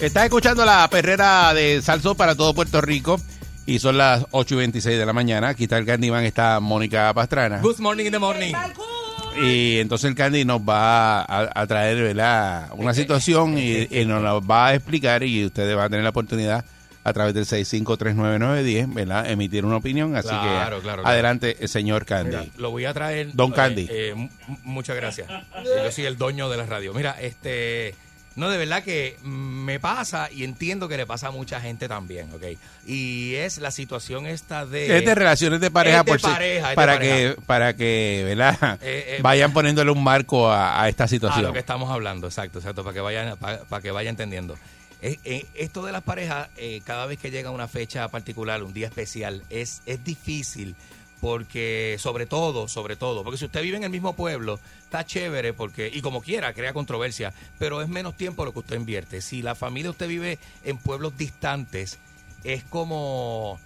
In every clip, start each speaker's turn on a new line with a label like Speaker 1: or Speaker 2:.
Speaker 1: Estás escuchando la perrera de Salso para todo Puerto Rico y son las 8 y 26 de la mañana. Aquí está el Candyman, está Mónica Pastrana.
Speaker 2: Good morning in the morning.
Speaker 1: Y entonces el Candy nos va a, a traer ¿verdad? una situación y, y nos la va a explicar y ustedes van a tener la oportunidad a través del 6539910, ¿verdad? Emitir una opinión. Así
Speaker 2: Claro,
Speaker 1: que
Speaker 2: claro, claro.
Speaker 1: adelante, eh, señor Candy.
Speaker 2: Mira, lo voy a traer.
Speaker 1: Don
Speaker 2: eh,
Speaker 1: Candy.
Speaker 2: eh, m- muchas gracias. Yo soy el dueño de la radio. Mira, este. No, de verdad que me pasa y entiendo que le pasa a mucha gente también, ¿ok? Y es la situación esta de.
Speaker 1: es de relaciones de pareja,
Speaker 2: es de
Speaker 1: por si-
Speaker 2: pareja, es de
Speaker 1: para
Speaker 2: pareja.
Speaker 1: que para que ¿verdad?
Speaker 2: Eh, eh,
Speaker 1: vayan poniéndole un marco a, a esta
Speaker 2: A
Speaker 1: situación.
Speaker 2: lo que estamos hablando, exacto, exacto, para que vayan, para, para que vaya entendiendo. Eh, eh, esto de las parejas, eh, cada vez que llega una fecha particular, un día especial, es, es difícil porque, sobre todo, sobre todo, porque si usted vive en el mismo pueblo, está chévere porque, y como quiera, crea controversia, pero es menos tiempo lo que usted invierte. Si la familia usted vive en pueblos distantes, es como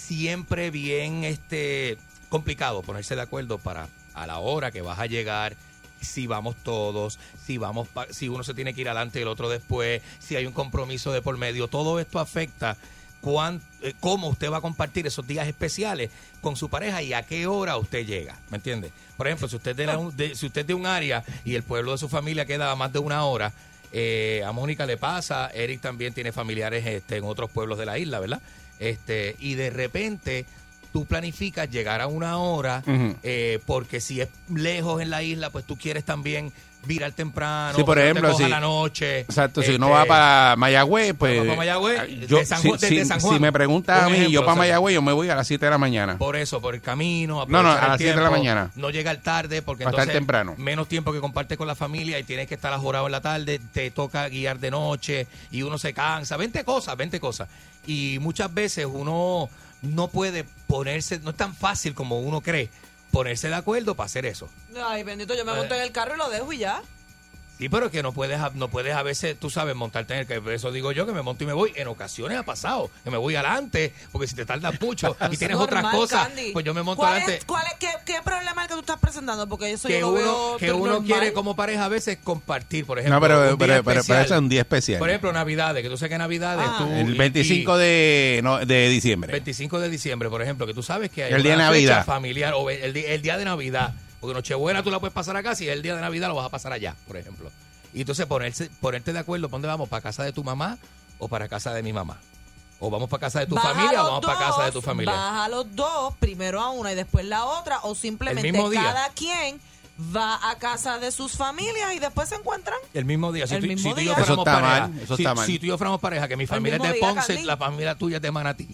Speaker 2: siempre bien este complicado ponerse de acuerdo para a la hora que vas a llegar si vamos todos, si vamos pa- si uno se tiene que ir adelante y el otro después, si hay un compromiso de por medio, todo esto afecta cuán- eh, cómo usted va a compartir esos días especiales con su pareja y a qué hora usted llega, ¿me entiende? Por ejemplo, si usted es de, la- de- si usted es de un área y el pueblo de su familia queda a más de una hora, eh, a Mónica le pasa, Eric también tiene familiares este, en otros pueblos de la isla, ¿verdad? Este, y de repente tú planificas llegar a una hora,
Speaker 1: Ujú.
Speaker 2: eh, porque si es lejos en la isla, pues tú quieres también virar temprano,
Speaker 1: Sí, por
Speaker 2: que Ah, no te
Speaker 1: ejemplo,
Speaker 2: coja
Speaker 1: si-
Speaker 2: la noche.
Speaker 1: Exacto, si
Speaker 2: este,
Speaker 1: uno va para Mayagüez, pues.
Speaker 2: vamos para Mayagüez,
Speaker 1: eh, yo,
Speaker 2: de San
Speaker 1: si-
Speaker 2: Ju-
Speaker 1: si,
Speaker 2: desde San Juan.
Speaker 1: si me preguntas a
Speaker 2: Un
Speaker 1: mí,
Speaker 2: ejemplo,
Speaker 1: yo para
Speaker 2: o sea.
Speaker 1: Mayagüez, yo me voy a las 7 de la mañana.
Speaker 2: Por eso, por el camino.
Speaker 1: No, no,
Speaker 2: aprovechar
Speaker 1: a
Speaker 2: el
Speaker 1: las siete de la
Speaker 2: tiempo,
Speaker 1: mañana.
Speaker 2: No llegar tarde porque
Speaker 1: Para estar
Speaker 2: entonces
Speaker 1: temprano.
Speaker 2: menos tiempo que compartes con la familia y tienes que estar ajorado en la tarde, te toca guiar de noche y uno se cansa, 20 cosas, 20 cosas. Y muchas veces uno no puede ponerse, no es tan fácil como uno cree ponerse de acuerdo para hacer eso.
Speaker 3: Ay, bendito,
Speaker 2: Pues,
Speaker 3: yo me monto en el carro y lo dejo y ya.
Speaker 2: Sí, pero es que no puedes, a- no puedes a veces, tú sabes, montarte en el que por eso digo yo que me monto y me voy. En ocasiones ha pasado, que me voy adelante, porque si te tardas mucho y tienes otras
Speaker 3: Normal,
Speaker 2: cosas,
Speaker 3: Candy.
Speaker 2: pues yo me monto
Speaker 3: ¿Cuál
Speaker 2: adelante.
Speaker 3: Es, cuál es- qué, qué problema es que tú estás presentando? Porque eso
Speaker 2: que
Speaker 3: yo lo
Speaker 2: uno,
Speaker 3: veo
Speaker 2: que uno
Speaker 3: normal.
Speaker 2: quiere como pareja a veces compartir, por ejemplo.
Speaker 1: no, pero,
Speaker 2: un
Speaker 1: pero,
Speaker 2: día
Speaker 1: pero, pero
Speaker 2: especial.
Speaker 1: eso es un día especial.
Speaker 2: Por ejemplo, Navidades, que tú sabes que Navidades.
Speaker 3: Ah.
Speaker 2: tú-
Speaker 1: el
Speaker 2: y-
Speaker 1: 25 de, no, de diciembre.
Speaker 2: 25 de diciembre, por ejemplo, que tú sabes que hay
Speaker 1: El día
Speaker 2: una
Speaker 1: de
Speaker 2: fecha
Speaker 1: Navidad.
Speaker 2: familiar o el, di- el día de Navidad, porque Nochebuena tú la puedes pasar acá, si es el día de Navidad lo vas a pasar allá, por ejemplo. Y entonces ponerse, ponerte de acuerdo, ¿para ¿dónde vamos? ¿Para casa de tu mamá o para casa de mi mamá? ¿O vamos para casa de tu
Speaker 3: Vas a
Speaker 2: familia o
Speaker 3: los
Speaker 2: vamos para casa de tu
Speaker 3: dos,
Speaker 2: familia?
Speaker 3: Vas a los dos, primero a una y después la otra, o simplemente
Speaker 2: El mismo día.
Speaker 3: cada quien va a casa de sus familias y después se encuentran.
Speaker 2: El mismo día. Si,
Speaker 3: El
Speaker 2: tú,
Speaker 3: mismo
Speaker 2: si tú y
Speaker 3: día.
Speaker 2: yo
Speaker 1: Eso
Speaker 2: fuéramos
Speaker 1: está
Speaker 2: pareja,
Speaker 1: mal, eso
Speaker 2: si,
Speaker 1: está mal.
Speaker 2: si tú y yo fuéramos pareja, que mi familia es
Speaker 3: mismo
Speaker 2: de
Speaker 3: día,
Speaker 2: Ponce,
Speaker 3: Candy.
Speaker 2: la familia tuya es de Manatí.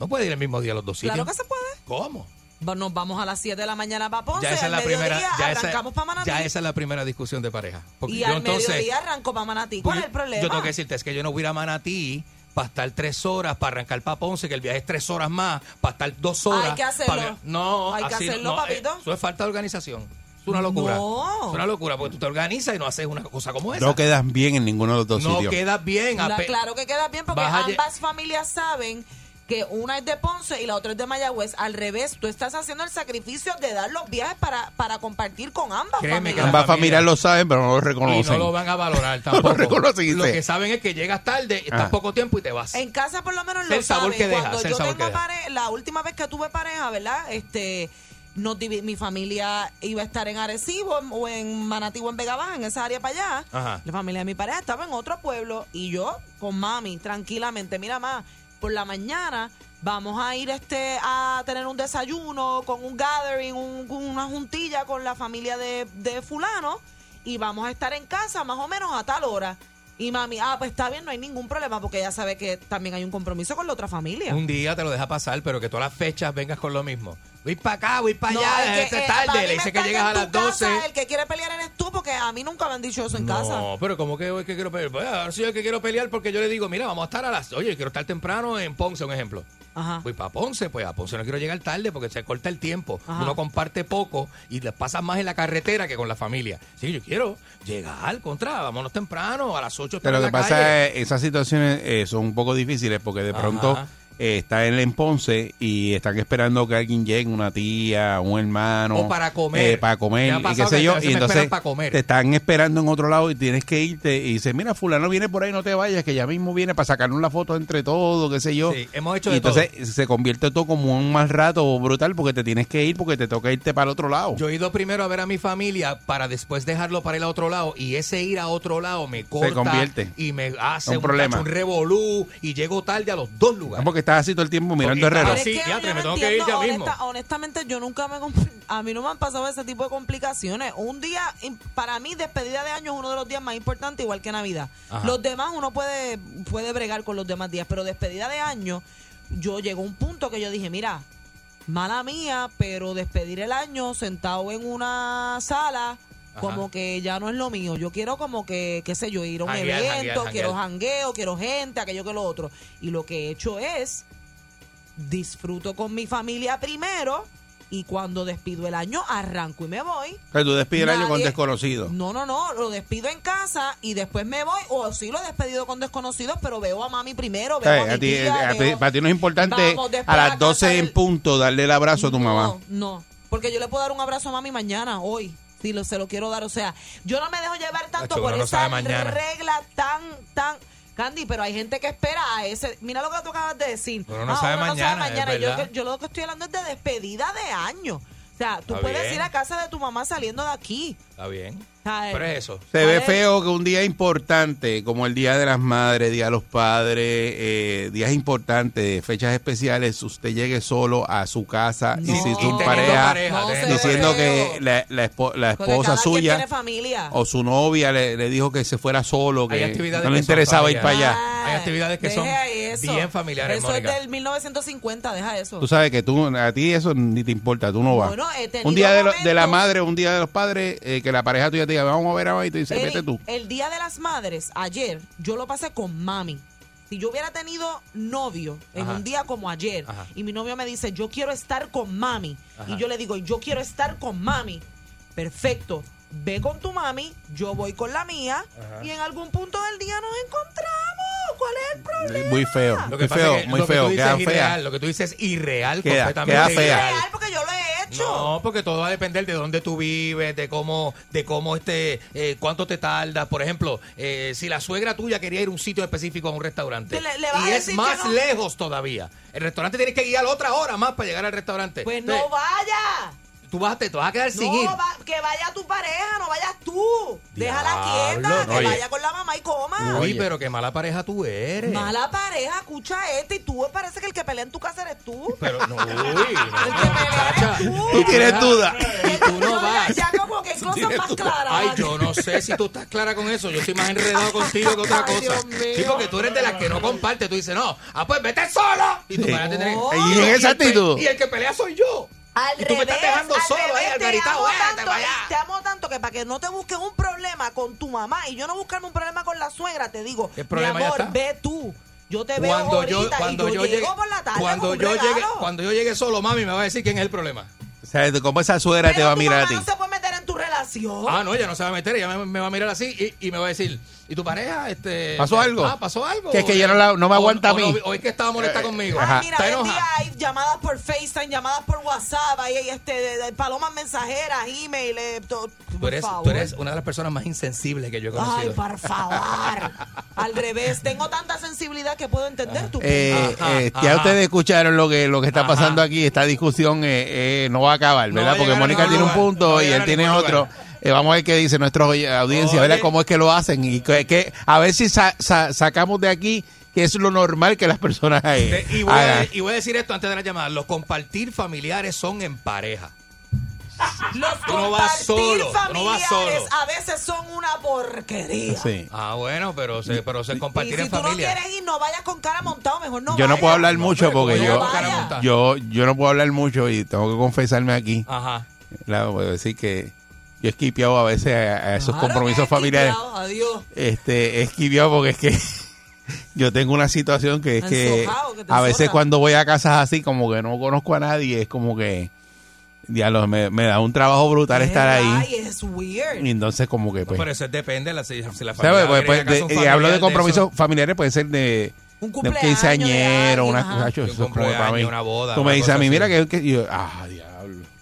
Speaker 2: No puedes ir el mismo día a los dos sitios.
Speaker 3: Claro que se puede.
Speaker 2: ¿Cómo?
Speaker 3: Va- Nos vamos a las 7 de la mañana para Ponce,
Speaker 2: ya esa
Speaker 3: al
Speaker 2: es la
Speaker 3: mediodía
Speaker 2: primera, ya esa,
Speaker 3: arrancamos para Manatí.
Speaker 2: ya esa es la primera discusión de pareja. Porque
Speaker 3: y
Speaker 2: yo
Speaker 3: al
Speaker 2: entonces,
Speaker 3: mediodía arrancó para Manatí.
Speaker 2: pues,
Speaker 3: ¿Cuál es el problema?
Speaker 2: Yo tengo que decirte, es que yo no voy a ir a Manatí para estar tres horas, para arrancar para Ponce, que el viaje es tres horas más, para estar dos horas.
Speaker 3: Hay que hacerlo.
Speaker 2: para- no,
Speaker 3: Hay que
Speaker 2: así no,
Speaker 3: hacerlo,
Speaker 2: no,
Speaker 3: papito.
Speaker 2: eh, Eso es falta de organización. Es una locura.
Speaker 3: No.
Speaker 2: Es una locura, porque tú te organizas y no haces una cosa como esa.
Speaker 1: no quedas bien en ninguno de los dos
Speaker 2: No
Speaker 1: sitios.
Speaker 2: quedas bien.
Speaker 3: La-
Speaker 2: ape-
Speaker 3: claro que queda bien porque
Speaker 2: Vas a lle-
Speaker 3: ambas familias saben que una es de Ponce y la otra es de Mayagüez. Al revés, tú estás haciendo el sacrificio de dar los viajes para, para compartir con ambas
Speaker 2: Créeme que
Speaker 3: familias.
Speaker 1: Ambas
Speaker 2: familia.
Speaker 1: familias lo saben, pero no lo
Speaker 2: Y
Speaker 1: reconocen.
Speaker 2: no lo van a valorar
Speaker 1: lo Ah.
Speaker 2: tampoco.
Speaker 1: reconocen y
Speaker 2: Lo
Speaker 1: se-
Speaker 2: que saben es que llegas tarde, estás
Speaker 1: Ajá.
Speaker 2: poco tiempo y te vas.
Speaker 3: En casa por lo menos
Speaker 2: Es
Speaker 3: lo
Speaker 2: el sabor
Speaker 3: saben.
Speaker 2: que deja,
Speaker 3: Cuando
Speaker 2: es el
Speaker 3: yo
Speaker 2: sabor
Speaker 3: tengo
Speaker 2: que deja.
Speaker 3: pare- la última vez que tuve pareja, ¿verdad? Este no divi- mi familia iba a estar en Arecibo o en Manatí o en Vega Baja, en esa área para allá.
Speaker 2: Ajá.
Speaker 3: La familia de mi pareja estaba en otro pueblo y yo con mami tranquilamente, mira más, por la mañana vamos a ir este a tener un desayuno con un gathering, un- una juntilla con la familia de, de fulano y vamos a estar en casa más o menos a tal hora. Y mami, ah, pues está bien, no hay ningún problema porque ella sabe que también hay un compromiso con la otra familia.
Speaker 2: Un día te lo deja pasar, pero que todas las fechas vengas con lo mismo. Voy para acá, voy para
Speaker 3: No, el
Speaker 2: allá,
Speaker 3: que,
Speaker 2: es
Speaker 3: eh, para
Speaker 2: tarde,
Speaker 3: mí
Speaker 2: le
Speaker 3: me
Speaker 2: dice que
Speaker 3: estalla
Speaker 2: llegas a
Speaker 3: en tu
Speaker 2: las 12.
Speaker 3: casa, el que quiere pelear eres tú porque a mí nunca me han dicho eso en casa.
Speaker 2: No, pero como que hoy que quiero pelear? Pues, ahora soy yo el que quiero pelear porque yo le digo, mira, vamos a estar a las... Oye, quiero estar temprano en Ponce, un ejemplo.
Speaker 3: Ajá.
Speaker 2: Voy para Ponce, pues a Ponce no quiero llegar tarde porque se corta el tiempo.
Speaker 3: Ajá.
Speaker 2: Uno comparte poco y le pasa más en la carretera que con la familia. Sí, yo quiero llegar, contra, vámonos temprano, a las 8
Speaker 1: Pero lo que pasa es esas situaciones eh, son un poco difíciles porque de
Speaker 2: Ajá.
Speaker 1: pronto eh, está él en Ponce y están esperando que alguien llegue, una tía, un hermano.
Speaker 2: O para comer.
Speaker 1: eh, para
Speaker 2: Me
Speaker 1: comer,
Speaker 2: ha
Speaker 1: y qué
Speaker 2: pasado
Speaker 1: sé
Speaker 2: que
Speaker 1: yo.
Speaker 2: a veces
Speaker 1: Y
Speaker 2: me
Speaker 1: entonces
Speaker 2: esperan para comer.
Speaker 1: te están esperando en otro lado y tienes que irte. Y dices, mira, fulano viene por ahí, no te vayas, que ya mismo viene para sacarnos la foto entre todos, qué sé yo.
Speaker 2: Sí, hemos hecho
Speaker 1: y
Speaker 2: de
Speaker 1: entonces se convierte todo como un mal rato brutal porque te tienes que ir porque te toca irte para el otro lado.
Speaker 2: Yo he ido primero a ver a mi familia para después dejarlo para ir a otro lado y ese ir a otro lado me corta
Speaker 1: convierte.
Speaker 2: y me hace
Speaker 1: Un
Speaker 2: un,
Speaker 1: problema.
Speaker 2: cacho, un revolú y llego tarde a los dos
Speaker 1: Ah,
Speaker 2: lugares.
Speaker 1: porque estás así todo el tiempo mirando
Speaker 2: Porque
Speaker 1: herrero.
Speaker 2: estás así. sí,
Speaker 3: que
Speaker 2: diatre,
Speaker 3: yo
Speaker 2: me
Speaker 3: no
Speaker 2: tengo que ir ya mismo.
Speaker 3: Honestamente, yo nunca me. comp- A mí no me han pasado ese tipo de complicaciones. Un día, im- para mí, despedida de año es uno de los días más importantes, igual que Navidad.
Speaker 2: Ajá.
Speaker 3: Los demás, uno puede, puede bregar con los demás días, pero despedida de año, yo llegó a un punto que yo dije, mira. Mala mía, pero despedir el año sentado en una sala,
Speaker 2: Ajá.
Speaker 3: como que ya no es lo mío. Yo quiero como que, qué sé yo, ir a un
Speaker 2: Janguear,
Speaker 3: evento,
Speaker 2: janguear,
Speaker 3: quiero
Speaker 2: janguear.
Speaker 3: jangueo, quiero gente, aquello que lo otro. Y lo que he hecho es disfruto con mi familia primero y cuando despido el año arranco y me voy.
Speaker 1: Que tú despides el año con
Speaker 3: Nadie-
Speaker 1: desconocido.
Speaker 3: No, no, no, lo despido en casa y después me voy o sí lo he despedido con desconocidos, pero veo a mami primero, veo
Speaker 1: ¿Sabes?
Speaker 3: a,
Speaker 1: A
Speaker 3: mi
Speaker 1: ti- eh,
Speaker 3: tía,
Speaker 1: a ti-
Speaker 3: veo-
Speaker 1: para ti no es importante
Speaker 3: Vamos, después
Speaker 1: a
Speaker 3: la
Speaker 1: las
Speaker 3: casa
Speaker 1: 12 en
Speaker 3: del-
Speaker 1: punto darle el abrazo a tu
Speaker 3: no,
Speaker 1: mamá.
Speaker 3: No, porque yo le puedo dar un abrazo a mami mañana, hoy. Si lo, se lo quiero dar, o sea, yo no me dejo llevar tanto
Speaker 2: Nacho,
Speaker 3: por
Speaker 2: uno no
Speaker 3: esa
Speaker 2: sabe mañana.
Speaker 3: regla tan, tan. Candy, pero hay gente que espera a ese. Mira lo que tú acabas de decir. Ah,
Speaker 2: Uno no sabe mañana, es
Speaker 3: Yo,
Speaker 2: verdad.
Speaker 3: yo lo que estoy hablando es de despedida de año. O sea, tú
Speaker 2: Está
Speaker 3: puedes
Speaker 2: bien.
Speaker 3: ir a casa de tu mamá saliendo de aquí.
Speaker 2: Está bien.
Speaker 3: ¿sabes?
Speaker 2: Pero es eso.
Speaker 1: Se ve
Speaker 3: ¿Sabes?
Speaker 1: feo que un día importante, como el Día de las Madres, Día de los Padres, eh, días importantes, fechas especiales, usted llegue solo a su casa
Speaker 3: No.
Speaker 1: y si
Speaker 3: Y
Speaker 1: tu
Speaker 3: teniendo
Speaker 1: pareja
Speaker 2: pareja,
Speaker 3: no se ve
Speaker 1: diciendo
Speaker 3: feo.
Speaker 1: que la, la espo- la
Speaker 3: Porque
Speaker 1: esposa
Speaker 3: cada quien
Speaker 1: suya
Speaker 3: tiene familia.
Speaker 1: o su novia le, le dijo que se fuera solo,
Speaker 2: Hay
Speaker 1: que
Speaker 2: actividades
Speaker 1: no le
Speaker 2: que son
Speaker 1: interesaba ir para allá.
Speaker 2: familiares. Hay actividades que son
Speaker 3: deja eso.
Speaker 2: bien familiares,
Speaker 3: Eso
Speaker 2: Mónica.
Speaker 3: es del 1950, deja eso.
Speaker 1: Tú sabes que tú, a ti eso ni te importa, tú no vas.
Speaker 3: Bueno, he tenido
Speaker 1: un día de, lo- de la
Speaker 3: momentos-
Speaker 1: madre, un día de los padres, eh, que la pareja tuya te diga, vamos a ver a mamá", y te dice,
Speaker 3: Eri, eh,
Speaker 1: vete tú.
Speaker 3: El día de las madres, ayer, yo lo pasé con mami. Si yo hubiera tenido novio en
Speaker 2: Ajá.
Speaker 3: un día como ayer
Speaker 2: Ajá.
Speaker 3: y mi novio me dice, yo quiero estar con mami,
Speaker 2: Ajá.
Speaker 3: y yo le digo, yo quiero estar con mami, perfecto, ve con tu mami, yo voy con la mía y en algún punto del día nos encontramos. ¿Cuál es el problema?
Speaker 1: Muy feo,
Speaker 2: Lo que
Speaker 1: muy
Speaker 2: pasa
Speaker 1: feo,
Speaker 2: es que
Speaker 1: muy
Speaker 2: lo que
Speaker 1: feo,
Speaker 2: tú dices
Speaker 1: queda
Speaker 2: es
Speaker 1: fea.
Speaker 2: irreal, Lo que tú dices es irreal,
Speaker 1: Queda-
Speaker 2: completamente
Speaker 1: queda fea.
Speaker 2: irreal.
Speaker 3: Real, porque yo lo he hecho.
Speaker 2: No, porque todo va a depender de dónde tú vives, de cómo, de cómo este, eh, cuánto te tardas. Por ejemplo, eh, si la suegra tuya quería ir a un sitio específico, a un restaurante,
Speaker 3: Te le- le vas
Speaker 2: y
Speaker 3: a
Speaker 2: es
Speaker 3: decir
Speaker 2: más
Speaker 3: que no.
Speaker 2: lejos todavía. El restaurante tienes que guiar otra hora más para llegar al restaurante.
Speaker 3: Pues
Speaker 2: Entonces,
Speaker 3: no vaya.
Speaker 2: Tú vas, a- te, te vas a quedar sin
Speaker 3: no,
Speaker 2: ir.
Speaker 3: va- que vaya tu pareja, no vayas tú. Déjala
Speaker 2: Diablo,
Speaker 3: quieta, que
Speaker 2: oye.
Speaker 3: vaya con la mamá y coma.
Speaker 2: Uy,
Speaker 1: Oye.
Speaker 2: pero qué mala pareja tú eres.
Speaker 3: Mala pareja, escucha este y tú parece que el que pelea en tu casa eres tú.
Speaker 2: Pero no, uy, no,
Speaker 3: que me
Speaker 2: muchacha.
Speaker 3: eres tú.
Speaker 1: Tú tienes duda.
Speaker 2: Y tú no
Speaker 3: Yo ya-
Speaker 2: vas.
Speaker 3: Ya, como que hay cosas más claras.
Speaker 2: Ay, yo no sé si tú estás clara con eso. Yo estoy más enredado contigo que otra
Speaker 3: Ay,
Speaker 2: cosa.
Speaker 3: Dios mío.
Speaker 2: Sí, porque tú eres de las que no comparte. Tú dices, no, ah, pues vete solo. Y tú
Speaker 1: Sí.
Speaker 2: para de tener-
Speaker 3: No.
Speaker 1: Y en
Speaker 2: el
Speaker 1: esa
Speaker 2: pe-
Speaker 1: actitud.
Speaker 2: Y el que pelea soy yo.
Speaker 3: Oh. Al
Speaker 2: y tú me estás
Speaker 3: revés,
Speaker 2: dejando
Speaker 3: al
Speaker 2: solo ahí,
Speaker 3: revés, te
Speaker 2: algaritado.
Speaker 3: amo
Speaker 2: Vete
Speaker 3: tanto,
Speaker 2: para allá.
Speaker 3: Te amo tanto que para que no te busques un problema con tu mamá y yo no buscarme un problema con la suegra, te digo,
Speaker 2: El
Speaker 3: mi
Speaker 2: problema ya
Speaker 3: amor,
Speaker 2: está.
Speaker 3: ve tú. Yo te veo
Speaker 2: Cuando
Speaker 3: ahorita
Speaker 2: yo, cuando
Speaker 3: y yo,
Speaker 2: yo llegue,
Speaker 3: llego por la tarde
Speaker 2: cuando
Speaker 3: con un
Speaker 2: yo llegue,
Speaker 3: regalo.
Speaker 2: cuando yo llegue solo, mami me va a decir quién es el problema.
Speaker 1: O sea, de cómo esa suegra te
Speaker 3: Pero
Speaker 1: va a
Speaker 3: tu
Speaker 1: mirar a
Speaker 3: mamá
Speaker 1: ti.
Speaker 3: no se puede meter en tu relación.
Speaker 2: Ah, no, ella no se va a meter, ella me, me va a mirar así y, y me va a decir, ¿y tu pareja? Este,
Speaker 1: ¿Pasó algo?
Speaker 2: Ah, pasó algo.
Speaker 1: Que es que ya no la- no me
Speaker 2: O-
Speaker 1: aguanta
Speaker 2: o
Speaker 1: a mí.
Speaker 2: no- o es que estaba molesta conmigo.
Speaker 3: Ay,
Speaker 1: Ajá.
Speaker 3: Ah, mira,
Speaker 2: Está
Speaker 3: hoy en
Speaker 2: enojada.
Speaker 3: día hay llamadas por FaceTime, llamadas por WhatsApp, hay este, de- de palomas mensajeras, email, eh, to-
Speaker 2: Tú
Speaker 3: por
Speaker 2: eres,
Speaker 3: favor.
Speaker 2: tú eres una de las personas más insensibles que yo he
Speaker 3: Ay,
Speaker 2: conocido.
Speaker 3: por favor. Al revés, tengo tanta sensibilidad que puedo entender tu
Speaker 1: Eh,
Speaker 2: Ajá,
Speaker 1: eh, ya
Speaker 2: ajá.
Speaker 1: ustedes escucharon lo que lo que está
Speaker 2: Ajá.
Speaker 1: pasando aquí. Esta discusión eh, eh, no va a acabar,
Speaker 2: No
Speaker 1: ¿verdad?
Speaker 2: va a
Speaker 1: Porque
Speaker 2: llegar a
Speaker 1: Mónica
Speaker 2: ningún
Speaker 1: tiene un
Speaker 2: lugar,
Speaker 1: punto
Speaker 2: no va a
Speaker 1: y
Speaker 2: llegar
Speaker 1: él
Speaker 2: a
Speaker 1: tiene
Speaker 2: ningún
Speaker 1: otro. Eh, vamos a ver qué dice nuestra oy- audiencia, ¿verdad?
Speaker 2: Oye.
Speaker 1: Cómo es que lo hacen y qué- qué- a ver si sa- sa- sacamos de aquí que es lo normal que las personas eh,
Speaker 2: Te- Este, y, voy a,
Speaker 1: hagan.
Speaker 2: y voy a decir esto antes de la llamada. Los compartir familiares son en pareja.
Speaker 3: Los
Speaker 2: Tú no vas
Speaker 3: compartir
Speaker 2: solo, tú no vas
Speaker 3: familiares
Speaker 2: solo.
Speaker 3: a veces son una porquería.
Speaker 1: Sí.
Speaker 2: Ah, bueno, pero se, pero se
Speaker 3: Y
Speaker 2: compartir
Speaker 3: si
Speaker 2: en
Speaker 3: tú
Speaker 2: familia.
Speaker 3: no quieres ir, no vayas con cara montado, mejor no
Speaker 1: Yo no
Speaker 3: vayas.
Speaker 1: puedo hablar mucho
Speaker 2: pero ¿cómo
Speaker 1: porque
Speaker 2: yo
Speaker 1: yo,
Speaker 2: voy a buscar a montar?
Speaker 1: yo, yo no puedo hablar mucho y tengo que confesarme aquí.
Speaker 2: Ajá.
Speaker 1: Claro, puedo decir que yo he esquipeado a veces a, a esos
Speaker 3: Claro que
Speaker 1: compromisos
Speaker 3: es
Speaker 1: familiares.
Speaker 3: quitado, Adiós.
Speaker 1: Este, he esquipeado porque es que yo tengo una situación que es
Speaker 3: Tan
Speaker 1: que
Speaker 3: sojao que te
Speaker 1: a veces
Speaker 3: zorra.
Speaker 1: cuando voy a casas así, como que no conozco a nadie, es como que diablo, me, me da un trabajo brutal estar ahí.
Speaker 3: Ay, es weird.
Speaker 1: Y entonces como que pues,
Speaker 2: Pero eso depende de la, si, si la familia.
Speaker 1: ¿sabes? Pues,
Speaker 2: viene a
Speaker 1: pues,
Speaker 2: casa
Speaker 1: de-
Speaker 2: un
Speaker 1: y hablo
Speaker 2: familiar
Speaker 1: de compromisos
Speaker 2: eso,
Speaker 1: familiares, puede ser de
Speaker 3: Un
Speaker 1: de un
Speaker 3: cumpleaños.
Speaker 1: quinceañero,
Speaker 3: de
Speaker 1: una
Speaker 3: alguien, ajá.
Speaker 1: muchacho,
Speaker 2: De un
Speaker 1: eso es como
Speaker 2: cumpleaños,
Speaker 1: para mí.
Speaker 2: una boda,
Speaker 1: Tú me
Speaker 2: una
Speaker 1: dices a
Speaker 2: cosa
Speaker 1: mí,
Speaker 2: así.
Speaker 1: mira que, que- y yo, ah, diablo.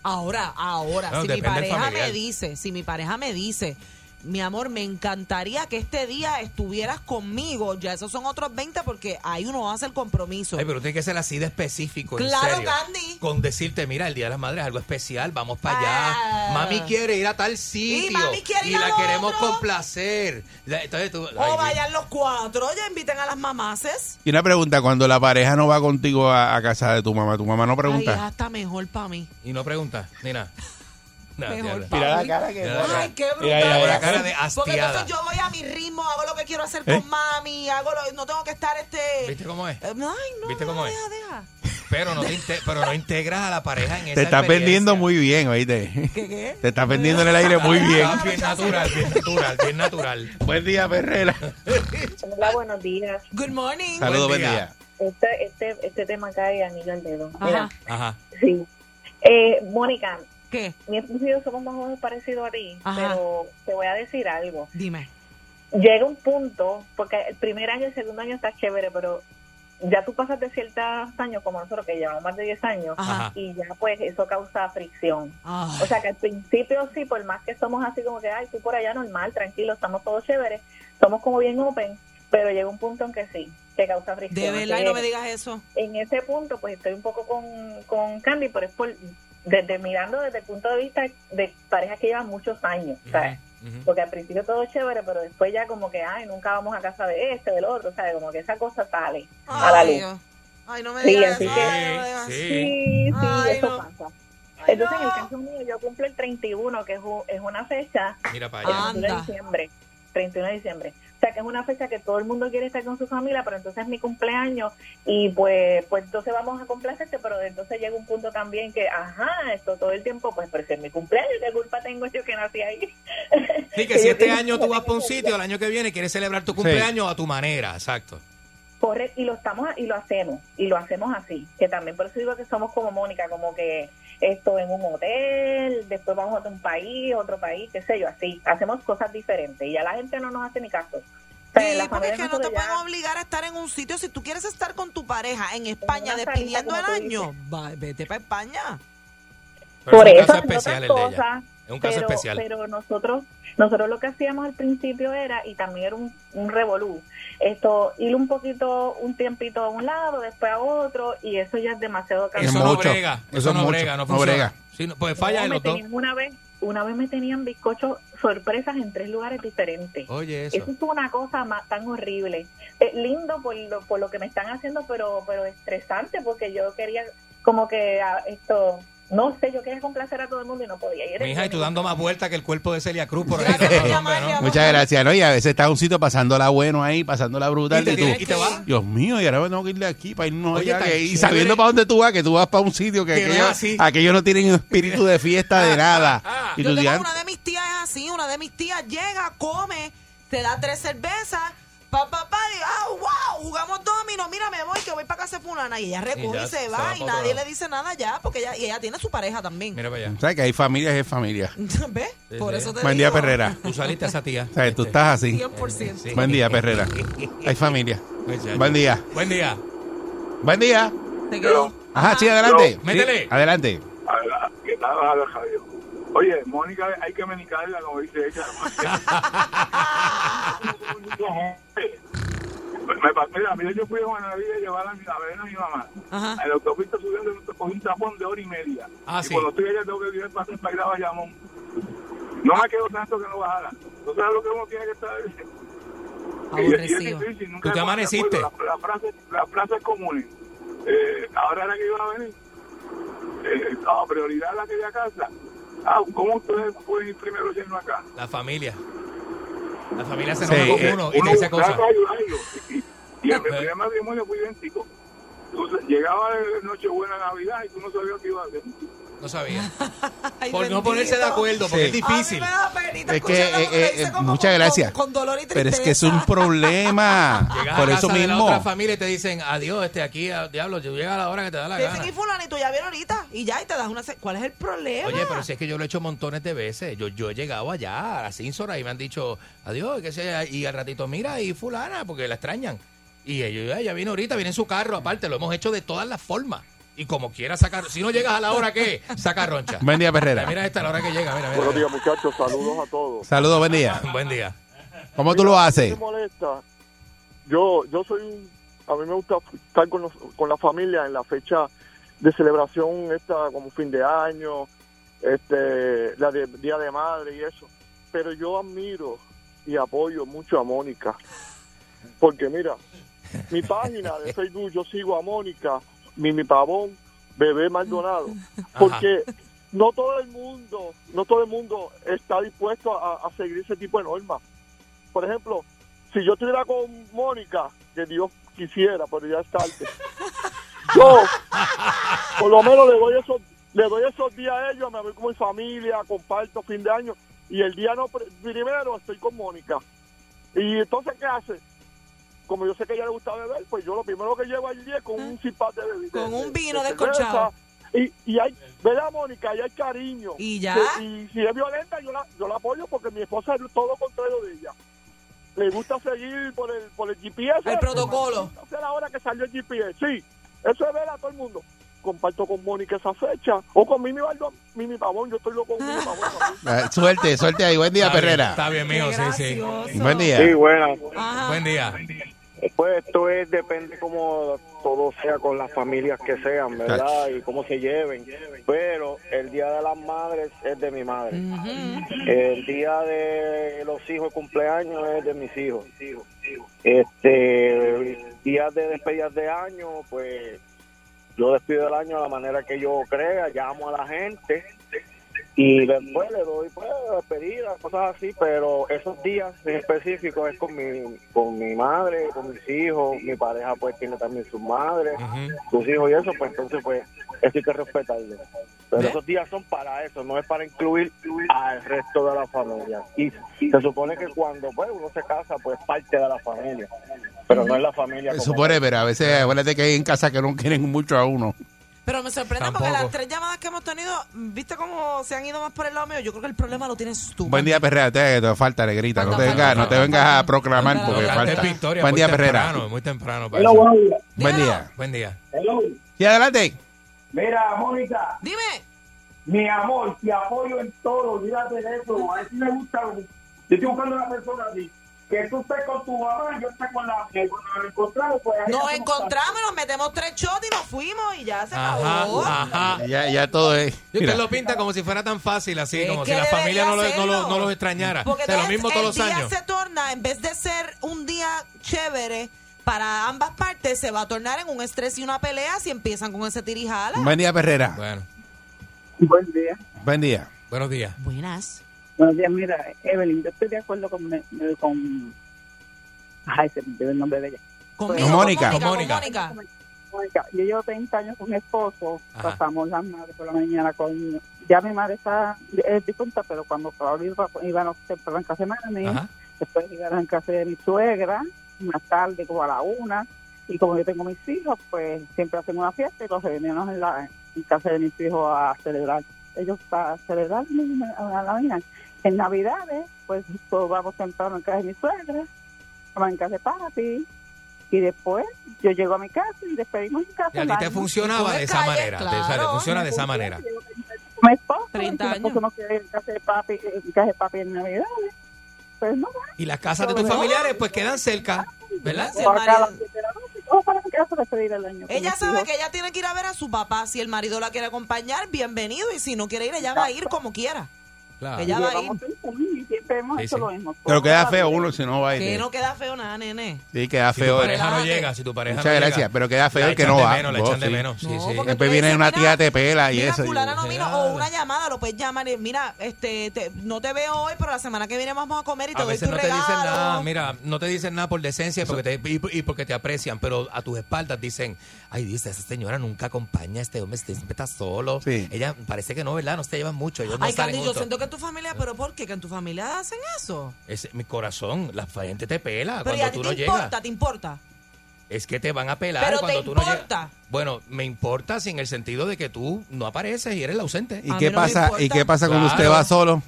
Speaker 3: Ahora, ahora,
Speaker 2: No,
Speaker 3: si mi
Speaker 2: depende del
Speaker 3: pareja
Speaker 2: familiar.
Speaker 3: me dice, si mi pareja me dice, mi amor, me encantaría que este día estuvieras conmigo, ya esos son otros 20 porque ahí uno hace el compromiso.
Speaker 2: Ay, pero tiene que ser así de específico. en
Speaker 3: Claro,
Speaker 2: serio.
Speaker 3: Candy.
Speaker 2: Con decirte, mira, el Día de las Madres es algo especial, vamos para
Speaker 3: Ah.
Speaker 2: allá. Mami quiere ir a tal sitio.
Speaker 3: Y mami quiere
Speaker 2: y
Speaker 3: ir a
Speaker 2: la
Speaker 3: lo
Speaker 2: queremos
Speaker 3: otro.
Speaker 2: complacer. La- Entonces tú.
Speaker 3: o
Speaker 2: ay, mi-
Speaker 3: vayan los cuatro, ya inviten a las mamases.
Speaker 1: Y una pregunta, cuando la pareja no va contigo a, a casa de tu mamá, tu mamá no
Speaker 3: Ay, es
Speaker 1: pregunta.
Speaker 3: hasta mejor para mí.
Speaker 2: Y no preguntas, ni nada. No,
Speaker 3: Mejor
Speaker 2: diablo.
Speaker 3: pa' mí.
Speaker 2: que-
Speaker 3: Ay, qué brutal.
Speaker 1: Mira, mira, mira.
Speaker 2: La cara de
Speaker 3: Porque
Speaker 2: hastiada.
Speaker 3: entonces yo voy a mi ritmo, hago lo que quiero hacer
Speaker 1: ¿Eh?
Speaker 3: con mami, hago lo- no tengo que estar este...
Speaker 2: ¿Viste cómo es?
Speaker 3: Ay, no,
Speaker 2: ¿Viste
Speaker 3: no,
Speaker 2: cómo es?
Speaker 3: deja, deja.
Speaker 2: Pero no, te inte- pero no integras a la pareja en esa
Speaker 1: Te estás vendiendo
Speaker 2: experiencia.
Speaker 1: muy bien, oíste.
Speaker 3: ¿Qué, qué?
Speaker 1: Te estás vendiendo en el aire muy bien.
Speaker 2: Ah, bien natural, bien natural, bien natural.
Speaker 1: Buen día, Perrera.
Speaker 4: Hola, buenos días.
Speaker 3: Good morning.
Speaker 1: Saludos, buen
Speaker 2: Buen día.
Speaker 1: día.
Speaker 4: Este, este, este tema cae anillo al dedo.
Speaker 3: Ajá.
Speaker 4: Mira,
Speaker 2: Ajá.
Speaker 4: sí. Eh, Mónica,
Speaker 3: ¿Qué?
Speaker 4: mi esposo y yo somos más o menos parecidos a ti,
Speaker 3: Ajá.
Speaker 4: pero te voy a decir algo.
Speaker 3: Dime.
Speaker 4: Llega un punto, porque el primer año y el segundo año está chévere, pero ya tú pasas de ciertos años, como nosotros que llevamos más de 10 años,
Speaker 3: Ajá.
Speaker 4: y ya pues eso causa fricción.
Speaker 3: Ah.
Speaker 4: O sea que al principio sí, por más que somos así como que, ay, tú por allá normal, tranquilo, estamos todos chéveres, somos como bien open, pero llega un punto en que sí, que causa
Speaker 3: De
Speaker 4: fricción.
Speaker 3: verdad,
Speaker 4: Así
Speaker 3: y no
Speaker 4: que-
Speaker 3: me digas eso.
Speaker 4: en ese punto, pues estoy un poco con, con Candy, pero es por, desde mirando desde el punto de vista de parejas que llevan muchos años, ¿sabes?
Speaker 2: Ujú.
Speaker 4: Porque al principio todo es chévere, pero después ya como que, ay, nunca vamos a casa de este, del otro, ¿sabes? Como que esa cosa sale a la luz.
Speaker 3: Dios. Ay, no me
Speaker 4: Sí,
Speaker 3: digas
Speaker 4: así
Speaker 3: eso.
Speaker 4: que-
Speaker 3: Ay, no me digas
Speaker 2: Sí,
Speaker 3: eso.
Speaker 4: Ah, Sí, sí,
Speaker 3: Ay,
Speaker 4: eso
Speaker 3: no.
Speaker 4: pasa.
Speaker 3: Ay,
Speaker 4: Entonces, en el
Speaker 3: no.
Speaker 4: caso mío, yo cumplo el 31, que es, u- es una fecha,
Speaker 2: mira para
Speaker 4: el
Speaker 2: allá.
Speaker 4: 31 de
Speaker 3: Anda.
Speaker 4: diciembre, 31 de diciembre. O sea, que es una fecha que todo el mundo quiere estar con su familia, pero entonces es mi cumpleaños y pues pues entonces vamos a complacerte, pero entonces llega un punto también que, ajá, esto todo el tiempo, pues pero si es mi cumpleaños, ¿qué culpa tengo yo que nací ahí?
Speaker 2: Sí, que
Speaker 4: Que
Speaker 2: si
Speaker 4: yo
Speaker 2: este
Speaker 4: tengo-
Speaker 2: año tú vas para un sitio, el año que viene quieres celebrar tu cumpleaños a tu manera, exacto.
Speaker 4: Corre, y lo estamos y lo hacemos, y lo hacemos así, que también por eso digo que somos como Mónica, como que esto en un hotel, después vamos a un país, otro país, qué sé yo, así, hacemos cosas diferentes y ya la gente no nos hace ni caso. O sea,
Speaker 3: Sí,
Speaker 4: la
Speaker 3: porque
Speaker 4: familia
Speaker 3: es que no te
Speaker 4: nosotros ya-
Speaker 3: pueden obligar a estar en un sitio. Si tú quieres estar con tu pareja en España
Speaker 4: una salita,
Speaker 3: despidiendo el
Speaker 4: como tú
Speaker 3: año, va- vete para España.
Speaker 2: Pero
Speaker 4: Por
Speaker 2: es un
Speaker 4: eso,
Speaker 2: caso
Speaker 4: entre
Speaker 2: especial el
Speaker 4: otras
Speaker 2: de ella.
Speaker 4: cosas,
Speaker 2: Es un caso
Speaker 4: pero,
Speaker 2: especial.
Speaker 4: Pero nosotros, nosotros lo que hacíamos al principio era, y también era un, un revolú, esto, ir un poquito, un tiempito a un lado, después a otro, y eso ya es demasiado
Speaker 1: Es
Speaker 2: Eso
Speaker 4: cansado.
Speaker 2: no
Speaker 1: mucho,
Speaker 2: brega,
Speaker 1: eso
Speaker 2: eso
Speaker 1: es
Speaker 2: no
Speaker 1: mucho,
Speaker 2: brega, no
Speaker 1: no
Speaker 2: funciona.
Speaker 1: brega.
Speaker 2: Sí, no, Pues falla
Speaker 4: No,
Speaker 2: en
Speaker 4: me
Speaker 2: los dos.
Speaker 4: tenían Una vez, una vez me tenían bizcochos sorpresas en tres lugares diferentes.
Speaker 2: Oye,
Speaker 4: Eso
Speaker 2: eso.
Speaker 4: es una cosa más tan horrible. Eh, lindo por lo, por lo que me están haciendo, pero pero estresante porque yo quería como que ah, esto, no sé, yo quería complacer a todo el mundo y no podía. Y era
Speaker 2: Mi hija, y tú
Speaker 4: como-
Speaker 2: dando más vueltas que el cuerpo de Celia Cruz por ahí.
Speaker 3: Gracias por
Speaker 2: No, no,
Speaker 3: llamar,
Speaker 2: hombre,
Speaker 3: mi
Speaker 2: no.
Speaker 3: amor.
Speaker 1: Muchas gracias, ¿no? Y a veces está un sitio pasándola bueno ahí, pasándola
Speaker 2: Y
Speaker 1: brutal.
Speaker 2: te
Speaker 1: Y
Speaker 2: tienes- y
Speaker 1: tú,
Speaker 2: te vas.
Speaker 1: Dios mío, y ahora me tengo que ir de aquí para irnos
Speaker 2: Oye,
Speaker 1: allá.
Speaker 2: tan
Speaker 1: que- y
Speaker 2: chévere.
Speaker 1: sabiendo para dónde tú vas, que tú vas para un sitio que,
Speaker 2: Que no es
Speaker 1: aquello,
Speaker 2: así.
Speaker 1: aquello no tienen espíritu de fiesta de
Speaker 2: Ah.
Speaker 1: nada. Y
Speaker 3: Yo
Speaker 1: tú
Speaker 3: tengo
Speaker 1: digas,
Speaker 3: una de mis tías es así, una de mis tías llega, come, te da tres cervezas, pa pa pa, y, ah, wow, jugamos domino, mira, me voy que voy para casa de fulana y ella recoge y,
Speaker 2: ya
Speaker 3: se,
Speaker 2: se
Speaker 3: va
Speaker 2: va
Speaker 3: y
Speaker 2: pa' otro
Speaker 3: nadie
Speaker 2: lado.
Speaker 3: le dice nada ya, porque ella y ella tiene su pareja también.
Speaker 2: Mira para allá.
Speaker 1: ¿sabes que hay familias es familia?
Speaker 3: ¿Ves?
Speaker 2: Sí,
Speaker 3: Por
Speaker 2: sí.
Speaker 3: eso te
Speaker 1: Buen día,
Speaker 3: digo.
Speaker 1: Perrera.
Speaker 2: Tú saliste a esa tía.
Speaker 1: O sea,
Speaker 2: Este,
Speaker 1: tú estás así.
Speaker 3: 100%.
Speaker 2: sí.
Speaker 1: Buen día, Perrera. Hay familia.
Speaker 2: Muchacho.
Speaker 1: Buen día.
Speaker 2: Buen día.
Speaker 1: Buen día.
Speaker 3: Te quedó.
Speaker 1: Ajá, sí, adelante.
Speaker 2: Yo.
Speaker 1: Sí,
Speaker 2: Métele.
Speaker 1: adelante.
Speaker 5: A la- que nada, a la Javier. Oye, Mónica, hay que menicarla, como dice ella. Me pasé, mira, mira, yo fui a Juana Vida a llevar a, mi, a ver a mi mamá.
Speaker 3: Ajá.
Speaker 5: En la autopista subiendo cogí un tapón de hora y media.
Speaker 2: Ah,
Speaker 5: y
Speaker 2: sí.
Speaker 5: cuando estoy allá tengo que ir para para ir a Bayamón. No me quedo tanto que no bajara. ¿Tú sabes lo que uno tiene que estar?
Speaker 2: Ah,
Speaker 5: Y- y es
Speaker 3: Aborrecido.
Speaker 5: difícil, nunca
Speaker 2: ¿Tú te
Speaker 5: hemos-
Speaker 2: amaneciste?
Speaker 5: La, la frase, la frase es común. Eh, ahora era que iban a venir. Eh, no, prioridad la que de casa. Ah, ¿cómo ustedes pueden ir primero siendo acá?
Speaker 2: La familia. La familia se
Speaker 1: Sí,
Speaker 2: enoja con
Speaker 1: eh,
Speaker 2: uno y te dice
Speaker 5: buscaba
Speaker 2: cosas.
Speaker 5: ayudarlo. Y, y el primer matrimonio fue idéntico. Entonces, llegaba Nochebuena, Navidad y tú no sabías qué iba a hacer.
Speaker 2: No sabía.
Speaker 3: Ay,
Speaker 2: Por no
Speaker 3: bendito.
Speaker 2: ponerse de acuerdo, porque
Speaker 1: Sí.
Speaker 2: es
Speaker 3: A mí me
Speaker 2: difícil.
Speaker 3: da penita
Speaker 1: Es que,
Speaker 3: escucharlo porque
Speaker 1: eh,
Speaker 3: dice
Speaker 1: eh,
Speaker 3: como
Speaker 1: muchas
Speaker 3: con-
Speaker 1: gracias.
Speaker 3: Con, dolor y tristeza.
Speaker 1: Pero es que es un problema.
Speaker 2: Llegas
Speaker 1: Por
Speaker 2: a
Speaker 1: eso
Speaker 2: casa de la
Speaker 1: mismo.
Speaker 2: otra familia y te dicen, adiós, este aquí, a- diablo, yo llega la hora que te da la
Speaker 3: Te dicen,
Speaker 2: gana.
Speaker 3: y fulano, y tú ya vieron ahorita. Y ya, y te das una... se- ¿Cuál es el problema?
Speaker 2: Oye, pero si es que yo lo he hecho montones de veces. Yo, yo he llegado allá a las Cínsora y me han dicho, adiós, qué sé, yo, y al ratito, mira, y fulana, porque la extrañan. Y ellos, "Ay, ella viene ahorita, viene en su carro, aparte, lo hemos hecho de todas las formas. Y como quiera sacar, si no llegas a la hora que, saca roncha.
Speaker 1: Buen día,
Speaker 2: Mira,
Speaker 1: Perrera.
Speaker 2: mira esta, la hora que llega, mira, mira.
Speaker 6: Buenos
Speaker 2: mira.
Speaker 6: días, muchachos. Saludos a todos.
Speaker 1: Saludos, buen día.
Speaker 2: Buen día.
Speaker 1: ¿Cómo tú lo haces?
Speaker 6: Me molesta. Yo, yo soy. un- A mí me gusta estar con, los- con la familia en la fecha de celebración, esta como fin de año, este, la de Día de Madre y eso. Pero yo admiro y apoyo mucho a Mónica. Porque mira, mi página de Facebook, yo sigo a Mónica, Mimi Pavón, Bebé Maldonado. Porque no todo el mundo, no todo el mundo está dispuesto a, a seguir ese tipo de normas. Por ejemplo, si yo estuviera con Mónica, que Dios quisiera, pero ya es tarde. Yo, por lo menos le doy esos, le doy esos días a ellos, me voy con mi familia, comparto fin de año, y el día no pr- primero estoy con Mónica. Y entonces, ¿qué hace? Como yo sé que a ella le gusta beber, pues yo lo primero que llevo allí es con un cipat de bebida.
Speaker 3: Con un
Speaker 6: de-
Speaker 3: vino
Speaker 6: de
Speaker 3: descorchado.
Speaker 6: cerveza. Y, y hay, ¿verdad, Mónica? Y hay cariño.
Speaker 3: Y ya.
Speaker 6: Sí, Y si es violenta, yo la, yo la apoyo porque mi esposa es todo lo contrario de ella. Le gusta seguir por el, por el GPS.
Speaker 3: El protocolo.
Speaker 6: Hace la hora que salió el GPS. Sí, eso es ver a todo el mundo. Comparto con Mónica esa fecha. O con Mimi Baldón, Mimi Pavón. Yo estoy loco con Mimi Pavón.
Speaker 1: Ah, Suerte, suerte ahí. Buen día,
Speaker 2: Está bien,
Speaker 1: Perrera.
Speaker 2: Está bien,
Speaker 3: Qué
Speaker 2: mío, sí, sí.
Speaker 3: gracioso.
Speaker 1: Buen día.
Speaker 7: Sí, bueno,
Speaker 3: Ajá.
Speaker 2: Buen día.
Speaker 7: pues esto es, depende cómo todo sea con las familias que sean, ¿verdad? Y cómo se lleven. Pero el Día de las Madres es de mi madre.
Speaker 3: Ujú.
Speaker 7: El Día de los Hijos, el cumpleaños es de mis hijos. Este, días de despedidas de año, pues yo despido el año de la manera que yo crea, llamo a la gente y después le doy pues, despedidas, cosas así, pero esos días en específico es con mi, con mi madre, con mis hijos, mi pareja pues tiene también sus madres,
Speaker 2: Ujú.
Speaker 7: sus hijos y eso, pues entonces pues eso hay que respetarle. Pero esos días son para eso, no es para incluir al resto de la familia. Y se supone que cuando pues, uno se casa, pues es parte de la familia, pero no es la familia. como
Speaker 1: Supone, pero a veces acuérdate que hay en casa que no quieren mucho a uno.
Speaker 3: Pero me sorprende porque
Speaker 2: Tampoco.
Speaker 3: las tres llamadas que hemos tenido, ¿viste cómo se han ido más por el lado mío? Yo creo que el problema lo tienes tú.
Speaker 1: Buen día, Perrera. Te, te falta, le grita. No te
Speaker 3: Falta,
Speaker 1: vengas, no te
Speaker 3: falta,
Speaker 1: vengas a
Speaker 3: falta.
Speaker 1: proclamar
Speaker 3: Falta,
Speaker 1: porque
Speaker 2: No,
Speaker 1: falta.
Speaker 2: cantes victoria
Speaker 1: Buen
Speaker 2: muy
Speaker 1: día, Perrera.
Speaker 2: temprano, Muy temprano para
Speaker 5: Hola,
Speaker 2: eso.
Speaker 5: buenos días.
Speaker 1: Buen
Speaker 3: Dímelo.
Speaker 1: día.
Speaker 2: Buen día.
Speaker 5: Hello.
Speaker 1: Y adelante.
Speaker 5: Mira, Mónica,
Speaker 3: Dime.
Speaker 5: mi amor, te apoyo en todo, olvídate de eso. A ver si me gusta. Yo estoy buscando una persona así. Que tú estés con tu mamá, yo esté con la que cuando nos encontramos, pues ahí
Speaker 3: Nos
Speaker 5: hacemos
Speaker 3: encontramos, nos metemos tres shots y nos fuimos y ya se acabó.
Speaker 2: Ajá, ajá.
Speaker 1: Ya, ya todo es.
Speaker 2: Y
Speaker 1: mira.
Speaker 2: usted lo pinta como si fuera tan fácil, así,
Speaker 3: Es
Speaker 2: como
Speaker 3: que
Speaker 2: si la familia no, lo,
Speaker 3: debería
Speaker 2: no, lo,
Speaker 3: hacerlo.
Speaker 2: no los extrañara.
Speaker 3: Porque
Speaker 2: O sea, lo
Speaker 3: entonces
Speaker 2: mismo todos
Speaker 3: el
Speaker 2: los
Speaker 3: día
Speaker 2: años.
Speaker 3: se torna, en vez de ser un día chévere para ambas partes, se va a tornar en un estrés y una pelea si empiezan con ese tirijala.
Speaker 1: Buen día, Perrera.
Speaker 2: Bueno,
Speaker 8: Buen día.
Speaker 1: Buen día.
Speaker 2: buenos días.
Speaker 3: Buenas.
Speaker 8: Buenos días, mira, Evelyn, yo estoy de acuerdo con... con ay, se me olvidó el nombre de ella.
Speaker 3: Conmigo,
Speaker 1: Mónica.
Speaker 3: Con Mónica.
Speaker 2: Con
Speaker 3: con Mónica.
Speaker 8: Mónica, Yo llevo 30 años con mi esposo,
Speaker 2: Ajá.
Speaker 8: pasamos las madres por la mañana con... Ya mi madre está es difunta, pero cuando Pablo iba, iban temprano en casa de mami,
Speaker 2: Ajá.
Speaker 8: después iban en casa de mi suegra, más tarde como a la una, y como yo tengo mis hijos, pues siempre hacen una fiesta y los reunimos en, la, en casa de mis hijos a celebrar. Ellos para celebrar a la mina. En Navidades, pues todos vamos temprano en casa de mi suegra, vamos en casa de papi, y después yo llego a mi casa y despedimos en casa.
Speaker 2: Y a ti
Speaker 8: el
Speaker 2: te
Speaker 8: año.
Speaker 2: funcionaba
Speaker 3: Tú
Speaker 2: de
Speaker 3: me
Speaker 2: esa
Speaker 3: calles,
Speaker 2: manera. te- o sea, te
Speaker 3: claro.
Speaker 2: funciona de esa manera.
Speaker 8: mi esposo,
Speaker 3: 30
Speaker 8: mi esposo
Speaker 3: años.
Speaker 8: no quiere ir en casa de papi, en casa de papi en Navidades. Pues no,
Speaker 2: Y las casas de tus
Speaker 8: Sobre-
Speaker 2: familiares, pues quedan cerca, ¿verdad?
Speaker 3: Sí,
Speaker 8: o acá a
Speaker 3: marido.
Speaker 8: las siete de la noche, o para mi casa a despedir el año. con
Speaker 3: Ella
Speaker 8: mis
Speaker 3: sabe
Speaker 8: hijos.
Speaker 3: que ella tiene que ir a ver a su papá. Si el marido la quiere acompañar, bienvenido. Y si no quiere ir, ella va a ir como quiera.
Speaker 2: Claro.
Speaker 3: Ella va a ir.
Speaker 8: Llevamos cinco años y siempre hemos
Speaker 2: Ah. Sí,
Speaker 8: hecho
Speaker 2: sí.
Speaker 8: lo mismo.
Speaker 1: Pero
Speaker 8: Toda
Speaker 1: queda
Speaker 8: la
Speaker 1: feo
Speaker 8: vida.
Speaker 1: uno si no va a ir.
Speaker 3: Que no queda feo nada, nene.
Speaker 1: Sí, queda
Speaker 2: Si tu
Speaker 1: feo.
Speaker 2: pareja no
Speaker 3: Relájate.
Speaker 2: llega, si tu pareja
Speaker 1: Muchas
Speaker 2: no llega,
Speaker 1: gracias, pero queda feo
Speaker 2: la
Speaker 1: el que
Speaker 2: echan
Speaker 1: no
Speaker 2: de
Speaker 1: va.
Speaker 2: menos, la
Speaker 1: Vos,
Speaker 2: echan de
Speaker 1: sí.
Speaker 2: menos. Sí,
Speaker 3: No,
Speaker 2: sí.
Speaker 3: porque
Speaker 1: Después
Speaker 3: tú le
Speaker 1: viene
Speaker 3: dices,
Speaker 1: una tía,
Speaker 3: mira,
Speaker 1: te pela y
Speaker 3: mira,
Speaker 1: eso.
Speaker 3: fulana no vino,
Speaker 2: Nada.
Speaker 3: o una llamada, lo puedes llamar y mira, este, te- no te veo hoy, pero la semana que viene vamos a comer y te
Speaker 2: A
Speaker 3: doy
Speaker 2: veces
Speaker 3: tu
Speaker 2: no te
Speaker 3: regalo.
Speaker 2: dicen nada, mira, no te dicen nada por decencia porque te, y, y porque te aprecian, pero a tus espaldas dicen, ay, dice, esa señora nunca acompaña a este hombre, este siempre está solo.
Speaker 1: Sí.
Speaker 2: Ella parece que no, ¿verdad? No se llevan mucho, ellos no
Speaker 3: Ay,
Speaker 2: salen
Speaker 3: Candy, yo
Speaker 2: juntos.
Speaker 3: siento que en tu familia, pero ¿por qué? Que en tu familia hacen eso.
Speaker 2: Es mi corazón, la gente te pela
Speaker 3: Pero ¿y
Speaker 2: Ah, cuando
Speaker 3: a ti
Speaker 2: tú
Speaker 3: te
Speaker 2: no llegas.
Speaker 3: importa, te importa.
Speaker 2: Es que te van a pelar
Speaker 3: Pero
Speaker 2: cuando
Speaker 3: te
Speaker 2: tú no
Speaker 3: importa.
Speaker 2: llegas. Bueno, me importa si en el sentido de que tú no apareces y eres la ausente.
Speaker 1: ¿Y
Speaker 3: A
Speaker 1: qué
Speaker 3: mí no me
Speaker 1: pasa? ¿Y
Speaker 3: importa.
Speaker 1: qué pasa cuando usted
Speaker 2: Claro.
Speaker 1: va solo?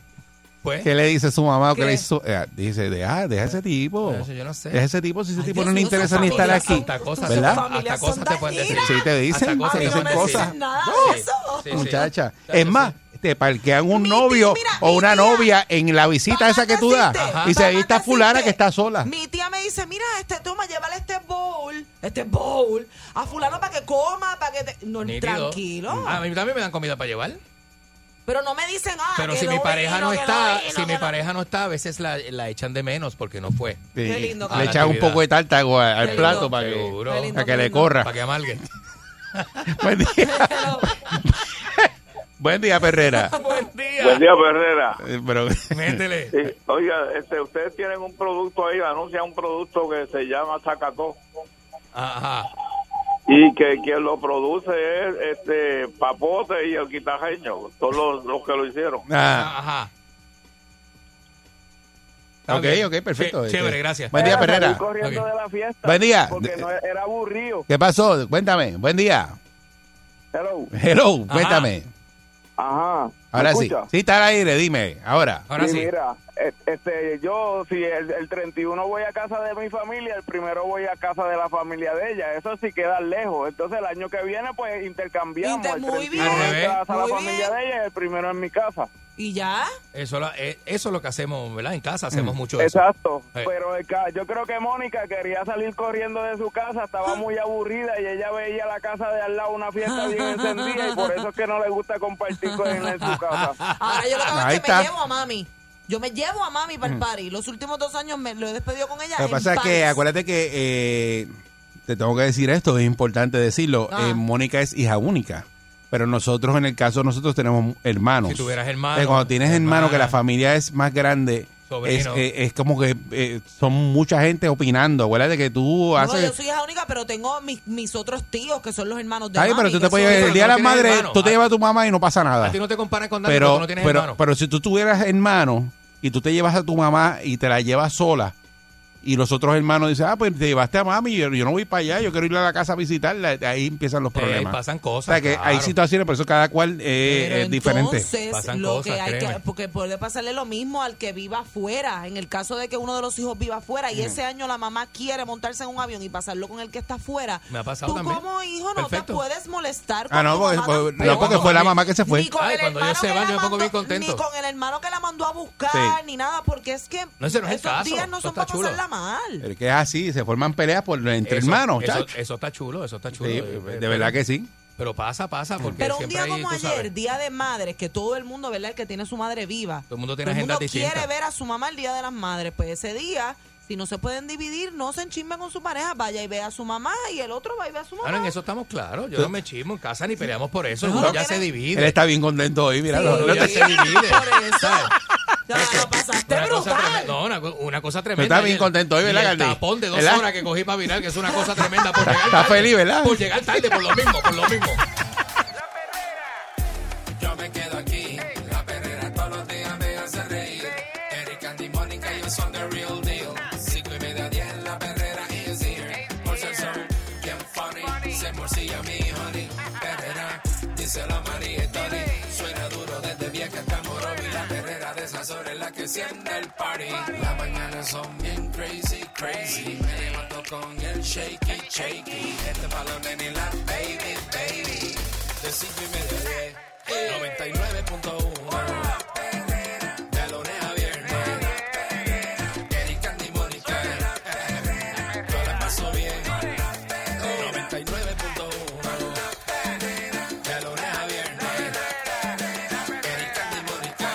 Speaker 2: Pues,
Speaker 1: ¿Qué le dice su mamá o qué
Speaker 3: ¿Qué?
Speaker 1: le dice su- eh, Dice, deja, deja ese tipo.
Speaker 2: Pues Eso yo no sé.
Speaker 1: Deja ese tipo, si ese
Speaker 3: Ay,
Speaker 1: tipo
Speaker 3: Dios
Speaker 1: no le
Speaker 3: mío,
Speaker 1: interesa
Speaker 3: esas
Speaker 1: ni estar
Speaker 3: familias
Speaker 1: aquí.
Speaker 3: son-
Speaker 2: Hasta cosas,
Speaker 1: ¿Verdad?
Speaker 2: hasta- hasta
Speaker 3: Familias
Speaker 2: cosas
Speaker 3: son
Speaker 2: te pueden decir.
Speaker 3: dañinas.
Speaker 1: Sí, te dicen.
Speaker 2: Hasta
Speaker 1: A
Speaker 2: cosas
Speaker 1: mí
Speaker 2: te
Speaker 1: no
Speaker 2: pueden
Speaker 1: me
Speaker 2: decir.
Speaker 1: dicen
Speaker 3: nada
Speaker 2: No.
Speaker 3: de eso.
Speaker 2: Sí, sí.
Speaker 1: Muchacha,
Speaker 2: Claro,
Speaker 1: es más,
Speaker 2: sí.
Speaker 1: te parquean un
Speaker 3: Mi
Speaker 1: novio
Speaker 3: tía, mira,
Speaker 1: o
Speaker 3: mi
Speaker 1: una
Speaker 3: tía.
Speaker 1: novia en la visita
Speaker 3: Papá,
Speaker 1: esa que
Speaker 3: ¿te
Speaker 1: tú das
Speaker 3: asiste?
Speaker 1: y se
Speaker 3: Papá,
Speaker 1: ahí
Speaker 3: ¿te
Speaker 1: está fulana
Speaker 3: asiste?
Speaker 1: que está sola.
Speaker 3: Mi tía me dice, mira, este, toma, llévale este bowl, este bowl, a fulano para que coma, para que te... No,
Speaker 2: Nítido. Mm,
Speaker 3: tranquilo.
Speaker 2: A mí también me dan comida para llevar.
Speaker 3: Pero no me dicen, ah,
Speaker 2: Pero
Speaker 3: que
Speaker 2: si mi
Speaker 3: no
Speaker 2: pareja
Speaker 3: vino,
Speaker 2: no
Speaker 3: que
Speaker 2: está,
Speaker 3: vino,
Speaker 2: si mi
Speaker 3: que no-
Speaker 2: pareja no está, a veces la, la echan de menos porque no fue.
Speaker 1: Sí.
Speaker 3: Qué lindo,
Speaker 1: le
Speaker 3: cabrón.
Speaker 1: echan un poco de tártago al, al
Speaker 3: Qué
Speaker 1: plato
Speaker 3: lindo.
Speaker 1: para que,
Speaker 2: Seguro.
Speaker 3: Qué lindo,
Speaker 1: para que
Speaker 3: qué
Speaker 1: le
Speaker 3: lindo.
Speaker 1: corra.
Speaker 2: Para que amalgue.
Speaker 1: Buen día,
Speaker 3: Pero-
Speaker 1: buen día, Perrera.
Speaker 2: Buen día.
Speaker 6: Buen día, Herrera.
Speaker 1: Eh, Pero,
Speaker 2: Métele.
Speaker 6: Sí, oiga, este, ustedes tienen un producto ahí, anuncian un producto que se llama Zacató
Speaker 2: Ajá.
Speaker 6: y que quien lo produce es este Papote y el quitajeño, son los, los que lo hicieron.
Speaker 1: ah,
Speaker 2: Ajá. Está
Speaker 1: ok,
Speaker 2: bien.
Speaker 1: ok, perfecto. Este,
Speaker 2: Ché- Chévere, gracias.
Speaker 1: Buen día,
Speaker 7: Era salir
Speaker 1: Perrera.
Speaker 7: corriendo
Speaker 2: Ok.
Speaker 7: de la fiesta.
Speaker 1: Buen día.
Speaker 7: Porque no, era aburrido.
Speaker 1: ¿Qué pasó? Cuéntame. Buen día.
Speaker 7: Hello.
Speaker 1: Hello, cuéntame.
Speaker 7: Ajá. ¿Me
Speaker 1: Ahora sí.
Speaker 7: escucha?
Speaker 1: Sí, está al aire, dime. Ahora.
Speaker 2: Ahora
Speaker 7: Sí,
Speaker 2: sí.
Speaker 7: Mira, et- este, yo, si el, el 31 voy a casa de mi familia, el primero voy a casa de la familia de ella. Eso sí queda lejos. Entonces, el año que viene, pues intercambiamos.
Speaker 3: Inter-
Speaker 7: el
Speaker 3: muy
Speaker 7: 31
Speaker 3: bien,
Speaker 7: en casa de
Speaker 3: muy
Speaker 7: la familia
Speaker 3: bien.
Speaker 7: de ella y el primero en mi casa.
Speaker 3: ¿Y ya?
Speaker 2: Eso, lo- eh, eso es lo que hacemos, ¿verdad? En casa hacemos
Speaker 1: Mm.
Speaker 2: mucho eso.
Speaker 7: Exacto.
Speaker 2: Eh.
Speaker 7: Pero el ca- yo creo que Mónica quería salir corriendo de su casa, estaba muy aburrida y ella veía la casa de al lado una fiesta bien encendida y por eso es que no le gusta compartir con él en su casa.
Speaker 3: Ahora yo lo que hago
Speaker 1: Ahí
Speaker 3: es que
Speaker 1: está.
Speaker 3: me llevo a mami. Yo me llevo a mami
Speaker 2: Mm.
Speaker 3: para el party. Los últimos dos años me lo he despedido con ella.
Speaker 1: Lo que
Speaker 3: en
Speaker 1: pasa es que
Speaker 3: parties.
Speaker 1: acuérdate que eh, te tengo que decir esto, es importante decirlo.
Speaker 3: Ah.
Speaker 1: Eh, Mónica es hija única. Pero nosotros, en el caso de nosotros, tenemos hermanos.
Speaker 2: Si tuvieras hermanos,
Speaker 1: Eh, cuando tienes hermanos,
Speaker 2: hermanas.
Speaker 1: que la familia es más grande, es,
Speaker 2: Sobrino.
Speaker 1: eh, es como que eh, son mucha gente opinando. Acuérdate que tú
Speaker 3: No,
Speaker 1: haces...
Speaker 3: yo soy hija única, pero tengo mis, mis otros tíos que son los hermanos de
Speaker 1: Ay, pero
Speaker 3: mami,
Speaker 1: tú
Speaker 3: que
Speaker 1: te puedes...
Speaker 3: son-
Speaker 2: pero
Speaker 1: el día
Speaker 2: no
Speaker 1: de las
Speaker 2: tienes
Speaker 1: madres,
Speaker 2: hermanos.
Speaker 1: tú te
Speaker 2: A-
Speaker 1: llevas a tu mamá y no pasa nada.
Speaker 2: A ti no te comparan con nadie
Speaker 1: pero,
Speaker 2: porque tú no tienes
Speaker 1: pero,
Speaker 2: hermano.
Speaker 1: pero si tú tuvieras hermano y tú te llevas a tu mamá y te la llevas sola y los otros hermanos dicen, ah, pues te llevaste a mami, yo, yo no voy para allá, yo quiero ir a la casa a visitarla, ahí empiezan los
Speaker 2: Eh,
Speaker 1: problemas.
Speaker 2: pasan
Speaker 1: o sea
Speaker 2: cosas.
Speaker 1: que hay
Speaker 2: claro.
Speaker 1: situaciones, por eso cada cual eh,
Speaker 3: Pero
Speaker 1: es diferente.
Speaker 3: Entonces,
Speaker 2: Pasan
Speaker 3: lo
Speaker 2: cosas,
Speaker 3: que hay que,
Speaker 2: créeme.
Speaker 3: porque puede pasarle lo mismo al que viva afuera, en el caso de que uno de los hijos viva afuera y ese año la mamá quiere montarse en un avión y pasarlo con el que está afuera.
Speaker 2: Me ha pasado
Speaker 3: Tú
Speaker 2: también.
Speaker 3: como hijo no
Speaker 2: Perfecto.
Speaker 3: te puedes molestar.
Speaker 1: Ah,
Speaker 3: con
Speaker 1: no,
Speaker 3: tu
Speaker 1: porque,
Speaker 3: mamá
Speaker 1: porque-
Speaker 3: tampoco.
Speaker 1: no, porque fue la mamá que se fue.
Speaker 3: Ni con
Speaker 2: Ay,
Speaker 3: el
Speaker 2: cuando
Speaker 3: hermano
Speaker 2: ellos se
Speaker 3: que
Speaker 2: van,
Speaker 3: la
Speaker 2: yo me pongo bien
Speaker 3: mandó-
Speaker 2: contento.
Speaker 3: Ni con el hermano que la mandó a buscar,
Speaker 1: Sí.
Speaker 3: ni nada, porque es que
Speaker 2: No, ese no es el
Speaker 3: esos
Speaker 2: caso.
Speaker 3: días no
Speaker 2: Eso
Speaker 3: son
Speaker 2: está
Speaker 3: para
Speaker 2: chulo.
Speaker 3: pasarla mal.
Speaker 1: Pero es que es así, se forman peleas por entre
Speaker 2: Eso-
Speaker 1: hermanos,
Speaker 2: eso,
Speaker 1: chacho.
Speaker 2: eso está chulo, eso está chulo.
Speaker 1: Sí,
Speaker 2: Eh,
Speaker 1: de
Speaker 2: pero-
Speaker 1: verdad que sí.
Speaker 2: Pero pasa, pasa, porque
Speaker 3: Pero un
Speaker 2: siempre
Speaker 3: día
Speaker 2: hay,
Speaker 3: como
Speaker 2: tú
Speaker 3: ayer,
Speaker 2: sabes,
Speaker 3: Día de Madres, que todo el mundo, ¿verdad? El que tiene su madre viva.
Speaker 2: Todo el mundo tiene
Speaker 3: Todo el
Speaker 2: agendas
Speaker 3: mundo
Speaker 2: distintas.
Speaker 3: quiere ver a su mamá el Día de las Madres. Pues ese día, si no se pueden dividir, no se enchismen con su pareja. Vaya y ve a su mamá y el otro va y ve a su mamá.
Speaker 2: Claro, en eso estamos claros. Yo no me chismo en casa ni peleamos por eso.
Speaker 3: No,
Speaker 2: uno ya
Speaker 3: tiene-
Speaker 2: se
Speaker 1: Él
Speaker 2: divide.
Speaker 1: está bien contento hoy, mira.
Speaker 3: Sí.
Speaker 1: no- no
Speaker 2: Uno
Speaker 1: te-
Speaker 2: ya se divide.
Speaker 3: Por eso.
Speaker 2: ¿sabes?
Speaker 3: Ya, lo pasaste
Speaker 2: Una cosa
Speaker 3: brutal.
Speaker 2: tremenda. No, una, co- una cosa
Speaker 1: estás
Speaker 2: tremenda.
Speaker 1: bien
Speaker 2: Y el-
Speaker 1: contento hoy,
Speaker 2: y
Speaker 1: ¿verdad,
Speaker 2: el
Speaker 1: Cardi?
Speaker 2: tapón de dos
Speaker 1: ¿Verdad?
Speaker 2: horas que cogí para virar, que es una cosa tremenda. Por
Speaker 1: Está-
Speaker 2: llegar
Speaker 1: está
Speaker 2: tarde.
Speaker 1: feliz, ¿verdad?
Speaker 2: Por llegar tarde, por lo mismo, por lo mismo. Yo me quedo aquí, la perrera todos los días me hace reír. Eric, Andy, Mónica, ellos son the real deal. Cinco y media, diez, la perrera is here. Por ser son bien funny, se morcilla mi honey. Perrera, díselo a María y Tony. Suena duro desde vieja hasta Morovi. La perrera de esas horas es la que siente el party. Las mañanas son bien crazy, crazy. Me levanto con el shaky, shaky. Este balón en la baby, baby. De cinco y media, a diez. 99.1 De lunes a viernes Eric, Andy, Mónica Yo la paso bien 99.1 De lunes a viernes Eric, Andy, Mónica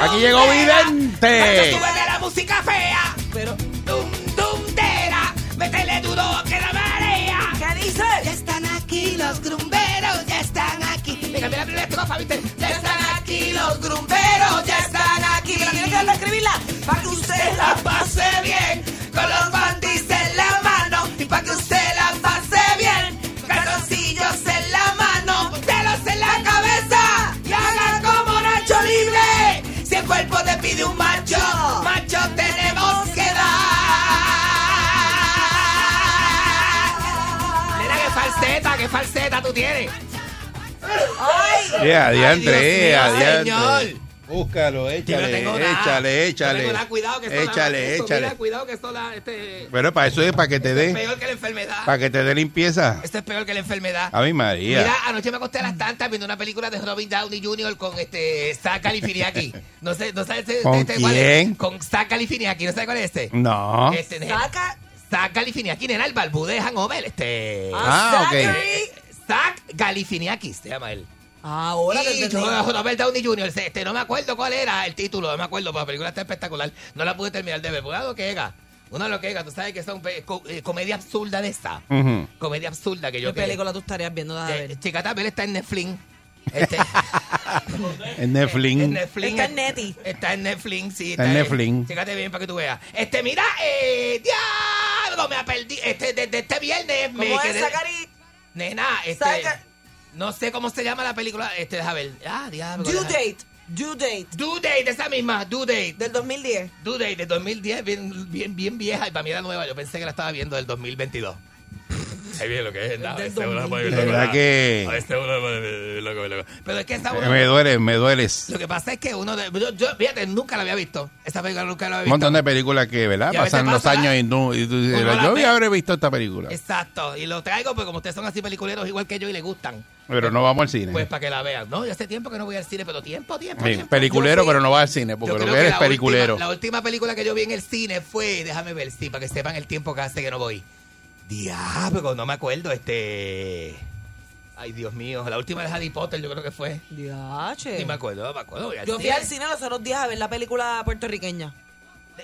Speaker 1: Aquí llegó Vidente.
Speaker 2: la música fea.
Speaker 3: Pero,
Speaker 2: Dum, dum, tera. Métele duro que la marea.
Speaker 3: ¿qué dice?
Speaker 9: Ya están aquí los grumberos, ya están aquí.
Speaker 2: Me cambié la primera estrofa, ¿viste?
Speaker 9: Ya están aquí los grumberos, ya están aquí.
Speaker 3: Que la tiene que darle a escribirla para que usted
Speaker 9: la
Speaker 3: la...
Speaker 9: pase bien con los bandis en la mano y para que usted la pase bien calzoncillos en la mano pelos en la cabeza y haga como Nacho Libre si el cuerpo te pide un macho macho tenemos que dar
Speaker 2: Mira qué falseta, qué falseta tú tienes.
Speaker 3: ¡Ay!
Speaker 1: Yeah,
Speaker 2: Dios
Speaker 1: adiantre,
Speaker 2: mío,
Speaker 1: adiantre.
Speaker 2: señor.
Speaker 1: Búscalo,
Speaker 2: Yo no
Speaker 1: échale,
Speaker 2: tengo nada.
Speaker 1: échale,
Speaker 2: Yo
Speaker 1: échale.
Speaker 2: tengo nada, cuidado que esto da-
Speaker 1: échale,
Speaker 2: esto,
Speaker 1: échale.
Speaker 2: mira, Este cuidado que esto da, este,
Speaker 1: Bueno, para eso es para que te dé,
Speaker 2: peor que la enfermedad.
Speaker 1: para que te dé limpieza.
Speaker 2: Esto es peor que la enfermedad.
Speaker 1: A mi
Speaker 2: Mira,
Speaker 1: María.
Speaker 2: anoche me acosté a las tantas viendo una película de Robin Downey Jr. con este Zach Califiniaki. No sé, no sabes este-
Speaker 1: ¿Con
Speaker 2: este cuál es.
Speaker 1: quién?
Speaker 2: Con Zach Califiniaki, ¿no sabes cuál es este?
Speaker 1: No.
Speaker 2: Este, nena.
Speaker 3: Saca
Speaker 2: Zach Galifiniaki, nena, el balbú de Hanover, este...
Speaker 1: Ah,
Speaker 3: a
Speaker 1: ok.
Speaker 3: Zachary.
Speaker 2: Zach Galifiniaki se llama él.
Speaker 3: Ahora te
Speaker 2: Y
Speaker 3: entendí.
Speaker 2: yo, Robert Downey Jr., este, no me acuerdo cuál era el título, no me acuerdo, pero la película está espectacular. No la pude terminar de ver, porque una loquega, una loquega, tú sabes que son pe- co- eh, comedia absurda de esta.
Speaker 1: Ujú.
Speaker 2: Comedia absurda que yo
Speaker 3: ¿Qué
Speaker 2: que-
Speaker 3: película tú estarías viendo? Deja
Speaker 2: eh,
Speaker 3: ver.
Speaker 2: Chica también está en Netflix. Este,
Speaker 1: En
Speaker 2: en
Speaker 1: Netflix.
Speaker 2: Netflix.
Speaker 3: Está en Neti.
Speaker 2: Está en Netflix, sí.
Speaker 1: Está en Netflix.
Speaker 2: Fíjate bien para que tú veas. Este, mira, eh, diablo, me ha perdido. Este, desde este viernes me
Speaker 3: ¿Cómo es
Speaker 2: quedé-
Speaker 3: Zachary?
Speaker 2: Nena, este.
Speaker 3: Saca-
Speaker 2: No sé cómo se llama la película. Este, déjame ver. Ah, diablo.
Speaker 3: Due
Speaker 2: deja-
Speaker 3: Date. Due Date.
Speaker 2: Due Date, de esa misma, Due Date.
Speaker 3: Del 2010.
Speaker 2: Due Date de 2010, bien, bien, bien vieja y para mí era nueva. Yo pensé que la estaba viendo del 2022. Ahí bien lo que es. No,
Speaker 3: Del
Speaker 2: este uno no puede
Speaker 3: 2010.
Speaker 2: verlo,
Speaker 1: ¿Verdad
Speaker 2: no.
Speaker 1: que?
Speaker 2: No, este uno no puede verlo, loco, loco. Pero eh, es que esa uno-
Speaker 1: Me duele, me dueles.
Speaker 2: Lo que pasa es que uno de. Yo, yo, fíjate, nunca la había visto. Esta película nunca la había
Speaker 1: Un
Speaker 2: visto.
Speaker 1: montón de películas que, ¿verdad?
Speaker 2: Y a veces
Speaker 1: Pasan los
Speaker 2: pasa,
Speaker 1: años
Speaker 2: ¿verdad?
Speaker 1: y no. y tú dices,
Speaker 2: Uno la
Speaker 1: yo
Speaker 2: ve.
Speaker 1: ya habré visto esta película,
Speaker 2: Exacto. Y lo traigo porque como ustedes son así peliculeros igual que yo y les gustan.
Speaker 1: pero no vamos al
Speaker 2: Pues
Speaker 1: cine.
Speaker 2: para que la vean. No, ya hace tiempo que no voy al cine, pero tiempo, tiempo.
Speaker 1: Sí,
Speaker 2: tiempo.
Speaker 1: Peliculero,
Speaker 2: Yo fui-
Speaker 1: pero no va al cine,
Speaker 2: Yo
Speaker 1: porque lo
Speaker 2: creo
Speaker 1: que eres
Speaker 2: la
Speaker 1: peliculero.
Speaker 2: Última, la última película que yo vi en el cine fue, déjame ver, sí, para que sepan el tiempo que hace que no voy. Diablo, no me acuerdo, este... Ay, Dios mío, la última de Harry Potter yo creo que fue. Ni
Speaker 3: Diache.
Speaker 2: me acuerdo, no me acuerdo. voy al
Speaker 3: Yo fui
Speaker 2: cine.
Speaker 3: al cine los otros días a ver la película puertorriqueña.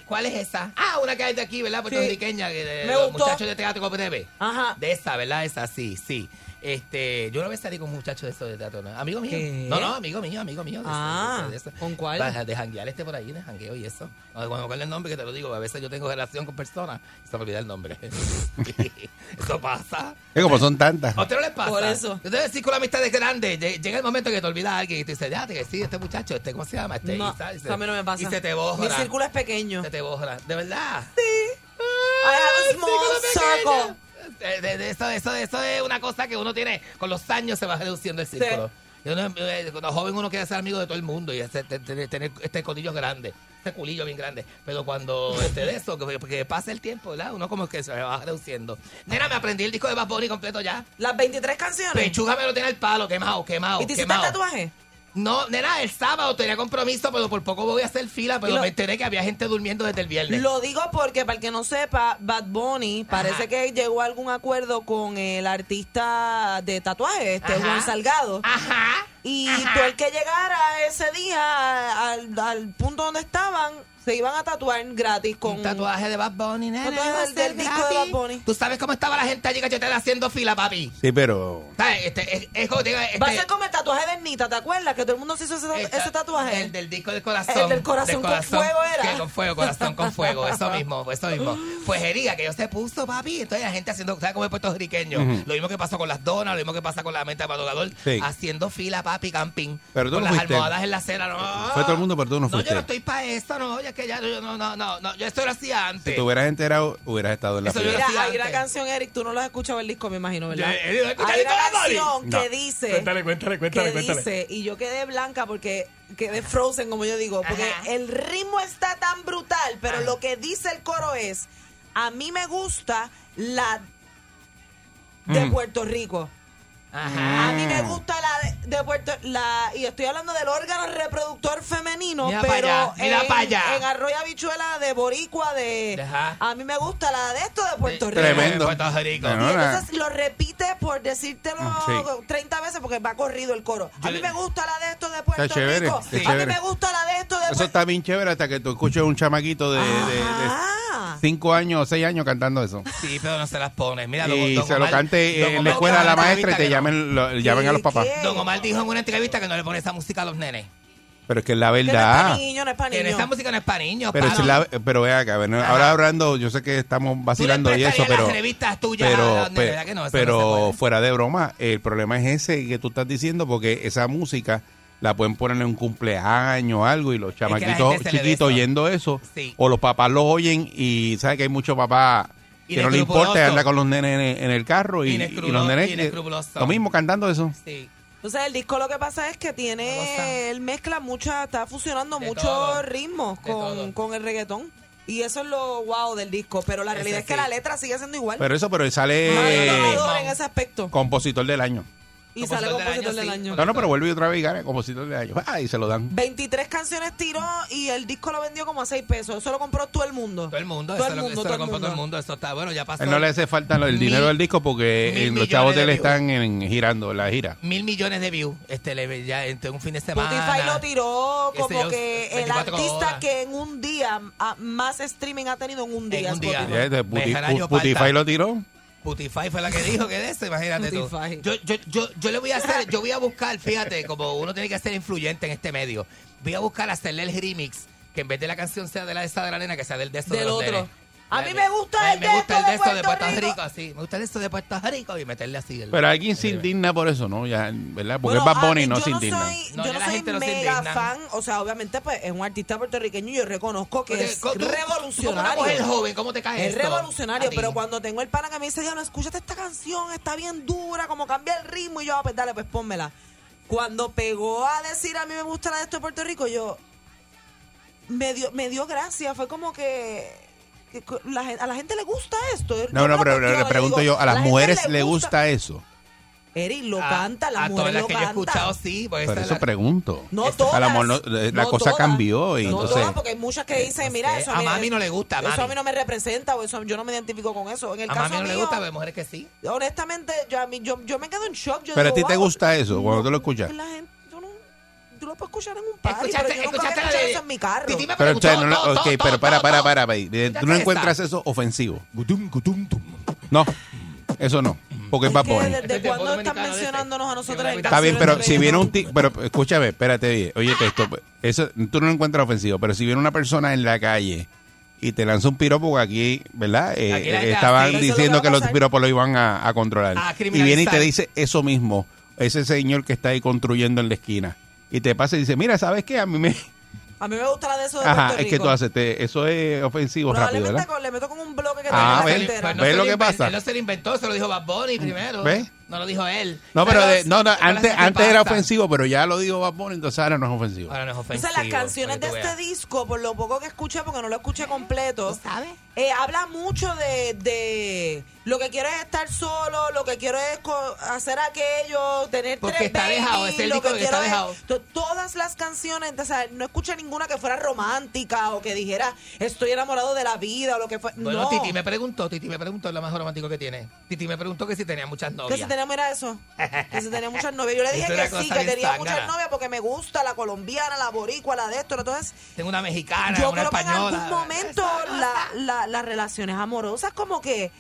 Speaker 2: ¿Cuál es esa? Ah, una que hay de aquí, ¿verdad? Puertorriqueña, que de
Speaker 3: Me
Speaker 2: los
Speaker 3: gustó.
Speaker 2: muchachos de teatro breve.
Speaker 3: Ajá.
Speaker 2: De esa, ¿verdad? Esa, sí, sí. Este, yo una vez salí con un muchacho de esos de teatro, ¿no? amigo mío.
Speaker 3: ¿Qué?
Speaker 2: No, no, amigo mío, amigo mío. de ese-
Speaker 3: Ah,
Speaker 2: de ese- de ese.
Speaker 3: ¿con cuál?
Speaker 2: Va, De janguear este por ahí, de jangueo y eso. No, Cuando con el nombre que te lo digo, a veces yo tengo relación con personas, se me olvida el nombre. eso pasa.
Speaker 1: Es como son tantas.
Speaker 2: ¿A usted no les pasa?
Speaker 3: Por eso.
Speaker 2: Yo te voy a decir que la amistad es grande. Lle- Llega el momento que te olvidas a alguien y tú dices, déjate que sí, este muchacho, este, ¿cómo se llama? Este,
Speaker 3: No,
Speaker 2: y tal, y se-
Speaker 3: a mí no me pasa.
Speaker 2: Y se te borra.
Speaker 3: Mi círculo es pequeño.
Speaker 2: Se te borra. ¿De verdad?
Speaker 3: I have a small
Speaker 2: De,
Speaker 3: circle.
Speaker 2: Eh, de- de eso, eso, eso es una cosa que uno tiene, con los años se va reduciendo el círculo. Y uno, eh, cuando joven uno quiere ser amigo de todo el mundo y hacer- te- te- tener este colillo grande, este culillo bien grande. Pero cuando este de eso, que, que pasa el tiempo, ¿verdad? Uno como que se va reduciendo. Nena, me aprendí el disco de Bad Bunny completo ya.
Speaker 3: Las 23 canciones.
Speaker 2: Pechuga me lo tiene al palo, quemado, quemado,
Speaker 3: ¿Y te hiciste el
Speaker 2: quemado.
Speaker 3: tatuaje?
Speaker 2: No, nena, el sábado tenía compromiso, pero por poco voy a hacer fila, pero
Speaker 3: Lo-
Speaker 2: me enteré que había gente durmiendo desde el viernes.
Speaker 3: Lo digo porque, para el que no sepa, Bad Bunny parece
Speaker 2: Ajá.
Speaker 3: que llegó a algún acuerdo con el artista de tatuaje, este
Speaker 2: Ajá.
Speaker 3: Juan Salgado.
Speaker 2: Ajá.
Speaker 3: Y
Speaker 2: Ajá.
Speaker 3: todo el que llegara ese día al, al punto donde estaban, se iban a tatuar gratis con
Speaker 2: Un tatuaje de Bad Bunny, nena.
Speaker 3: Tatuaje
Speaker 2: va a
Speaker 3: del-
Speaker 2: ser
Speaker 3: del disco de
Speaker 2: gratis.
Speaker 3: Bad Bunny.
Speaker 2: Tú sabes cómo estaba la gente allí que haciendo fila, papi.
Speaker 1: Sí, pero.
Speaker 2: ¿Sabes? Este, es, es, este-
Speaker 3: Va a ser como el tatuaje de Ernita, ¿te acuerdas? Que todo el mundo se hizo ese,
Speaker 2: esta-
Speaker 3: ese tatuaje.
Speaker 2: El del disco del corazón.
Speaker 3: El del corazón con fuego era.
Speaker 2: Que con fuego, corazón con fuego. Eso mismo, eso mismo. Pues herida que yo se puso, papi. Entonces la gente haciendo, ¿sabes cómo es puertorriqueño? Lo mismo que pasó con las donas, lo mismo que pasa con la menta de madrugador.
Speaker 1: Sí.
Speaker 2: Haciendo fila, papi, camping.
Speaker 1: Pero tú
Speaker 2: con
Speaker 1: no
Speaker 2: las
Speaker 1: fuiste.
Speaker 2: almohadas en la acera. No.
Speaker 1: Fue todo el mundo, pero tú no
Speaker 2: Ah. No, yo
Speaker 1: fuiste.
Speaker 2: no estoy para eso, no. Ya que ya, yo, no, no, no, no. Yo esto lo hacía antes.
Speaker 1: Si te hubieras enterado, hubieras estado en la
Speaker 2: Eso yo
Speaker 1: fila.
Speaker 3: Mira,
Speaker 2: Sí,
Speaker 3: hay una
Speaker 2: antes.
Speaker 3: canción, Eric, tú no lo has escuchado el disco, me imagino, ¿verdad?
Speaker 2: Yo, eh, Eric, ¿no escuchas
Speaker 3: hay
Speaker 2: el
Speaker 3: una
Speaker 2: disco de Bad Bunny?
Speaker 3: canción
Speaker 1: No.
Speaker 3: que dice...
Speaker 2: Cuéntale, cuéntale, cuéntale,
Speaker 3: que
Speaker 2: cuéntale.
Speaker 3: dice, y yo quedé blanca porque quedé frozen, como yo digo, porque
Speaker 2: Ajá.
Speaker 3: el ritmo está tan brutal, pero
Speaker 2: Ajá.
Speaker 3: lo que dice el coro es, a mí me gusta la de Puerto Rico. A mí me gusta la de, de Puerto la y estoy hablando del órgano reproductor femenino,
Speaker 9: Mira pa'
Speaker 3: pero
Speaker 9: allá, mira
Speaker 3: en,
Speaker 9: pa' allá.
Speaker 3: en Arroyo Habichuela de Boricua de
Speaker 2: Ajá.
Speaker 3: A mí me gusta la de esto de Puerto Rico.
Speaker 1: Tremendo.
Speaker 2: Puerto Rico.
Speaker 1: Bueno,
Speaker 3: Y
Speaker 1: la-
Speaker 3: entonces lo repite por decírtelo
Speaker 1: Sí.
Speaker 3: 30 veces porque va corrido el coro. A
Speaker 2: Yo
Speaker 3: mí
Speaker 2: le-
Speaker 3: me gusta la de esto de Puerto
Speaker 1: Está chévere,
Speaker 3: Rico.
Speaker 1: está
Speaker 3: A mí
Speaker 1: chévere.
Speaker 3: me gusta la de esto de
Speaker 1: Eso
Speaker 3: Puerto
Speaker 1: está bien chévere hasta que tú escuches un chamaquito de, de- de
Speaker 3: Ah.
Speaker 1: cinco años o seis años cantando eso.
Speaker 2: Sí, pero no se las pone. Mira, don-
Speaker 1: y
Speaker 2: don
Speaker 1: se lo
Speaker 2: Omar-
Speaker 1: cante
Speaker 2: don
Speaker 1: eh, en
Speaker 2: Omar
Speaker 1: la escuela a
Speaker 2: dijo
Speaker 1: la
Speaker 2: en una
Speaker 1: maestra y
Speaker 2: entrevista
Speaker 1: te
Speaker 2: que
Speaker 1: llamen, lo- llamen a los
Speaker 3: ¿Qué?
Speaker 1: papás.
Speaker 2: no. Don Omar dijo en una entrevista que no le pone esa música a los nenes.
Speaker 1: Pero es que es la
Speaker 3: Que no es para
Speaker 1: verdad.
Speaker 3: niños, no es para
Speaker 2: Que
Speaker 3: niños.
Speaker 2: esa música no es para niños.
Speaker 1: Pero,
Speaker 2: palo.
Speaker 1: si la- pero ve acá, bueno,
Speaker 2: Ajá.
Speaker 1: ahora hablando, yo sé que estamos
Speaker 2: Tú le
Speaker 1: vacilando y eso,
Speaker 2: prestarías
Speaker 1: pero,
Speaker 2: las revistas tuyas a
Speaker 1: pero,
Speaker 2: los nenes, ¿verdad que no?
Speaker 1: pero,
Speaker 2: Eso no se puede.
Speaker 1: fuera de broma, el problema es ese que tú estás diciendo, porque esa música la pueden poner en un cumpleaños o algo y los
Speaker 2: la gente
Speaker 1: chamaquitos
Speaker 2: se le
Speaker 1: chiquitos
Speaker 2: besa.
Speaker 1: oyendo eso,
Speaker 2: Sí.
Speaker 1: o los papás lo oyen y sabes que hay muchos papás
Speaker 2: Y
Speaker 1: que no le
Speaker 2: inescrupuloso.
Speaker 1: importa, anda con los nenes en el- en el carro y, y los
Speaker 2: Inescrupuloso,
Speaker 1: nenes que-
Speaker 2: inescrupuloso.
Speaker 1: lo mismo cantando eso.
Speaker 2: Sí.
Speaker 3: Entonces el disco lo que pasa es que
Speaker 2: Una cosa.
Speaker 3: tiene, él mezcla mucha, está fusionando
Speaker 2: De todo.
Speaker 3: muchos ritmos
Speaker 2: De
Speaker 3: con,
Speaker 2: todo.
Speaker 3: con el reggaetón. Y eso es lo wow del disco, pero la
Speaker 2: Ese
Speaker 3: realidad es que
Speaker 2: sí.
Speaker 3: la letra sigue siendo igual.
Speaker 1: Pero eso, pero él
Speaker 3: No hay
Speaker 1: sale
Speaker 2: no,
Speaker 3: innovador en ese aspecto.
Speaker 1: compositor del año.
Speaker 3: Y sale compositor del
Speaker 2: sí.
Speaker 3: año.
Speaker 1: No, no, pero vuelve otra vez y gana compositor del año. Ah, y se lo dan.
Speaker 3: 23 canciones tiró y el disco lo vendió como a 6 pesos. Eso lo compró todo el mundo.
Speaker 2: Todo el mundo,
Speaker 3: Todo
Speaker 2: eso,
Speaker 3: el
Speaker 2: lo-
Speaker 3: mundo,
Speaker 2: eso
Speaker 3: todo
Speaker 2: lo
Speaker 3: el
Speaker 2: compró todo el
Speaker 3: mundo.
Speaker 2: mundo. Eso está bueno, ya pasó.
Speaker 1: Él Eh, no le hace falta lo- el
Speaker 2: Mil-
Speaker 1: dinero del disco porque
Speaker 2: mil
Speaker 1: eh, los
Speaker 2: millones
Speaker 1: chavos de él
Speaker 2: de
Speaker 1: están en- girando la gira.
Speaker 2: Mil millones de views este, le- ya entre un fin de semana.
Speaker 3: Spotify lo tiró
Speaker 2: qué sé
Speaker 3: como
Speaker 2: yo,
Speaker 3: que el
Speaker 2: 24
Speaker 3: artista
Speaker 2: horas.
Speaker 3: que en un día ah, más streaming ha tenido en un día.
Speaker 2: un día.
Speaker 3: Spotify.
Speaker 1: Ya, este,
Speaker 2: Me
Speaker 1: Puti-
Speaker 2: jala yo
Speaker 1: Pu- Putify
Speaker 2: palta.
Speaker 1: lo tiró.
Speaker 2: Putify fue la que dijo que de eso, imagínate tú.
Speaker 3: Putify.
Speaker 2: Yo, yo, yo, yo le voy a hacer, yo voy a buscar, fíjate, como uno tiene que ser influyente en este medio, voy a buscar hacerle el remix, que en vez de la canción sea de la esa de la nena, que sea del de esto de
Speaker 3: Del
Speaker 2: los
Speaker 3: otro.
Speaker 2: nenes.
Speaker 3: A
Speaker 2: La-
Speaker 3: mí me gusta
Speaker 2: la-
Speaker 3: el
Speaker 2: me
Speaker 3: de
Speaker 2: gusta
Speaker 3: esto
Speaker 2: el
Speaker 3: de
Speaker 2: de esto de
Speaker 3: Puerto
Speaker 2: Puerto Rico.
Speaker 3: Rico.
Speaker 2: sí, me gusta el de esto de Puerto Rico y meterle así. El,
Speaker 1: Pero alguien se
Speaker 2: el-
Speaker 1: indigna por eso, ¿no? Ya, ¿Verdad? Porque
Speaker 3: Bueno,
Speaker 1: es Bad
Speaker 3: a
Speaker 1: Bunny
Speaker 3: mí-
Speaker 1: no
Speaker 3: yo
Speaker 1: se
Speaker 3: no
Speaker 1: indigna.
Speaker 3: soy,
Speaker 2: No, ya
Speaker 3: yo no
Speaker 2: la
Speaker 3: soy
Speaker 2: gente no se
Speaker 3: mega
Speaker 2: indigna.
Speaker 3: fan, o sea, obviamente pues es un artista puertorriqueño y yo reconozco que
Speaker 2: Porque
Speaker 3: es
Speaker 2: co- tú-
Speaker 3: revolucionario.
Speaker 2: Tú, como una mujer joven, ¿cómo te cae
Speaker 3: es
Speaker 2: esto?
Speaker 3: revolucionario,
Speaker 2: A ti.
Speaker 3: pero cuando tengo el pana que me dice, no escúchate esta canción, está bien dura, como cambia el ritmo, y yo, ah, pues dale, pues pónmela. Cuando pegó a decir, a mí me gusta la de esto de Puerto Rico, yo, me dio, me dio gracia, fue como que, que co- la gen- a la gente le gusta esto. Yo
Speaker 1: No, no,
Speaker 3: me lo
Speaker 1: pero
Speaker 3: cuestiono,
Speaker 1: le
Speaker 3: yo
Speaker 1: pregunto
Speaker 3: digo,
Speaker 1: yo, ¿a las
Speaker 3: gente
Speaker 1: mujeres le gusta eso?
Speaker 3: Eric, lo
Speaker 2: A-
Speaker 3: canta, las
Speaker 2: Ah, a
Speaker 3: mujeres
Speaker 2: todas las
Speaker 3: lo
Speaker 2: que yo he
Speaker 3: canta.
Speaker 2: escuchado, sí. Porque
Speaker 1: Pero
Speaker 2: esa es
Speaker 1: eso
Speaker 2: la-
Speaker 1: pregunto.
Speaker 3: Pues No
Speaker 1: Eso-
Speaker 3: todas.
Speaker 1: A lo mejor no- eh, la
Speaker 3: no
Speaker 1: cosa
Speaker 3: todas.
Speaker 1: cambió y
Speaker 3: no
Speaker 1: entonces...
Speaker 3: todas, porque hay muchas que dicen, mira,
Speaker 2: sé.
Speaker 3: eso
Speaker 2: A
Speaker 3: mí-
Speaker 2: mami no le gusta,
Speaker 3: Eso a
Speaker 2: mami.
Speaker 3: mí no me representa, o eso yo no me identifico con eso. En el
Speaker 2: a
Speaker 3: caso
Speaker 2: mami no le
Speaker 3: mío,
Speaker 2: gusta, pero hay mujeres que sí.
Speaker 3: honestamente, yo, a mí, yo, yo me quedo en shock. Yo
Speaker 1: Pero a
Speaker 3: digo,
Speaker 1: ti te
Speaker 3: "Wow".
Speaker 1: gusta eso, cuando tú lo escuchas.
Speaker 3: la gente- yo no, yo lo puedo escuchar en un party, pero yo nunca voy a
Speaker 2: escuchaste la
Speaker 3: escuchar
Speaker 2: de-
Speaker 3: eso en mi carro.
Speaker 2: Titi me
Speaker 1: Pero, o
Speaker 2: preguntó,
Speaker 1: sea, no, no,
Speaker 2: to, to, to,
Speaker 1: ok, pero para,
Speaker 2: to,
Speaker 1: para,
Speaker 2: to.
Speaker 1: para, para. Tú no
Speaker 2: esa.
Speaker 1: encuentras eso ofensivo. No, eso no, porque es
Speaker 3: Es
Speaker 1: Bad
Speaker 3: que
Speaker 1: Bunny.
Speaker 3: ¿Desde
Speaker 2: Este
Speaker 3: cuándo
Speaker 2: dominicano
Speaker 3: están
Speaker 2: de este.
Speaker 3: mencionándonos a nosotros en
Speaker 1: Está bien, pero
Speaker 3: canciones
Speaker 1: si
Speaker 3: de
Speaker 1: viene un tipo,
Speaker 3: reggaetón?
Speaker 1: pero escúchame, espérate bien. Oye, que esto, eso, tú no lo encuentras ofensivo, pero si viene una persona en la calle y te lanza un piropo, que aquí, ¿verdad? Eh,
Speaker 2: Aquí la
Speaker 1: eh,
Speaker 2: gente
Speaker 1: estaban
Speaker 2: así. Eso es
Speaker 3: lo
Speaker 1: diciendo
Speaker 3: que
Speaker 1: que,
Speaker 3: va a
Speaker 1: los
Speaker 3: pasar.
Speaker 1: piropos lo iban a, a controlar.
Speaker 2: A
Speaker 1: y
Speaker 2: criminalizar.
Speaker 1: viene y te dice eso mismo, ese señor que está ahí construyendo en la esquina. Y te pasa y dice, mira, ¿sabes qué? A mí me...
Speaker 3: A mí me gusta la de eso de
Speaker 1: Ajá,
Speaker 3: Puerto
Speaker 1: es que
Speaker 3: Rico.
Speaker 1: tú haces, te- eso es ofensivo rápido,
Speaker 3: Probablemente
Speaker 1: ¿verdad?
Speaker 3: con- le meto con un bloque que
Speaker 1: Ah,
Speaker 3: tengo
Speaker 1: ves,
Speaker 3: en la cartera.
Speaker 1: pues ¿Ves
Speaker 2: se
Speaker 1: lo que
Speaker 2: inven-
Speaker 1: pasa?
Speaker 2: Él no se lo inventó, se lo dijo Bad Bunny primero.
Speaker 1: Mm. ¿Ves?
Speaker 2: No lo dijo él.
Speaker 1: No, pero de- no, no,
Speaker 2: Pero
Speaker 1: antes,
Speaker 2: eso sí
Speaker 1: antes era
Speaker 2: pasa.
Speaker 1: ofensivo, pero ya lo dijo Bad Bunny, entonces ahora no es ofensivo.
Speaker 2: Ahora no es
Speaker 3: O sea,
Speaker 2: ofensivo.
Speaker 3: las canciones de
Speaker 2: para que tú
Speaker 3: este
Speaker 2: veas.
Speaker 3: disco, por lo poco que escuché, porque no lo escuché completo,
Speaker 9: ¿Sabes?
Speaker 3: eh, habla mucho de, de lo que quiero es estar solo, lo que quiero es co- hacer aquello, tener
Speaker 2: Porque
Speaker 3: tres
Speaker 2: está
Speaker 3: babies,
Speaker 2: dejado, es el
Speaker 3: lo
Speaker 2: disco
Speaker 3: que
Speaker 2: que está
Speaker 3: quiero es-
Speaker 2: dejado.
Speaker 3: to- Todas las canciones, o sea, no escuché ninguna que fuera romántica o que dijera estoy enamorado de la vida o lo que fue.
Speaker 2: Bueno,
Speaker 3: no,
Speaker 2: Titi me preguntó, Titi me preguntó, es lo más romántico que tiene. Titi me preguntó que si tenía muchas
Speaker 3: que
Speaker 2: novias.
Speaker 3: si tenía, mira eso, que si tenía muchas novias. Yo le
Speaker 2: Eso
Speaker 3: dije
Speaker 2: era
Speaker 3: que
Speaker 2: cosa
Speaker 3: sí, que
Speaker 2: bien
Speaker 3: tenía muchas
Speaker 2: zángana.
Speaker 3: novias porque me gusta la colombiana, la boricua, la de esto, entonces...
Speaker 2: Tengo una mexicana,
Speaker 3: yo
Speaker 2: una
Speaker 3: creo que en
Speaker 2: española.
Speaker 3: algún momento la- la- las relaciones amorosas como que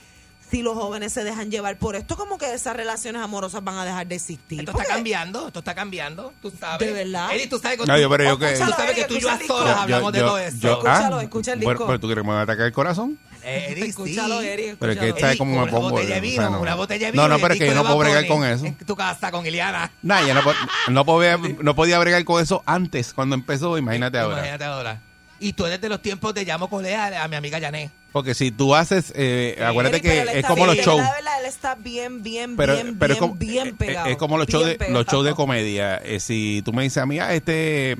Speaker 3: si los jóvenes se dejan llevar por esto como que esas relaciones amorosas van a dejar de existir
Speaker 2: Esto
Speaker 3: Porque-
Speaker 2: está cambiando, esto está cambiando, tú sabes.
Speaker 3: De verdad.
Speaker 2: Eddie, tú sabes que
Speaker 1: No,
Speaker 2: tú,
Speaker 1: yo, pero yo que-
Speaker 2: tú sabes Oh, que tú y yo a solas hablamos de todo eso.
Speaker 1: yo- ah,
Speaker 3: Escúchalo, escucha el
Speaker 1: Bueno,
Speaker 3: disco.
Speaker 1: pero tú crees que me va a atacar el corazón.
Speaker 2: Eh, Eddie, sí.
Speaker 3: escúchalo Eri
Speaker 1: Pero es que
Speaker 3: escúchalo.
Speaker 1: está
Speaker 2: Eddie,
Speaker 1: como me
Speaker 2: una
Speaker 1: pongo,
Speaker 2: botella de
Speaker 1: o sea,
Speaker 2: vino,
Speaker 1: no.
Speaker 2: una botella de
Speaker 1: No,
Speaker 2: vino.
Speaker 1: no, pero
Speaker 2: el
Speaker 1: es que
Speaker 2: disco
Speaker 1: yo no
Speaker 2: de
Speaker 1: puedo
Speaker 2: Bad
Speaker 1: bregar
Speaker 2: Bunny
Speaker 1: con eso.
Speaker 2: En tu casa, con Iliana.
Speaker 1: Nah, ya no, po- no podía, no podía bregar con eso antes, cuando empezó, imagínate ahora.
Speaker 2: Imagínate ahora. Y tú eres de los tiempos de llamo colea a mi amiga Jané.
Speaker 1: Porque si tú haces, eh, acuérdate
Speaker 3: Eri, pero él
Speaker 1: que es
Speaker 3: está
Speaker 1: como los
Speaker 3: bien,
Speaker 1: shows.
Speaker 3: la verdad, él está bien bien
Speaker 1: Pero,
Speaker 3: bien
Speaker 1: pero
Speaker 3: bien,
Speaker 1: es como,
Speaker 2: Eh,
Speaker 1: eh,
Speaker 3: bien pegado
Speaker 1: es- es como los shows,
Speaker 3: bien
Speaker 1: de, los shows de
Speaker 3: pegado.
Speaker 1: comedia. Eh, si tú me dices a mí, ah, este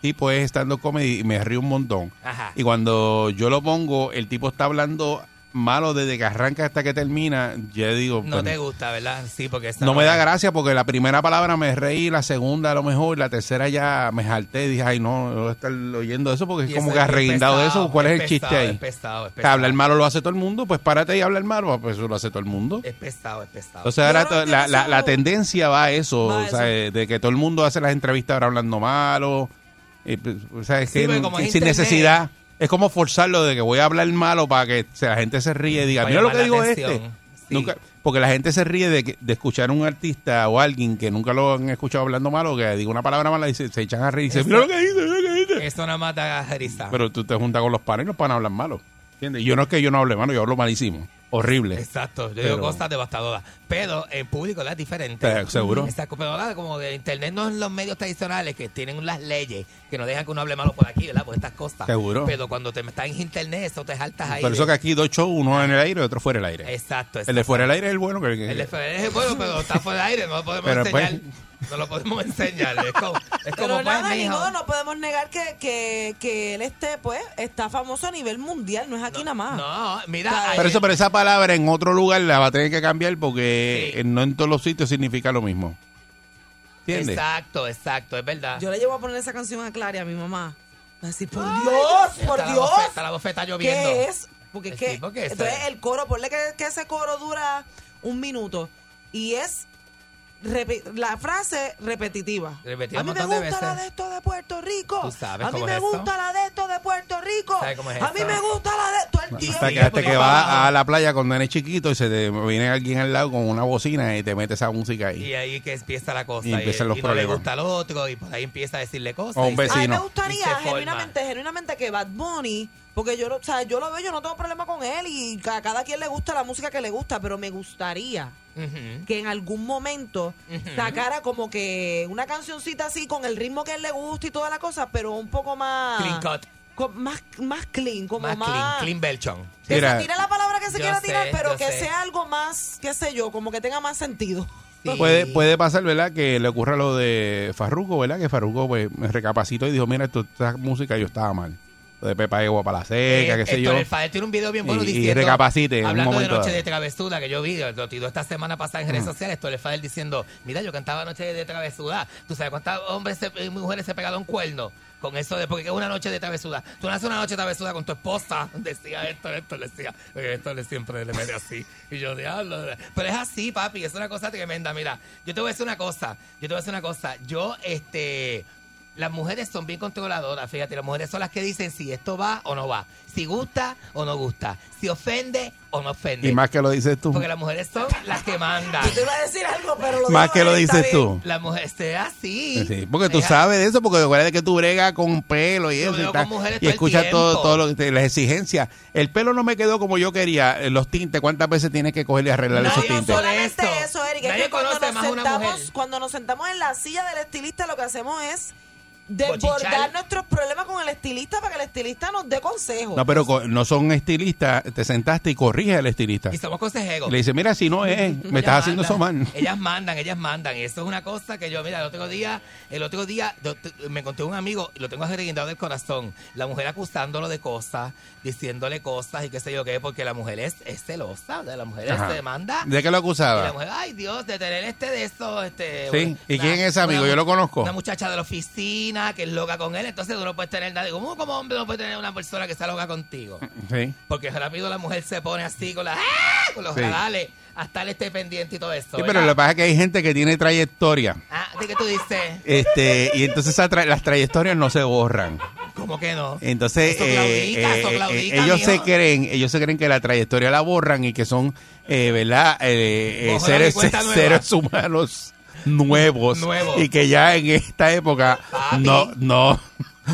Speaker 1: tipo es stand-up comedy y me río un montón.
Speaker 2: Ajá.
Speaker 1: Y cuando yo lo pongo, el tipo está hablando malo desde que arranca hasta que termina, yo digo,
Speaker 2: No
Speaker 1: pues,
Speaker 2: te gusta, ¿verdad? Sí, porque esta
Speaker 1: no me da
Speaker 2: novela-
Speaker 1: gracia porque la primera palabra me reí, la segunda a lo mejor, la tercera ya me jalté, dije, ay no, no voy a estar oyendo eso porque
Speaker 2: Y
Speaker 1: es como
Speaker 2: ese-
Speaker 1: que
Speaker 2: es
Speaker 1: arreguindado de
Speaker 2: pesado,
Speaker 1: eso, ¿cuál es,
Speaker 2: es
Speaker 1: el chiste
Speaker 2: pesado,
Speaker 1: ahí?
Speaker 2: es pesado, es
Speaker 1: Que
Speaker 2: pesado.
Speaker 1: hablar malo lo hace todo el mundo, pues párate y habla el malo, pues eso lo hace todo el mundo.
Speaker 2: Es pesado, es pesado.
Speaker 1: O sea, ahora to- la, la- la tendencia va a eso,
Speaker 2: Va a
Speaker 1: o sea, eh, de que todo el mundo hace las entrevistas ahora hablando malo, y, pues, o sea, es
Speaker 2: Sí,
Speaker 1: que
Speaker 2: porque
Speaker 1: n-
Speaker 2: como es
Speaker 1: sin
Speaker 2: internet.
Speaker 1: necesidad, es como forzarlo de que voy a hablar malo para que o sea, la gente se ríe y diga,
Speaker 2: Para
Speaker 1: mira lo
Speaker 2: llamar
Speaker 1: que
Speaker 2: la
Speaker 1: digo
Speaker 2: atención,
Speaker 1: este. Nunca, porque la gente se ríe de, que- de escuchar a un artista o alguien que nunca lo han escuchado hablando malo, que diga una palabra mala y se, se echan a reír y dicen, mira lo que dice, mira lo que dice.
Speaker 2: Esto nada más da risa.
Speaker 1: Pero tú te juntas con los panes y los panes hablan malo. ¿Entiendes? Y Yo no es que yo no hable malo, yo hablo malísimo. Horrible.
Speaker 2: Exacto, yo
Speaker 1: Pero-
Speaker 2: digo cosas devastadoras. Pero en público ¿verdad? es diferente.
Speaker 1: Eh, seguro.
Speaker 2: Exacto, pero ¿verdad? como que internet no es los medios tradicionales que tienen las leyes que no dejan que uno hable malo por aquí, ¿verdad? Por estas cosas.
Speaker 1: Seguro.
Speaker 2: Pero cuando te estás en internet, eso te saltas ahí.
Speaker 1: Por eso
Speaker 2: de-
Speaker 1: que aquí dos shows, uno en el aire y otro fuera del aire.
Speaker 2: Exacto,
Speaker 1: El de fuera del aire es el bueno. Que,
Speaker 2: El FBL es bueno, pero está fuera de aire, no lo podemos
Speaker 1: Pero
Speaker 2: enseñar.
Speaker 1: pues-
Speaker 2: No lo podemos enseñar. Es como, es
Speaker 3: Pero
Speaker 2: como
Speaker 3: nada,
Speaker 2: pues,
Speaker 3: ni
Speaker 2: mijo,
Speaker 3: modo, no podemos negar que, que, que él esté, pues, está famoso a nivel mundial, no es aquí nada más.
Speaker 2: No, mira,
Speaker 1: Pero, eso, pero esa palabra en otro lugar la va a tener que cambiar porque eh, no en todos los sitios significa lo mismo. ¿Entiendes?
Speaker 2: Exacto, exacto, es verdad.
Speaker 3: Yo le llevo a poner esa canción a Clara y a mi mamá. Va a decir, por
Speaker 2: Ay,
Speaker 3: Dios,
Speaker 2: está
Speaker 3: por
Speaker 2: la
Speaker 3: Dios.
Speaker 2: bofeta, Está la bofeta lloviendo.
Speaker 3: ¿Qué es? Porque es
Speaker 2: Sí,
Speaker 3: que.
Speaker 2: porque eso
Speaker 3: entonces,
Speaker 2: es.
Speaker 3: el coro, ponle que, que ese coro dura un minuto. Y es repe- la frase repetitiva.
Speaker 2: Repetida
Speaker 3: a mí
Speaker 2: un
Speaker 3: me
Speaker 2: montón de
Speaker 3: gusta la
Speaker 2: veces.
Speaker 3: de esto de Puerto Rico.
Speaker 2: Tú sabes
Speaker 3: a mí
Speaker 2: cómo
Speaker 3: me
Speaker 2: es eso.
Speaker 3: gusta la de esto de Puerto Rico.
Speaker 2: ¿Sabes cómo es
Speaker 3: a mí
Speaker 2: eso?
Speaker 3: me gusta la de. Todo el tiempo.
Speaker 1: Hasta que, hasta que va a la playa cuando eres chiquito y se te viene alguien al lado con una bocina y te mete esa música ahí.
Speaker 2: Y ahí que empieza la cosa.
Speaker 1: Y empiezan los
Speaker 2: y No
Speaker 1: problemas.
Speaker 2: le gusta al otro y por ahí empieza a decirle cosas.
Speaker 1: O un
Speaker 2: y-
Speaker 1: vecino.
Speaker 3: A mí me
Speaker 2: y
Speaker 3: gustaría
Speaker 2: se forma.
Speaker 3: genuinamente, genuinamente que Bad Bunny, porque yo, lo- o sea, yo lo veo, yo no tengo problema con él y a cada quien le gusta la música que le gusta, pero me gustaría
Speaker 2: Ujú.
Speaker 3: que en algún momento
Speaker 2: Ujú.
Speaker 3: sacara como que una cancioncita así con el ritmo que a él le gusta y toda la cosa, pero un poco más
Speaker 2: Clean cut.
Speaker 3: co- más más clean, Ah. como
Speaker 2: Más
Speaker 3: más,
Speaker 2: clean, clean belchón.
Speaker 3: que
Speaker 1: Mira.
Speaker 3: se tire la palabra que se
Speaker 2: Yo
Speaker 3: quiera tirar,
Speaker 2: sé,
Speaker 3: pero
Speaker 2: yo
Speaker 3: que
Speaker 2: sé.
Speaker 3: sea algo más, qué sé yo, como que tenga más sentido.
Speaker 2: Sí.
Speaker 1: Puede, puede pasar, ¿verdad? Que le ocurra lo de Farruko, ¿verdad? Que Farruko pues, recapacitó y dijo, mira, esto- esta música yo estaba mal. Lo de Pepa Egua para la seca,
Speaker 2: Eh,
Speaker 1: qué sé
Speaker 2: Héctor
Speaker 1: yo.
Speaker 2: El Fader tiene un video bien bueno
Speaker 1: Y- y
Speaker 2: diciendo.
Speaker 1: recapacite en un
Speaker 2: Hablando de
Speaker 1: momento
Speaker 2: Noche
Speaker 1: dado.
Speaker 2: de Travesura, que yo vi, lo tiró esta semana pasada en redes sociales. Héctor El Fader diciendo: Mira, yo cantaba Noche de Travesura. Tú sabes cuántas hombres se- y mujeres se pegaron cuernos con eso de porque es una noche de travesura. Tú no haces una noche de travesura con tu esposa. Decía Héctor, Héctor decía. Porque Héctor le- siempre le mete así. Y yo diablo. Pero es así, papi. Es una cosa tremenda. Mira, yo te voy a decir una cosa. Yo te voy a decir una cosa. Yo, este. Las mujeres son bien controladoras, fíjate, las mujeres son las que dicen si esto va o no va, si gusta o no gusta, si ofende o no ofende.
Speaker 1: Y más que lo dices tú.
Speaker 2: Porque las mujeres son las que mandan.
Speaker 3: Yo te iba a decir algo, pero lo
Speaker 1: Más
Speaker 3: digo,
Speaker 1: que lo
Speaker 3: está
Speaker 1: dices
Speaker 3: bien.
Speaker 1: tú.
Speaker 2: La mujer este, ah, esté así.
Speaker 1: Sí, porque tú
Speaker 2: Es
Speaker 1: sabes de eso, porque acuérdate que tú bregas con pelo y
Speaker 2: Yo
Speaker 1: eso. Y,
Speaker 2: brego
Speaker 1: tal,
Speaker 2: con mujeres
Speaker 1: y
Speaker 2: todo el
Speaker 1: escuchas todo,
Speaker 2: tiempo.
Speaker 1: todo lo que te- las exigencias. El pelo no me quedó como yo quería. eh, Los tintes, ¿cuántas veces tienes que coger y arreglar
Speaker 2: No,
Speaker 1: esos
Speaker 2: yo
Speaker 1: tintes?
Speaker 2: sola-
Speaker 3: solamente
Speaker 2: Por eso,
Speaker 3: eso, Eric. Es
Speaker 2: nadie
Speaker 3: que cuando
Speaker 2: conoce
Speaker 3: nos,
Speaker 2: más a una
Speaker 3: sentamos,
Speaker 2: mujer.
Speaker 3: cuando nos sentamos en la silla del estilista, lo que hacemos es
Speaker 2: Bochinchar.
Speaker 3: desbordar nuestros problemas con el estilista para que el estilista nos dé consejos.
Speaker 1: No, pero co- no son estilistas. Te sentaste y corrige al estilista.
Speaker 2: Y somos consejeros.
Speaker 1: Le dice, mira, si no es, me
Speaker 2: Ellas
Speaker 1: estás haciendo eso
Speaker 2: mandan,
Speaker 1: mal.
Speaker 2: Ellas mandan, ellas mandan. Y eso es una cosa que yo, mira, el otro día, el otro día yo te- me encontré un amigo, y lo tengo arreglado del corazón. La mujer acusándolo de cosas, diciéndole cosas y qué sé yo qué, porque la mujer es, es celosa, de la mujer
Speaker 1: Ajá.
Speaker 2: se demanda.
Speaker 1: ¿De qué lo
Speaker 2: Y la
Speaker 1: acusaba?
Speaker 2: mujer, ay Dios, de tener este de esto, este.
Speaker 1: Sí, ¿y quién es ese amigo?
Speaker 2: una
Speaker 1: Yo lo
Speaker 2: mu-
Speaker 1: conozco.
Speaker 2: Una muchacha de la oficina que es loca con él, entonces tú no puedes tener nadie. ¿Cómo como hombre no puedes tener una persona que está loca contigo?
Speaker 1: Sí.
Speaker 2: Porque rápido la mujer se pone así con, la, ¡ah! con los
Speaker 1: Sí.
Speaker 2: radales, hasta le esté este pendiente y todo eso.
Speaker 1: Sí, pero lo que pasa es que hay gente que tiene trayectoria.
Speaker 2: Ah, ¿de qué tú dices?
Speaker 1: Este, y entonces esa tra- las trayectorias no se borran.
Speaker 2: ¿Cómo que no?
Speaker 1: Entonces,
Speaker 2: Eso
Speaker 1: eh,
Speaker 2: claudica,
Speaker 1: eh,
Speaker 2: eso
Speaker 1: eh,
Speaker 2: claudica,
Speaker 1: ellos
Speaker 2: mijo.
Speaker 1: se creen, ellos se creen que la trayectoria la borran y que son, eh, ¿verdad? Eh, eh,
Speaker 2: Borrón y
Speaker 1: seres,
Speaker 2: cuenta nueva.
Speaker 1: seres humanos nuevos
Speaker 2: Nuevos.
Speaker 1: y que ya en esta época
Speaker 2: Papi.
Speaker 1: no, no,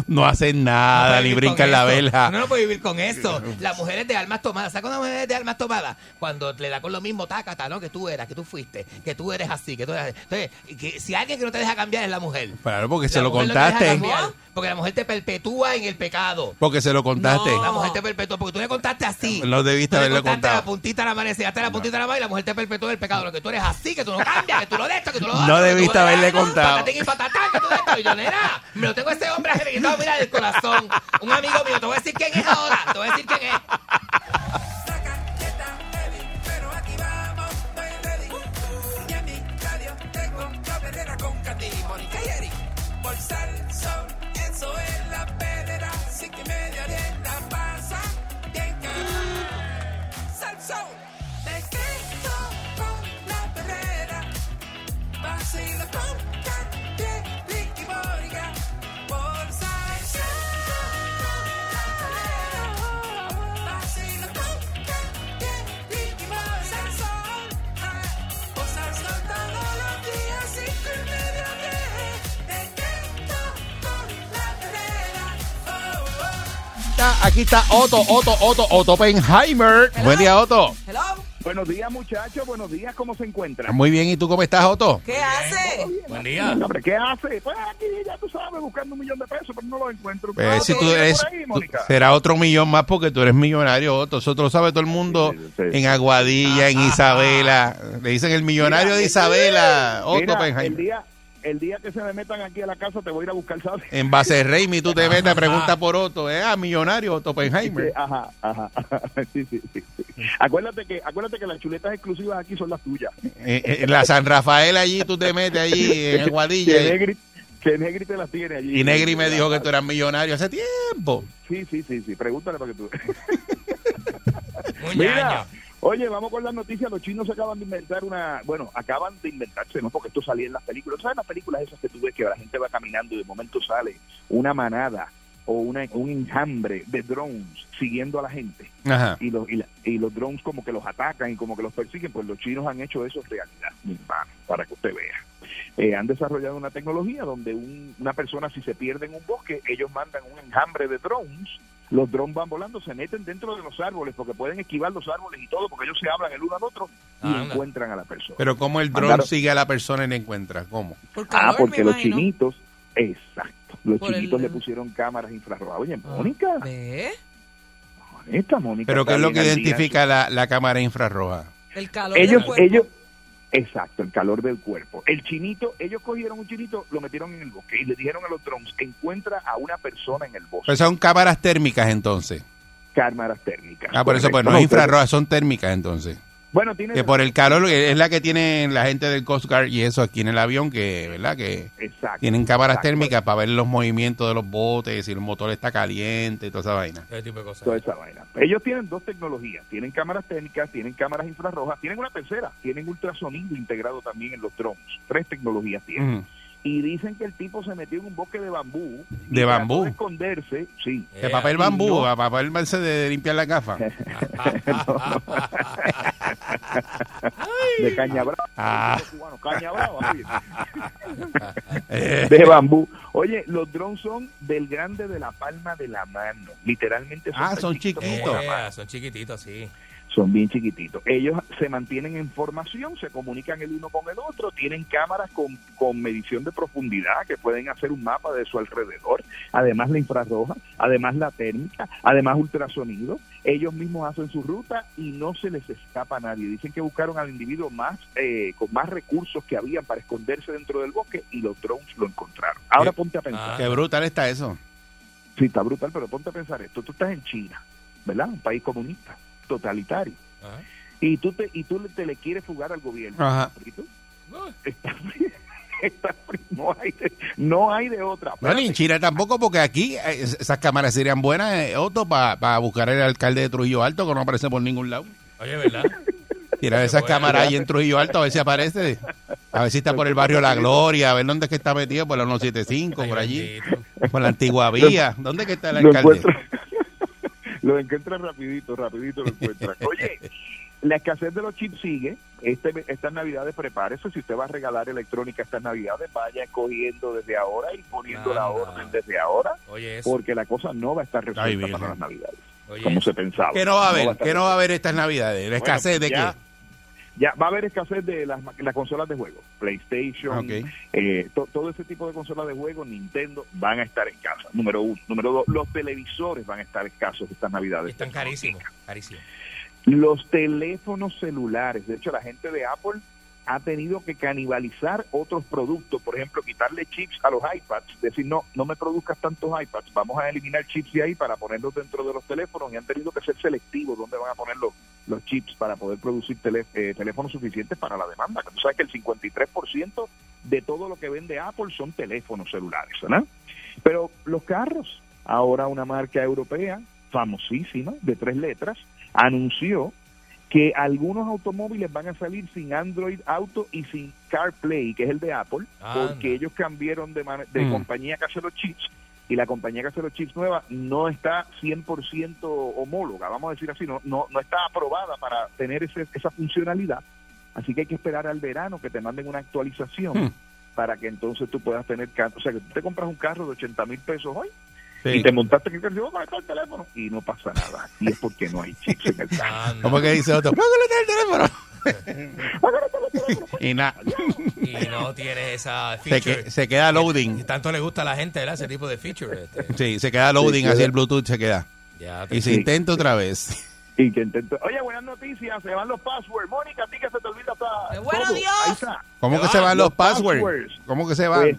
Speaker 1: no hacen nada
Speaker 2: No puede
Speaker 1: ni
Speaker 2: vivir
Speaker 1: brincan
Speaker 2: con
Speaker 1: la
Speaker 2: eso.
Speaker 1: vela.
Speaker 2: No, no puede vivir con eso. Las mujeres de almas tomadas, ¿sabes cuando mujeres de almas tomadas? Cuando le da con lo mismo tácata, ¿no? Que tú eras, que tú fuiste, que tú eres así, que tú eres así. Entonces, y que, si alguien que no te deja cambiar es la mujer.
Speaker 1: Claro, porque
Speaker 2: La
Speaker 1: se lo
Speaker 2: mujer no te deja
Speaker 1: contaste,
Speaker 2: cambiar, porque la mujer te perpetúa en el pecado.
Speaker 1: porque se lo contaste.
Speaker 2: La mujer te perpetuó, porque tú le contaste así.
Speaker 1: No debiste
Speaker 2: Tú le
Speaker 1: haberlo
Speaker 2: contaste
Speaker 1: contado.
Speaker 2: la puntita de la mano, enseñaste la puntita de la mano y la mujer te perpetuó el pecado. Lo que tú eres así, que tú no cambias, que tú lo de esto, que tú lo
Speaker 1: No
Speaker 2: otro, que tú
Speaker 1: debiste
Speaker 2: lo de
Speaker 1: haberle
Speaker 2: acá,
Speaker 1: contado.
Speaker 2: patatín y patatán, que tú de esto. Y yo, nena, me lo tengo a ese hombre arreglado, mira, del corazón. Un amigo mío, te voy a decir quién es ahora, te voy a decir quién es.
Speaker 1: está, aquí está Otto, Otto, Otto, Otto Penheimer. Buen día, Otto.
Speaker 10: Buenos días, muchachos. Buenos días. ¿Cómo se encuentran?
Speaker 1: Ah, Muy bien, ¿y tú cómo estás, Otto?
Speaker 3: ¿Qué hace?
Speaker 2: Buen día.
Speaker 10: Hombre, ¿qué hace? Pues aquí ya tú sabes, buscando un millón de pesos, pero no lo encuentro.
Speaker 1: Pues, si
Speaker 10: Ah,
Speaker 1: tú
Speaker 10: ¿por
Speaker 1: eres,
Speaker 10: ahí,
Speaker 1: tú-
Speaker 10: Mónica?
Speaker 1: será otro millón más porque tú eres millonario, Otto. Eso te lo sabe todo el mundo en Aguadilla,
Speaker 10: Ah,
Speaker 1: en Isabela. Le dicen el millonario de Isabela, Otto
Speaker 10: Mira, el
Speaker 1: Oppenheimer.
Speaker 10: día, el día que se me metan aquí a la casa te voy a ir a buscar, ¿sabes?
Speaker 1: En base Rey, mi tú te metes, pregunta por Otto. ¿eh? Ah, millonario, Otto Oppenheimer.
Speaker 10: Ajá, ajá. Sí, sí, sí. Acuérdate que, acuérdate que las chuletas exclusivas aquí son las tuyas.
Speaker 1: Eh, eh, en la San Rafael allí, tú te metes allí en Aguadilla.
Speaker 10: Que
Speaker 1: y-
Speaker 10: Negri, que Negri te las tiene allí.
Speaker 1: Y Negri me dijo que tú eras millonario hace tiempo.
Speaker 10: Sí, sí, sí, sí. Pregúntale para que tú.
Speaker 2: Muy
Speaker 10: Mira, oye, vamos con las noticias. Los chinos acaban de inventar una. Bueno, acaban de inventarse, ¿no? Porque esto salía en las películas. ¿Sabes las películas esas que tú ves que la gente va caminando y de momento sale una manada o una, un enjambre de drones siguiendo a la gente?
Speaker 9: Ah.
Speaker 1: Ajá.
Speaker 10: Y los, y, la- y los drones como que los atacan y como que los persiguen. Pues los chinos han hecho eso realidad, mi hermano, para que usted vea. Eh, han desarrollado una tecnología donde un- una persona si se pierde en un bosque, ellos mandan un enjambre de drones los drones van volando, se meten dentro de los árboles porque pueden esquivar los árboles y todo, porque ellos se hablan el uno al otro y
Speaker 1: Anda.
Speaker 10: encuentran a la persona.
Speaker 1: Pero ¿cómo el dron
Speaker 10: Mandaron-
Speaker 1: sigue a la persona y la encuentra? ¿Cómo?
Speaker 10: ah, porque los chinitos, exacto, los
Speaker 3: Por el- Ah.
Speaker 10: chinitos le pusieron cámaras infrarrojas. Oye, Mónica,
Speaker 3: ¿Ve?
Speaker 10: esta Mónica.
Speaker 1: ¿Pero qué
Speaker 10: está
Speaker 1: es lo
Speaker 10: bien
Speaker 1: que
Speaker 10: al día.
Speaker 1: identifica la, la cámara infrarroja?
Speaker 3: El calor
Speaker 10: Ellos,
Speaker 3: del cuerpo.
Speaker 10: ellos, exacto, el calor del cuerpo. El chinito, ellos cogieron un chinito, lo metieron en el bosque y le dijeron a los drones, encuentra a una persona en el bosque.
Speaker 1: Pues son cámaras térmicas entonces.
Speaker 10: cámaras térmicas.
Speaker 1: Ah, por eso, pues
Speaker 10: Correcto,
Speaker 1: no es
Speaker 10: ustedes-
Speaker 1: infrarrojas, son térmicas entonces.
Speaker 10: Bueno, tiene
Speaker 1: Que por el calor que es la que tiene la gente del Coast Guard y eso aquí en el avión, que, ¿verdad? Que
Speaker 10: Exacto.
Speaker 1: tienen cámaras
Speaker 10: exacto.
Speaker 1: térmicas para ver los movimientos de los botes, si el motor está caliente y toda esa vaina.
Speaker 2: Ese tipo de cosas.
Speaker 10: toda esa vaina. Ellos tienen dos tecnologías, tienen cámaras técnicas, tienen cámaras infrarrojas, tienen una tercera, tienen ultrasonido integrado también en los drones. Tres tecnologías tienen.
Speaker 1: Ujú.
Speaker 10: Y dicen que el tipo se metió en un bosque de bambú. y
Speaker 1: ¿De
Speaker 10: trató
Speaker 1: bambú?
Speaker 10: de esconderse, sí.
Speaker 1: De papel
Speaker 10: y
Speaker 1: bambú,
Speaker 10: no.
Speaker 1: a papel merce de, de limpiar la gafa.
Speaker 10: de caña brava.
Speaker 1: Ah.
Speaker 10: Cubano, caña brava, oye.
Speaker 1: Eh,
Speaker 10: de bambú. Oye, los drones son del grande de la palma de la mano. Literalmente son,
Speaker 1: Ah,
Speaker 10: tan
Speaker 1: son
Speaker 10: como
Speaker 1: chiquitos.
Speaker 10: la
Speaker 2: Eh,
Speaker 10: mano.
Speaker 2: son chiquititos, sí.
Speaker 10: son bien chiquititos.
Speaker 1: Eh,
Speaker 10: Ellos se mantienen en formación, se comunican el uno con el otro, tienen cámaras con, con medición de profundidad que pueden hacer un mapa de su alrededor, además la infrarroja, además la térmica, además ultrasonido. Ellos mismos hacen su ruta y no se les escapa a nadie. Dicen que buscaron al individuo más eh, con más recursos que habían para esconderse dentro del bosque y los drones lo encontraron. Ahora
Speaker 1: Sí.
Speaker 10: ponte a pensar.
Speaker 2: Ah.
Speaker 1: Qué brutal está eso.
Speaker 10: Sí, está brutal, pero ponte a pensar esto. Tú estás en China, ¿verdad? Un país comunista, totalitario.
Speaker 2: Ajá.
Speaker 10: Y tú, te, y tú le- te le quieres fugar al gobierno.
Speaker 1: Ajá.
Speaker 10: ¿Y tú? Está- está- no, hay de, no hay de otra.
Speaker 1: Bueno, y en China tampoco, porque aquí eh, es- esas cámaras serían buenas, eh, Otto, para buscar al alcalde de Trujillo Alto, que no aparece por ningún lado.
Speaker 2: Oye, ¿verdad?
Speaker 1: Tirar esas
Speaker 2: puede.
Speaker 1: cámaras ahí en Trujillo Alto, a ver si aparece. A ver si está por el barrio La Gloria, a ver dónde es que está metido, por la 175, por allí,
Speaker 2: bendito.
Speaker 1: por la antigua vía. ¿Dónde es que está el
Speaker 10: lo encuentran
Speaker 1: alcalde?
Speaker 10: lo encuentran rapidito, rapidito lo encuentran. Oye, la escasez de los chips sigue. Este, estas navidades, prepárese. Si usted va a regalar electrónica estas navidades, vaya escogiendo desde ahora y poniendo la
Speaker 2: Anda.
Speaker 10: orden desde ahora,
Speaker 2: Oye, eso.
Speaker 10: porque la cosa no va a estar
Speaker 1: Ay,
Speaker 10: resuelta
Speaker 1: Virgen.
Speaker 10: para las navidades,
Speaker 2: Oye,
Speaker 10: como
Speaker 2: eso.
Speaker 10: se pensaba.
Speaker 1: ¿Qué no va a haber?
Speaker 10: estar
Speaker 1: ¿Qué no va a haber estas navidades? ¿La
Speaker 10: Bueno,
Speaker 1: escasez de
Speaker 10: ya,
Speaker 1: qué?
Speaker 10: Ya, va a haber escasez de las, ma- las consolas de juego. PlayStation,
Speaker 1: Ok.
Speaker 10: eh, to- todo ese tipo de consolas de juego, Nintendo, van a estar escasas. Número uno. Número dos, los televisores van a estar escasos estas navidades.
Speaker 2: Están carísimos, carísimos.
Speaker 10: Los teléfonos celulares. De hecho, la gente de Apple ha tenido que canibalizar otros productos. Por ejemplo, quitarle chips a los iPads. Decir, no, no me produzcas tantos iPads. Vamos a eliminar chips de ahí para ponerlos dentro de los teléfonos. Y han tenido que ser selectivos dónde van a poner los, los chips para poder producir tele- eh, teléfonos suficientes para la demanda. Tú sabes que el 53% de todo lo que vende Apple son teléfonos celulares, ¿verdad? Pero los carros, ahora una marca europea famosísima, de tres letras, anunció que algunos automóviles van a salir sin Android Auto y sin CarPlay, que es el de Apple,
Speaker 2: Anda.
Speaker 10: porque ellos cambiaron de, man- de
Speaker 1: Mm.
Speaker 10: compañía que hace los chips y la compañía que hace los chips nueva no está 100% homóloga, vamos a decir así, no, no, no está aprobada para tener ese- esa funcionalidad. Así que hay que esperar al verano que te manden una actualización
Speaker 1: Hmm.
Speaker 10: para que entonces tú puedas tener carro. O sea, que tú te compras un carro de 80 mil pesos hoy y te montaste en el teléfono, conectar el teléfono y no pasa nada. Y es porque no hay chips en el teléfono.
Speaker 1: ¿Cómo que dice otro? ¡Puedo conectar el teléfono! y nada.
Speaker 2: Y no tienes esa Ah,
Speaker 1: Se,
Speaker 2: feature.
Speaker 1: que- se queda loading.
Speaker 2: Tanto le gusta a la gente, ¿verdad? Ese tipo de feature. este.
Speaker 1: Sí, se queda loading, así el Bluetooth se queda.
Speaker 2: Ya te-
Speaker 1: Y se
Speaker 2: Sí.
Speaker 1: intenta otra vez.
Speaker 10: Y que intenta. Oye, buenas noticias, se van los passwords. Mónica, a ti que se te olvida hasta.
Speaker 3: ¡Bueno,
Speaker 10: todo.
Speaker 3: Dios!
Speaker 10: Ahí está.
Speaker 1: ¿Cómo que se van los passwords? ¿Cómo que se van?
Speaker 10: Pues,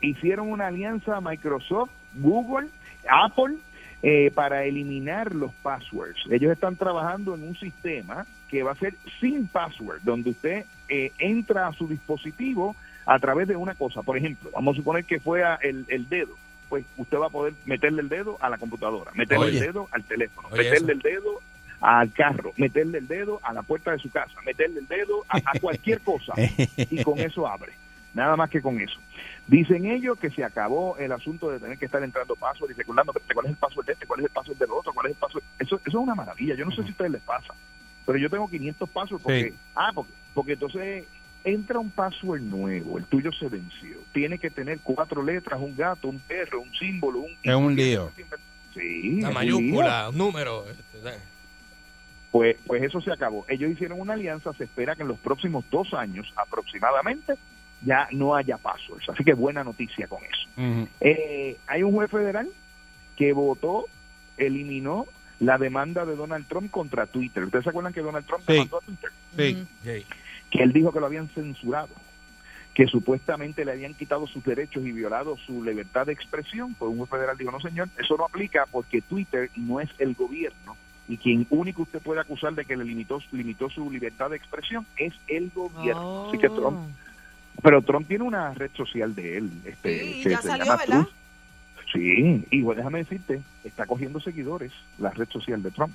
Speaker 10: hicieron una alianza Microsoft, Google, Apple eh, para eliminar los passwords. Ellos están trabajando en un sistema que va a ser sin password, donde usted eh, entra a su dispositivo a través de una cosa. Por ejemplo, vamos a suponer que fuera el, el dedo. Pues usted va a poder meterle el dedo a la computadora, meterle
Speaker 2: Oye.
Speaker 10: el dedo al teléfono,
Speaker 2: Oye,
Speaker 10: meterle
Speaker 2: eso.
Speaker 10: el dedo al carro, meterle el dedo a la puerta de su casa, meterle el dedo a, a cualquier cosa y con eso abre. Nada más que con eso. Dicen ellos que se acabó el asunto de tener que estar entrando password y recordando "Espérate, cuál es el password de este, cuál es el password del otro, cuál es el password. Eso, eso es una maravilla. Yo no sé si a ustedes les pasa, pero yo tengo 500 passwords porque,
Speaker 1: Sí.
Speaker 10: ah, porque, porque entonces entra un password nuevo, el tuyo se venció. Tiene que tener cuatro letras, un gato, un perro, un símbolo, un...
Speaker 1: Es un lío.
Speaker 2: Una
Speaker 10: Sí, es un lío.
Speaker 2: mayúscula, Ah, un número. este,
Speaker 10: Pues, pues eso se acabó. Ellos hicieron una alianza, se espera que en los próximos dos años aproximadamente ya no haya passwords. Así que buena noticia con eso.
Speaker 1: Ujú.
Speaker 10: Eh, hay un juez federal que votó, eliminó la demanda de Donald Trump contra Twitter. ¿Ustedes se acuerdan que Donald Trump
Speaker 1: Sí.
Speaker 10: demandó a Twitter?
Speaker 1: Sí.
Speaker 2: sí.
Speaker 10: Que él dijo que lo habían censurado, que supuestamente le habían quitado sus derechos y violado su libertad de expresión. Pues un juez federal dijo, no señor, eso no aplica porque Twitter no es el gobierno y quien único usted puede acusar de que le limitó, limitó su libertad de expresión es el gobierno. Así que Trump pero Trump tiene una red social de él. Este,
Speaker 3: Oh. Sí,
Speaker 10: que
Speaker 3: ya
Speaker 10: se
Speaker 3: salió,
Speaker 10: llama
Speaker 3: ¿verdad?
Speaker 10: Truth. Sí, y bueno, déjame decirte, está cogiendo seguidores la red social de Trump.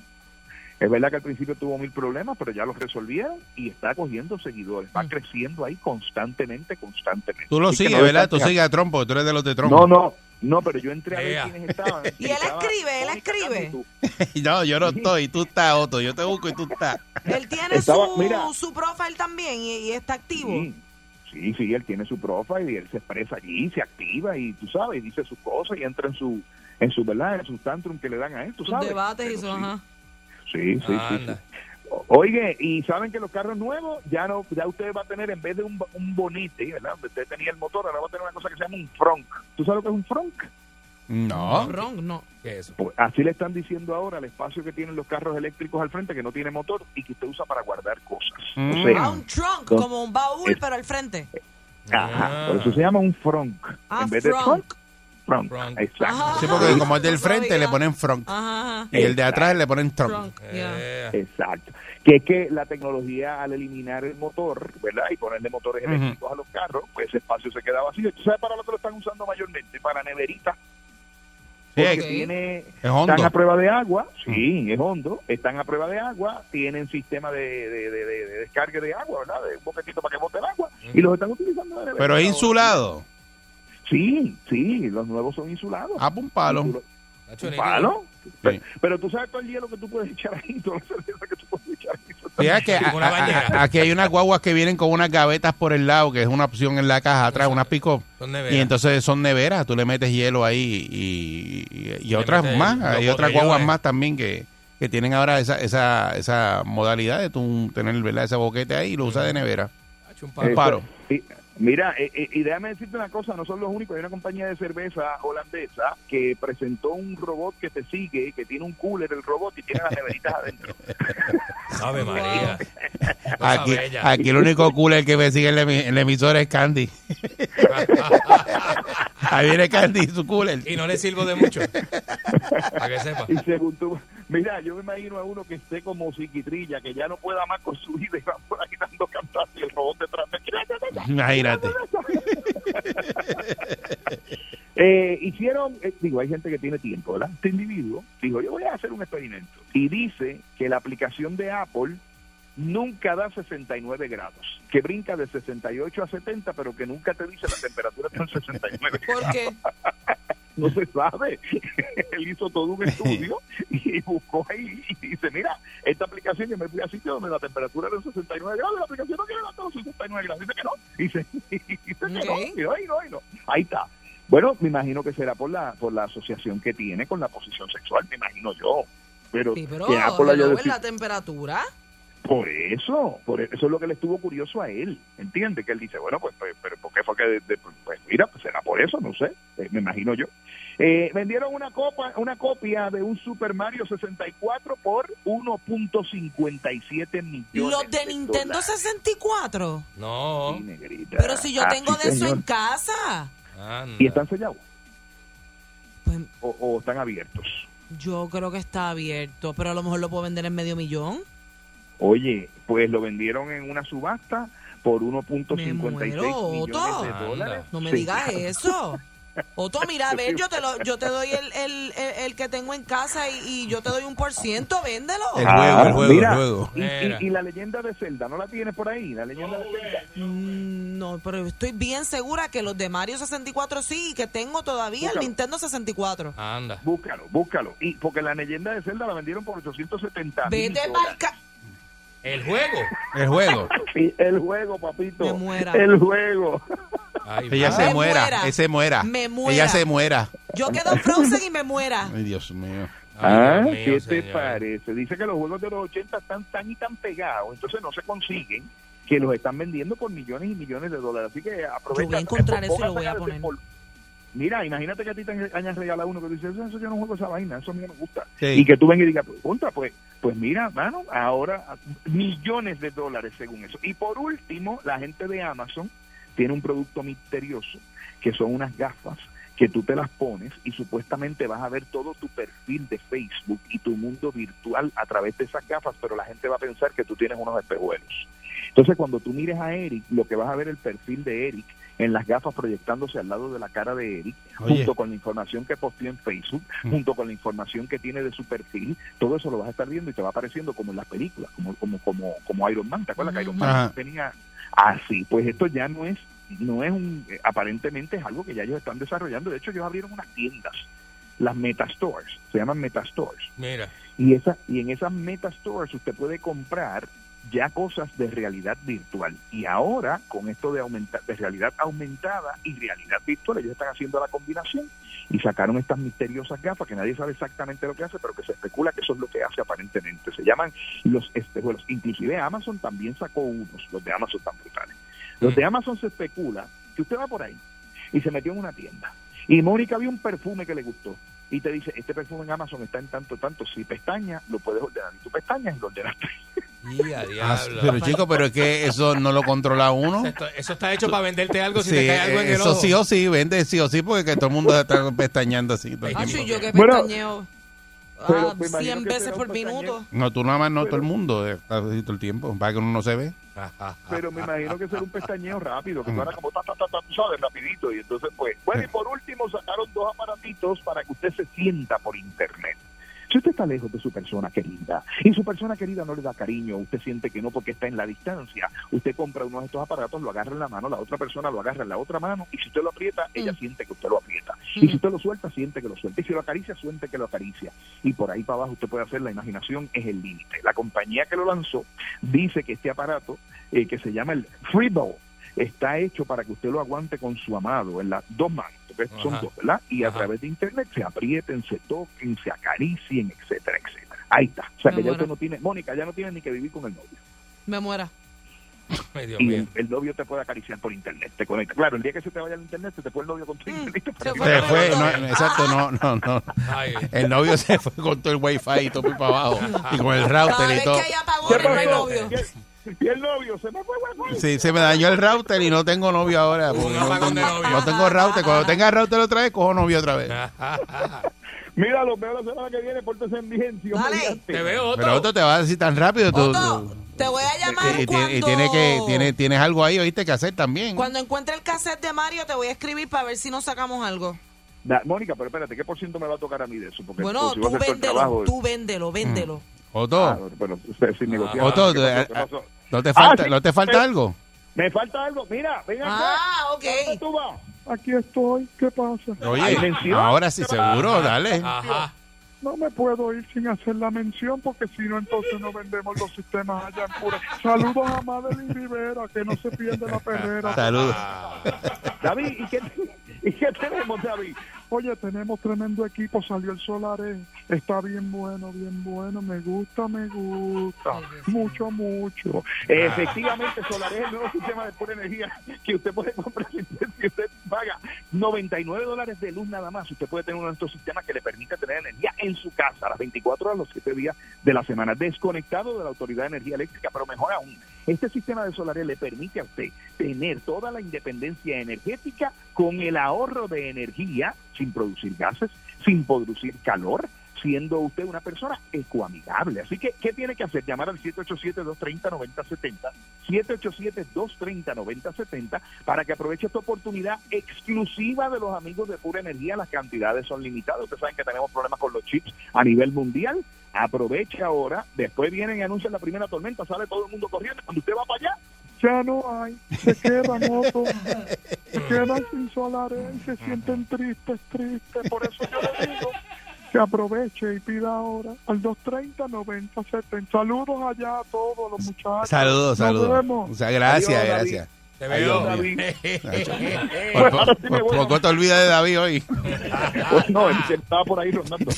Speaker 10: Es verdad que al principio tuvo mil problemas, pero ya los resolvieron y está cogiendo seguidores.
Speaker 3: Mm.
Speaker 10: Va creciendo ahí constantemente, constantemente.
Speaker 1: Tú lo
Speaker 10: Así que
Speaker 1: sigues,
Speaker 10: no
Speaker 1: ¿verdad? Tú
Speaker 10: descartes-
Speaker 1: sigues a Trump, porque tú eres de los de Trump.
Speaker 10: No, no, no, pero yo entré a ver
Speaker 2: Ea.
Speaker 10: quiénes estaban.
Speaker 3: Y él
Speaker 10: Estaba
Speaker 3: escribe, él
Speaker 10: Mónica
Speaker 3: escribe.
Speaker 10: Gandhi, tú.
Speaker 1: No, yo no estoy, tú estás, Otto. Yo te busco y tú estás.
Speaker 3: Él tiene
Speaker 10: Estaba-
Speaker 3: su,
Speaker 10: mira. Mm.
Speaker 3: su profile también y, y está activo.
Speaker 10: Sí, sí, sí, él tiene su profile y él se expresa allí, se activa y tú sabes, dice sus cosas y entra en su, en su verdad, en su tantrum que le dan a él, tú
Speaker 3: Sus
Speaker 10: sabes.
Speaker 3: debates y
Speaker 10: Pero
Speaker 3: su...
Speaker 10: sí,
Speaker 3: Ajá.
Speaker 10: Sí, sí, sí, sí.
Speaker 2: Anda.
Speaker 10: O- Oye, y saben que los carros nuevos ya no, ya usted va a tener en vez de un, un bonite, ¿verdad? Donde Usted tenía el motor, ahora va a tener una cosa que se llama un front. ¿Tú sabes lo que es un front?
Speaker 1: No.
Speaker 3: Wrong, no.
Speaker 2: ¿Qué es eso?
Speaker 10: Pues así le están diciendo ahora el espacio que tienen los carros eléctricos al frente que no tiene motor y que usted usa para guardar cosas.
Speaker 1: Mm.
Speaker 10: O sea,
Speaker 3: Ah, un trunk,
Speaker 10: Dos.
Speaker 3: como un baúl,
Speaker 10: Es-
Speaker 3: pero al frente.
Speaker 10: Ajá,
Speaker 2: Ah.
Speaker 10: por eso se llama un front.
Speaker 3: Ah,
Speaker 10: en vez de
Speaker 3: trunk.
Speaker 10: trunk, front.
Speaker 2: Front.
Speaker 10: Exacto.
Speaker 3: Ajá.
Speaker 1: Ah, Sí, porque como es
Speaker 3: No
Speaker 1: del frente,
Speaker 3: sabía.
Speaker 1: le ponen front.
Speaker 3: Ajá, ajá.
Speaker 1: Y el de atrás le ponen trump.
Speaker 3: Trunk, yeah.
Speaker 2: Eh,
Speaker 10: Exacto. Que es que la tecnología al eliminar el motor, ¿verdad? Y ponerle motores
Speaker 1: Ujú.
Speaker 10: eléctricos a los carros, pues ese espacio se queda vacío. ¿Tú sabes para lo que lo están usando mayormente? Para neveritas.
Speaker 1: Sí,
Speaker 10: Porque
Speaker 1: es-
Speaker 10: tiene,
Speaker 1: es hondo. Mm.
Speaker 10: están a prueba de agua, sí, es hondo, están a prueba de agua, tienen sistema de, de, de, de- de descargue de agua, ¿verdad? De un boquetito para que bote el agua, y los están utilizando de nevera
Speaker 1: Pero es
Speaker 10: ahora.
Speaker 1: insulado.
Speaker 10: Sí, sí, los nuevos son insulados.
Speaker 1: Ah, pa' un palo.
Speaker 10: Insulo-
Speaker 2: macho,
Speaker 10: un
Speaker 2: ni-
Speaker 10: palo.
Speaker 1: Sí.
Speaker 10: Pero, pero tú sabes todo el hielo que tú puedes echar ahí, toda la cerveza que tú puedes echar ahí.
Speaker 1: Mira que a-
Speaker 2: Una
Speaker 1: a-
Speaker 2: bañera.
Speaker 1: a- aquí hay unas guaguas que vienen con unas gavetas por el lado, que es una opción en la caja atrás, unas pico.
Speaker 2: Son neveras.
Speaker 1: Y entonces son neveras, tú le metes hielo ahí y, y- y
Speaker 2: Le
Speaker 1: otras
Speaker 2: metes
Speaker 1: más.
Speaker 2: los
Speaker 1: Hay otras
Speaker 2: botellones.
Speaker 1: guaguas más también que, que tienen ahora esa, esa, esa modalidad de tú tener ¿verdad? ese boquete ahí y lo usas de nevera.
Speaker 2: Macho, un
Speaker 1: Un
Speaker 2: palo.
Speaker 1: paro.
Speaker 10: Y- Mira, eh, eh, y déjame decirte una cosa, no son los únicos, hay una compañía de cerveza holandesa que presentó un robot que te sigue, que tiene un cooler el robot y tiene las neveritas adentro.
Speaker 2: Ave María. Cosa
Speaker 1: Aquí,
Speaker 2: bella.
Speaker 1: aquí el único cooler que me sigue en la, emi- en la emisora es Candy. Ahí viene Candy, su cooler.
Speaker 2: Y no le sirvo de mucho. Para que sepa.
Speaker 10: Y según tú, mira, yo me imagino a uno que esté como psiquitrilla, que ya no pueda más con su vida y va por ahí dando cantar y el robot detrás de
Speaker 1: Imagínate.
Speaker 10: Eh, hicieron, eh, digo, hay gente que tiene tiempo, ¿verdad? Este individuo dijo, yo voy a hacer un experimento. Y dice que la aplicación de Apple nunca da 69 grados, que brinca de 68 a 70, pero que nunca te dice la temperatura está en 69.
Speaker 3: ¿Por qué?
Speaker 10: No se sabe. Él hizo todo un estudio y buscó ahí y dice, mira, esta aplicación yo me fui a sitio donde la temperatura era de 69 grados, la aplicación no quiere dar todos 69 grados. Dice que no. Dice, dice que no.
Speaker 3: Ok.
Speaker 10: Y no, y no, y no. Ahí está. Bueno, me imagino que será por la por la asociación que tiene con la posición sexual, me imagino yo. Pero,
Speaker 3: Sí, pero
Speaker 10: que Apple haya
Speaker 3: hello, en
Speaker 10: decidido-
Speaker 3: la temperatura.
Speaker 10: por eso, por eso es lo que le estuvo curioso a él, ¿entiende? Que él dice, bueno, pues, pues, pero ¿por qué fue que, de- de- pues mira, pues será por eso, no sé, eh, me imagino yo. Eh, vendieron una copa, una copia de un Super Mario 64 por 1.57 millones.
Speaker 3: Los de Nintendo 64.
Speaker 2: No.
Speaker 3: Pero si yo tengo de eso en casa.
Speaker 10: Ah, ¿Y están sellados?
Speaker 3: Pues
Speaker 10: o, o están abiertos?
Speaker 3: Yo creo que está abierto, pero a lo mejor lo puedo vender en medio millón.
Speaker 10: Oye, pues lo vendieron en una subasta por 1.56
Speaker 3: Me
Speaker 10: millones
Speaker 3: muero,
Speaker 10: de
Speaker 3: Otto.
Speaker 10: dólares.
Speaker 3: No me
Speaker 10: Sí.
Speaker 3: digas eso. Otto, mira, a ver, yo te, lo, yo te doy el, el, el- el que tengo en casa y, y yo te doy un por ciento, véndelo.
Speaker 1: El juego, el juego,
Speaker 10: Ah, mira.
Speaker 1: el juego.
Speaker 10: Y,
Speaker 2: Mira.
Speaker 10: y- y la leyenda de Zelda, ¿no la tienes por ahí? La leyenda de Zelda.
Speaker 3: Mm, No, pero estoy bien segura que los de Mario 64 sí, y que tengo todavía el
Speaker 10: Búscalo.
Speaker 3: Nintendo 64.
Speaker 2: Anda.
Speaker 10: Búscalo, búscalo. Y porque la leyenda de Zelda la vendieron por 870 mil
Speaker 3: Vete pa'l ca-
Speaker 2: El juego.
Speaker 1: El juego.
Speaker 10: Sí, el juego, papito.
Speaker 3: Me muera.
Speaker 10: El juego.
Speaker 2: Ay,
Speaker 1: Ella
Speaker 2: va.
Speaker 1: se
Speaker 3: Me
Speaker 1: muera,
Speaker 3: muera.
Speaker 1: ella se muera.
Speaker 3: Me muera.
Speaker 1: Ella se muera.
Speaker 3: Yo quedo frozen y me muera.
Speaker 1: Ay, Dios mío.
Speaker 10: Ah,
Speaker 2: Ay, Dios
Speaker 10: ¿qué
Speaker 2: mío,
Speaker 10: te
Speaker 2: señor.
Speaker 10: parece? Dice que los juegos de los 80 están tan y tan pegados, entonces no se consiguen, que los están vendiendo por millones y millones de dólares. Así que aprovecha. eh,
Speaker 3: Yo voy a encontrar eso y lo
Speaker 10: póngase
Speaker 3: voy a
Speaker 10: desempol-
Speaker 3: poner.
Speaker 10: Mira, imagínate que a ti te hayan regalado uno que tú dices, eso, eso yo no juego esa vaina, eso a mí no me gusta.
Speaker 1: Sí.
Speaker 10: Y que tú vengas y digas, pues, contra, pues, pues mira, mano, ahora a- millones de dólares según eso. Y por último, la gente de Amazon tiene un producto misterioso, que son unas gafas que tú te las pones y supuestamente vas a ver todo tu perfil de Facebook y tu mundo virtual a través de esas gafas, pero la gente va a pensar que tú tienes unos espejuelos. Entonces, cuando tú mires a Eric, lo que vas a ver el perfil de Eric en las gafas proyectándose al lado de la cara de Eric,
Speaker 1: Oye. Mm.
Speaker 10: junto con la información que posteó en Facebook, junto con la información que tiene de su perfil, todo eso lo vas a estar viendo y te va apareciendo como en las películas, como como como, como Iron Man, ¿te acuerdas que Iron Man
Speaker 1: Ajá.
Speaker 10: tenía así? Pues esto ya no es no es un eh, aparentemente es algo que ya ellos están desarrollando, de hecho ellos abrieron unas tiendas, las Metastores, se llaman Metastores
Speaker 2: Mira.
Speaker 10: y esa y en esas meta stores usted puede comprar ya cosas de realidad virtual y ahora con esto de aumenta- de realidad aumentada y realidad virtual ellos están haciendo la combinación y sacaron estas misteriosas gafas que nadie sabe exactamente lo que hace pero que se especula que eso es lo que hace aparentemente se llaman los espejuelos inclusive Amazon también sacó unos los de Amazon tan brutales los de Amazon se especula que usted va por ahí y se metió en una tienda. Y Mónica vio un perfume que le gustó. Y te dice, este perfume en Amazon está en tanto, tanto. Si pestañas, lo puedes ordenar. Y tú pestañas y lo ordenaste.
Speaker 2: Y a
Speaker 1: Ah,
Speaker 2: diablo.
Speaker 1: pero chico, pero es que eso no lo controla uno.
Speaker 2: Esto- eso está hecho para venderte algo si
Speaker 1: Sí,
Speaker 2: te cae algo en el
Speaker 1: eso
Speaker 2: ojo.
Speaker 1: sí o sí, vende sí o sí, porque que todo el mundo está pestañando así. todo el
Speaker 3: Acho,
Speaker 1: tiempo.
Speaker 3: y yo que
Speaker 10: Bueno,
Speaker 3: pestañeo
Speaker 10: pero
Speaker 3: ah,
Speaker 10: me imagino
Speaker 3: 100
Speaker 10: que
Speaker 3: veces
Speaker 10: será un
Speaker 3: por
Speaker 10: pestañeo.
Speaker 3: minuto.
Speaker 1: No, tú nada más no, todo el mundo eh, está así todo el tiempo, para que uno no se ve.
Speaker 10: Pero me imagino que será un pestañeo rápido, que fuera como ta, ta, ta, ta, tú sabes, rapidito. Y entonces, pues. Bueno, y por último, sacaron dos aparatitos para que usted se sienta por internet. Si usted está lejos de su persona querida y su persona querida no le da cariño, usted siente que no porque está en la distancia, usted compra uno de estos aparatos, lo agarra en la mano, la otra persona lo agarra en la otra mano y si usted lo aprieta, ella siente que usted lo aprieta. Y si usted lo suelta, siente que lo suelta. Y si lo acaricia, siente que lo acaricia. Y por ahí para abajo usted puede hacer la imaginación es el límite. La compañía que lo lanzó dice que este aparato, eh, que se llama el Freebo, está hecho para que usted lo aguante con su amado en las dos manos. porque Son
Speaker 2: Ajá.
Speaker 10: dos, ¿verdad? Y a
Speaker 2: Ajá.
Speaker 10: través de internet se aprieten, se toquen, se acaricien, etcétera, etcétera. Ahí está. O sea,
Speaker 3: Me
Speaker 10: que
Speaker 3: muero.
Speaker 10: ya usted no tiene, Mónica, ya no tiene ni que vivir con el novio.
Speaker 3: Me muera.
Speaker 2: Ay, Dios
Speaker 10: Y
Speaker 2: mío.
Speaker 10: el, el novio te puede acariciar por internet, te conecta. Claro, el día que se te vaya el internet, se te fue el novio con tu internet.
Speaker 3: Mm, se fue.
Speaker 1: Se fue, no, no, exacto, no, no, no.
Speaker 2: Ay.
Speaker 1: El novio se fue con todo el wifi y todo para abajo, y con el
Speaker 3: Cada
Speaker 1: router
Speaker 3: vez
Speaker 1: y
Speaker 3: que
Speaker 1: todo.
Speaker 3: hay apagón, no hay novio.
Speaker 10: Y el novio se me fue, güey,
Speaker 1: Sí, se me dañó el router y no tengo novio ahora. porque no,
Speaker 2: apagón de
Speaker 1: tengo-
Speaker 2: novio.
Speaker 1: no tengo router. Cuando tenga router otra vez, cojo novio otra vez.
Speaker 10: Mira, lo veo la semana que viene, pórtese bien, si Dios
Speaker 3: Dale.
Speaker 10: mediante.
Speaker 2: Te veo otro.
Speaker 1: Pero otro te va a decir tan rápido. tú-
Speaker 3: Otto,
Speaker 1: tú- Eh,
Speaker 3: te voy
Speaker 2: Eh,
Speaker 3: a llamar
Speaker 1: y,
Speaker 3: cuando...
Speaker 1: tiene- y tiene que, tiene, tienes algo ahí, oíste, que hacer también.
Speaker 3: Cuando encuentre el cassette de Mario, te voy a escribir para ver si nos sacamos algo.
Speaker 10: Da- Ah, Mónica, pero espérate, ¿qué por ciento me va a tocar a mí de eso? Porque
Speaker 3: Bueno,
Speaker 10: pues, si va a
Speaker 3: tú
Speaker 10: hacer todo el
Speaker 3: véndelo,
Speaker 10: trabajo-
Speaker 3: tú véndelo,
Speaker 2: Mm.
Speaker 3: véndelo.
Speaker 1: Otto,
Speaker 10: Ah, pero usted sin negociar.
Speaker 1: Otto,
Speaker 10: ¿Qué pasó? ¿Qué
Speaker 1: eh,
Speaker 10: pasó?
Speaker 1: ¿no te falta,
Speaker 10: sí,
Speaker 1: ¿no te falta
Speaker 10: eh.
Speaker 1: algo?
Speaker 10: Me falta algo. Mira, ven acá.
Speaker 3: Ah,
Speaker 10: ¿Dónde
Speaker 3: ok.
Speaker 10: tú vas? Aquí estoy. ¿Qué pasa?
Speaker 1: Oye,
Speaker 10: Ay, mención.
Speaker 1: ahora sí, seguro, dale.
Speaker 2: Ajá.
Speaker 10: No me puedo ir sin hacer la mención porque si no, entonces no vendemos los sistemas allá en pura. Saludos a
Speaker 2: Ah.
Speaker 10: Madeline Rivera, que no se pierde la perrera.
Speaker 1: Saludos.
Speaker 10: David, ¿y qué, ¿Y qué tenemos, David?
Speaker 11: Oye, tenemos tremendo equipo, salió el Solares, está bien bueno, bien bueno, me gusta, me gusta, mucho, mucho.
Speaker 10: Eh, Efectivamente, Solar es el nuevo sistema de pura energía que usted puede comprar si usted, si usted paga 99 dólares de luz nada más. Usted puede tener uno de estos sistemas que le permite tener energía en su casa a las 24 horas, los 7 días de la semana, desconectado de la Autoridad de Energía Eléctrica, pero mejor aún, este sistema de Solar le permite a usted tener toda la independencia energética con el ahorro de energía sin producir gases, sin producir calor, siendo usted una persona ecoamigable. Así que, ¿qué tiene que hacer? Llamar al 787-230-9070, 787-230-9070, para que aproveche esta oportunidad exclusiva de los amigos de Pura Energía. Las cantidades son limitadas. Ustedes saben que tenemos problemas con los chips a nivel mundial. Aproveche ahora. Después vienen y anuncian la primera tormenta. Sale todo el mundo corriendo. Cuando usted va para allá,
Speaker 11: Ya no hay, se quedan otros, se quedan sin Solares, se sienten tristes, tristes, por eso yo le digo que aproveche y pida ahora al 230 90 70. Saludos allá a todos los muchachos.
Speaker 1: Saludos,
Speaker 11: Nos
Speaker 1: saludos.
Speaker 11: vemos.
Speaker 1: O sea, gracias,
Speaker 11: Adiós, David.
Speaker 1: gracias.
Speaker 2: Te
Speaker 1: Ay,
Speaker 2: veo,
Speaker 1: Dios mío.
Speaker 2: David.
Speaker 1: Nacho,
Speaker 2: Bueno,
Speaker 1: Por,
Speaker 2: ahora sí
Speaker 1: por-
Speaker 2: me
Speaker 1: por
Speaker 2: voy.
Speaker 1: poco te olvidas de David hoy.
Speaker 10: no, él estaba por ahí rondando.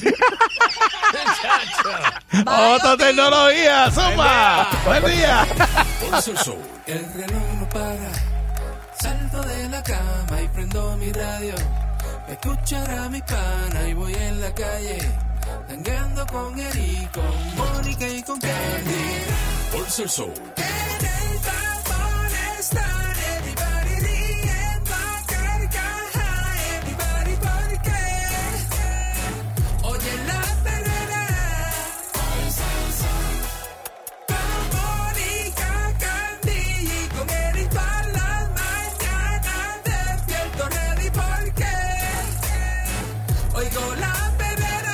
Speaker 1: Otra tecnología, zumba. Buen día.
Speaker 9: El reloj no para. Salto de la cama y prendo mi radio. Me escuchará mi pana y voy en la calle. Tangando con Eric, con Mónica y con Candy.
Speaker 12: Pulso el Soul.
Speaker 9: En el tapón están everybody riendo a carcajada. Everybody porque oye la perrera. Con Mónica, Candy y con Eric todas las mañanas. Despierto ready porque oigo la perrera.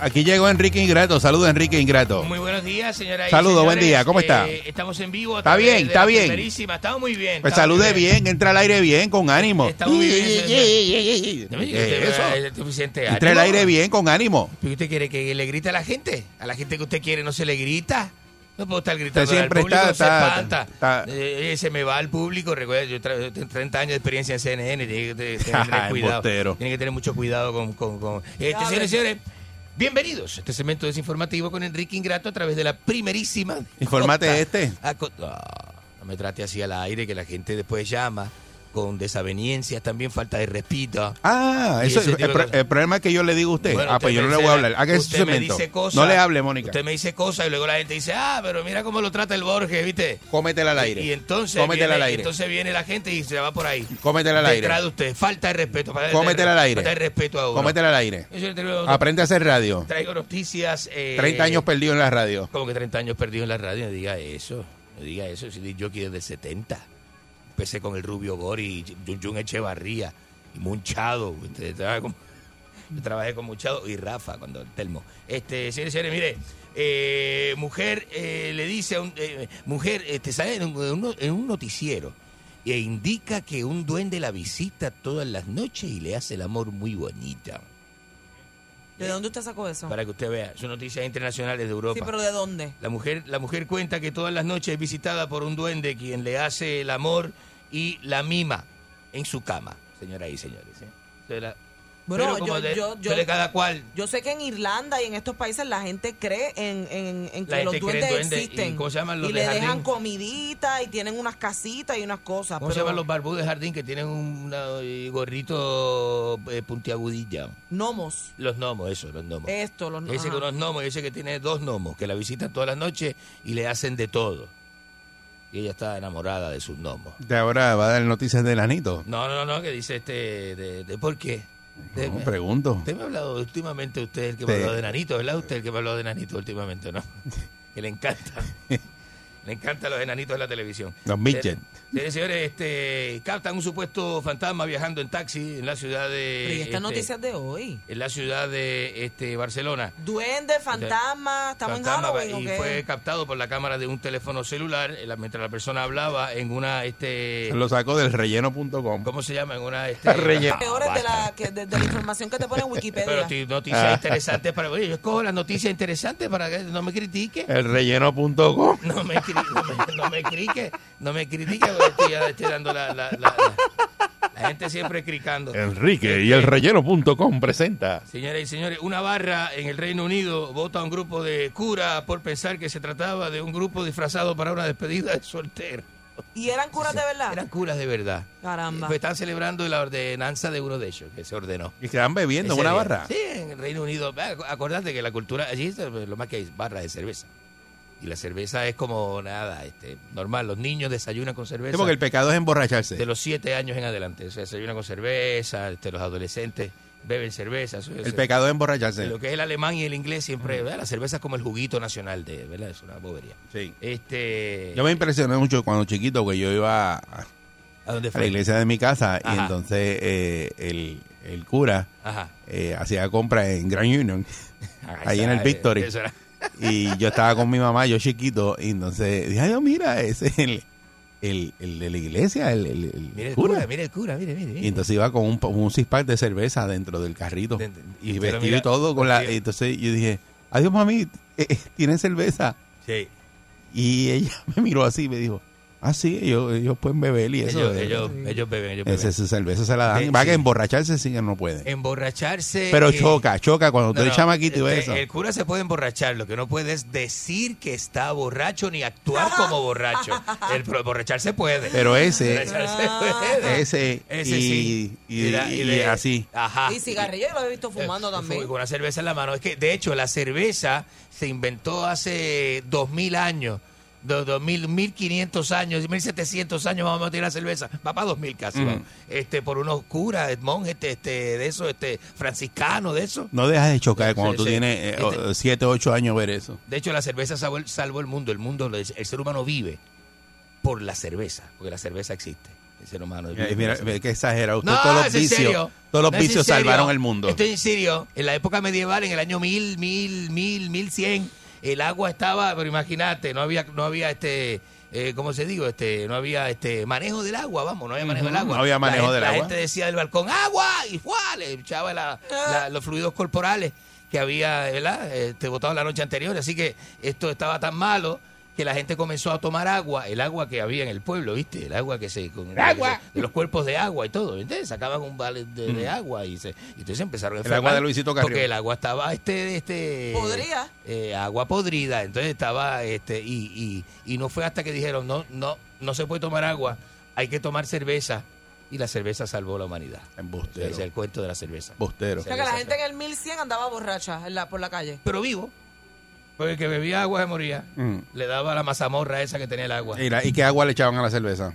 Speaker 1: Aquí llegó Enrique Ingrato. Saludos, Enrique Ingrato.
Speaker 2: Muy buenos días, señora. y
Speaker 1: Saludos, buen
Speaker 2: señores.
Speaker 1: día, ¿cómo está?
Speaker 2: Eh, estamos en vivo. a
Speaker 1: Está
Speaker 2: través
Speaker 1: bien,
Speaker 2: de
Speaker 1: está
Speaker 2: la
Speaker 1: bien.
Speaker 2: Primerísima. Estamos muy bien.
Speaker 1: Pues
Speaker 2: estamos
Speaker 1: salude bien, entra al aire bien, con ánimo.
Speaker 2: Está muy bien.
Speaker 1: Sí,
Speaker 2: señor.
Speaker 1: sí,
Speaker 2: No me
Speaker 1: sí.
Speaker 2: diga que usted
Speaker 1: Eh, Eso.
Speaker 2: vea el suficiente
Speaker 1: Entra al
Speaker 2: ánimo.
Speaker 1: aire bien, con ánimo.
Speaker 2: ¿Y usted quiere que le grite a la gente? ¿A la gente que usted quiere no se le grita? No puedo estar gritando.
Speaker 1: Usted siempre
Speaker 2: al público
Speaker 1: está-
Speaker 2: se
Speaker 1: está-
Speaker 2: espanta. Eh, eh, se me va al público. Recuerda, yo tra- tengo 30 años de experiencia en CNN. Tiene que te- tiene que tener cuidado.
Speaker 1: Ah, Embustero.
Speaker 2: Tiene que tener mucho cuidado con... con, con- Este,
Speaker 1: Ya,
Speaker 2: señores,
Speaker 1: hombre.
Speaker 2: señores, bienvenidos a este segmento desinformativo con Enrique Ingrato a través de la primerísima...
Speaker 1: Infórmate
Speaker 2: Nota.
Speaker 1: este.
Speaker 2: Ah, co- ah, no me trate así al aire, que la gente después llama con desaveniencias, también falta de respeto.
Speaker 1: Ah,
Speaker 2: Y
Speaker 1: eso,
Speaker 2: ese
Speaker 1: el,
Speaker 2: tipo de
Speaker 1: pro-
Speaker 2: cosas.
Speaker 1: el problema es que yo le digo a usted.
Speaker 2: Bueno,
Speaker 1: ah,
Speaker 2: usted
Speaker 1: pues yo no
Speaker 2: me
Speaker 1: le voy a
Speaker 2: dice-
Speaker 1: hablar. Haga ese
Speaker 2: usted me
Speaker 1: segmento.
Speaker 2: dice cosas,
Speaker 1: no le hable, Mónica.
Speaker 2: Usted me dice cosas y luego la gente dice, ah, pero mira cómo lo trata el Borges, ¿viste?
Speaker 1: Cómetela al aire.
Speaker 2: Y entonces,
Speaker 1: Cómetela
Speaker 2: viene,
Speaker 1: al aire.
Speaker 2: entonces viene la gente y se va por ahí.
Speaker 1: Cómetela al aire.
Speaker 2: Detrás de usted. Falta de respeto. Falta de-
Speaker 1: Cómetela al aire.
Speaker 2: Falta de respeto a uno.
Speaker 1: Cómetela al aire.
Speaker 2: Yo le traigo-
Speaker 1: Aprende a hacer radio.
Speaker 2: Traigo noticias. eh,
Speaker 1: 30 años perdido en la radio.
Speaker 2: Como que 30 años perdido en la radio, no diga eso. No diga eso, si yo desde el 70. Empecé con el Rubio Gori, Jun Jun Echevarría, y Munchado. Usted sabe cómo- Yo trabajé con Munchado y Rafa cuando el Telmo. Este, señores, señores, mire, eh, mujer eh, le dice a un, eh, mujer, este, sale en un, en un- en un noticiero e indica que un duende la visita todas las noches y le hace el amor muy bonita. Eh,
Speaker 3: ¿De dónde usted sacó eso?
Speaker 2: Para que usted vea, son noticias internacionales de Europa.
Speaker 3: Sí, pero ¿de dónde?
Speaker 2: La mujer, la mujer cuenta que todas las noches es visitada por un duende quien le hace el amor y la mima en su cama, señoras y señores. ¿eh? Entonces, la-
Speaker 3: Bueno,
Speaker 2: pero como
Speaker 3: yo-
Speaker 2: de-
Speaker 3: yo- yo-
Speaker 2: pero de cada cual,
Speaker 3: Yo sé que en Irlanda y en estos países la gente cree en, en- en
Speaker 2: La
Speaker 3: que
Speaker 2: gente cree
Speaker 3: los
Speaker 2: en
Speaker 3: duendes
Speaker 2: duendes,
Speaker 3: existen.
Speaker 2: ¿y cómo se llaman los
Speaker 3: Y
Speaker 2: de
Speaker 3: le
Speaker 2: jardín?
Speaker 3: dejan comidita y tienen unas casitas y unas cosas.
Speaker 2: ¿cómo se
Speaker 3: Ah, pero-
Speaker 2: llaman los barbudos de jardín que tienen un eh, gorrito eh, puntiagudilla?
Speaker 3: Gnomos.
Speaker 2: Los gnomos, eso, los gnomos.
Speaker 3: Esto, los
Speaker 2: Dice que
Speaker 3: Eh, ajá.
Speaker 2: unos gnomos, dice que tiene dos gnomos que la visitan todas las noches y le hacen de todo. Y ella está enamorada de sus gnomos.
Speaker 1: De ahora va a dar noticias del anito.
Speaker 2: No, no, no, que dice este, de, de- ¿por qué? De-
Speaker 1: No, pregunto.
Speaker 2: Usted me ha hablado últimamente, usted es el que me
Speaker 1: Sí.
Speaker 2: habló de Nanito, ¿verdad? Usted es el que me ha hablado de Nanito últimamente, ¿no? Que le encanta. Le encantan los enanitos de la televisión.
Speaker 1: Los midget.
Speaker 2: Señores, señores, este, captan un supuesto fantasma viajando en taxi en la ciudad de...
Speaker 3: Pero y estas
Speaker 2: este,
Speaker 3: noticias de hoy.
Speaker 2: En la ciudad de este, Barcelona.
Speaker 3: Duende, fantasma, estamos en
Speaker 2: Este Fantasma,
Speaker 3: Halloween, ¿o
Speaker 2: y
Speaker 3: qué?
Speaker 2: fue captado por la cámara de un teléfono celular eh, la- mientras la persona hablaba en una este
Speaker 1: Lo sacó del relleno.com.
Speaker 2: ¿Cómo se llama? En una este,
Speaker 1: Relleno.
Speaker 3: Peores de la, que, de, de la información que te pone en
Speaker 2: Pero
Speaker 3: Wikipedia.
Speaker 2: ti-
Speaker 1: Ah.
Speaker 2: noticias interesantes para oye, yo escojo las noticias interesantes para que no me critique.
Speaker 1: El relleno.com.
Speaker 2: No me, cri- no me, no me critique, no me critique porque estoy, ya- estoy dando la, la, la, la- la gente siempre cricando.
Speaker 1: Enrique y el relleno.com presenta.
Speaker 2: Señoras y señores, una barra en el Reino Unido vota a un grupo de cura por pensar que se trataba de un grupo disfrazado para una despedida de soltero.
Speaker 3: ¿Y eran curas de verdad?
Speaker 2: Eran curas de verdad.
Speaker 3: Caramba.
Speaker 2: Pues están celebrando la ordenanza de uno de ellos, que se ordenó.
Speaker 1: Y quedan bebiendo en
Speaker 2: Ese
Speaker 1: una
Speaker 2: día.
Speaker 1: barra.
Speaker 2: Sí, en el Reino Unido. Ah, Acordate que la cultura allí es eh, lo más que hay, barra de cerveza. Y la cerveza es como nada, este, normal. Los niños desayunan con cerveza.
Speaker 1: Sí, porque el pecado es emborracharse.
Speaker 2: De los siete años en adelante. O sea, desayunan con cerveza, este, los adolescentes beben cerveza. Eso-
Speaker 1: El
Speaker 2: eso-
Speaker 1: pecado es emborracharse.
Speaker 2: Lo que es el alemán y el inglés siempre, ¿verdad? La cerveza es como el juguito nacional de, ¿verdad? Es una bobería.
Speaker 1: Sí.
Speaker 2: Este,
Speaker 1: Yo me impresioné mucho cuando chiquito, que yo iba a,
Speaker 2: ¿A dónde
Speaker 1: a
Speaker 2: fue?
Speaker 1: la iglesia de mi casa y
Speaker 2: Ajá.
Speaker 1: entonces eh, el, el cura
Speaker 2: Ajá.
Speaker 1: eh, hacía compras en Grand Union,
Speaker 2: Ah,
Speaker 1: ahí
Speaker 2: esa-
Speaker 1: en el Victory.
Speaker 2: eso era.
Speaker 1: Y yo estaba con mi mamá, yo chiquito, y entonces dije, ay, Dios, mira, ese es el, el, el de la iglesia, el, el- el
Speaker 2: Mire el
Speaker 1: cura.
Speaker 2: cura, mire el cura, mire, mire. mire.
Speaker 1: Y entonces iba con un, po- un six pack de cerveza dentro del carrito.
Speaker 2: De- de-
Speaker 1: y
Speaker 2: pero
Speaker 1: vestido
Speaker 2: mira,
Speaker 1: y todo con la...
Speaker 2: vestido.
Speaker 1: y entonces yo dije, adiós mami, eh, eh, ¿tienes cerveza?
Speaker 2: Sí.
Speaker 1: Y ella me miró así y me dijo, ah, sí, ellos, ellos pueden beber y eso.
Speaker 2: Ellos,
Speaker 1: eh,
Speaker 2: ellos, ellos beben, ellos beben.
Speaker 1: Esa su cerveza se la dan.
Speaker 2: Sí,
Speaker 1: Va que
Speaker 2: sí.
Speaker 1: emborracharse sí que no puede.
Speaker 2: Emborracharse.
Speaker 1: Pero
Speaker 2: eh,
Speaker 1: choca, choca cuando tú
Speaker 2: no,
Speaker 1: eres
Speaker 2: no,
Speaker 1: chamaquito y ves
Speaker 2: este,
Speaker 1: eso.
Speaker 2: El cura se puede emborrachar, lo que no puede es decir que está borracho ni actuar como borracho. El pro- emborracharse puede.
Speaker 1: Pero ese,
Speaker 2: Emborracharse puede.
Speaker 1: ese,
Speaker 2: Ese
Speaker 1: y,
Speaker 2: sí.
Speaker 1: y-
Speaker 2: la-
Speaker 1: y
Speaker 2: de- ah,
Speaker 1: así.
Speaker 2: Ajá.
Speaker 3: Y cigarrillo yo lo he visto fumando
Speaker 2: Fue
Speaker 3: también.
Speaker 2: Con una cerveza en la mano. Es que, de hecho, la cerveza se inventó hace 2000 años. do- 2000, 1500 años, 1700 años vamos a tirar la cerveza. Va para 2000 casi. va. Este, por unos curas, monjes, este, este, de esos, este, franciscanos, de esos.
Speaker 1: No dejas de chocar cuando
Speaker 2: Sí,
Speaker 1: tú
Speaker 2: sí.
Speaker 1: tienes eh,
Speaker 2: Este-
Speaker 1: 7, 8 años ver eso.
Speaker 2: De hecho, la cerveza salvó el, salvó el mundo. El mundo, el, ser humano vive por la cerveza, porque la cerveza existe. El ser humano vive
Speaker 1: Eh,
Speaker 2: por
Speaker 1: Mira,
Speaker 2: la cerveza.
Speaker 1: ve que exagerado. Usted
Speaker 2: No,
Speaker 1: todos los
Speaker 2: es en
Speaker 1: vicios,
Speaker 2: serio.
Speaker 1: todos los
Speaker 2: No, es en
Speaker 1: vicios
Speaker 2: serio.
Speaker 1: salvaron el mundo.
Speaker 2: Esto es en serio. En la época medieval, en el año 1000, 1000, 1000, 1100, el agua estaba, pero imagínate, no había, no había este, eh, ¿cómo se digo? Este, no había este manejo del agua, vamos, no había manejo del
Speaker 1: Ujú,
Speaker 2: agua.
Speaker 1: no había
Speaker 2: La
Speaker 1: manejo
Speaker 2: gente-
Speaker 1: del
Speaker 2: la
Speaker 1: agua.
Speaker 2: gente decía del balcón, agua, y ¡fua! le echaba la- la- los fluidos corporales que había, ¿verdad? Este, botado la noche anterior. Así que esto estaba tan malo que la gente comenzó a tomar agua, el agua que había en el pueblo, ¿viste? El agua que se... con-
Speaker 1: ¡Agua!
Speaker 2: De los cuerpos de agua y todo, ¿viste? Sacaban un vale de, de agua y, se, y entonces empezaron a
Speaker 1: Mm. El
Speaker 2: enfermar
Speaker 1: agua de Luisito Carrión.
Speaker 2: Porque el agua estaba, este... este
Speaker 3: Podría.
Speaker 2: eh, agua podrida. Entonces estaba, este, y, y, y no fue hasta que dijeron, no, no, no se puede tomar agua, hay que tomar cerveza. Y la cerveza salvó la humanidad. Ese
Speaker 1: Embustero.
Speaker 2: es el cuento de la cerveza.
Speaker 1: Bostero.
Speaker 3: O sea que la gente en el 1100 andaba borracha en la, por la calle.
Speaker 2: Pero vivo. Porque el que bebía agua se moría.
Speaker 1: Mm.
Speaker 2: Le daba la mazamorra esa que tenía el agua.
Speaker 1: Mira, ¿y qué agua le echaban a la cerveza?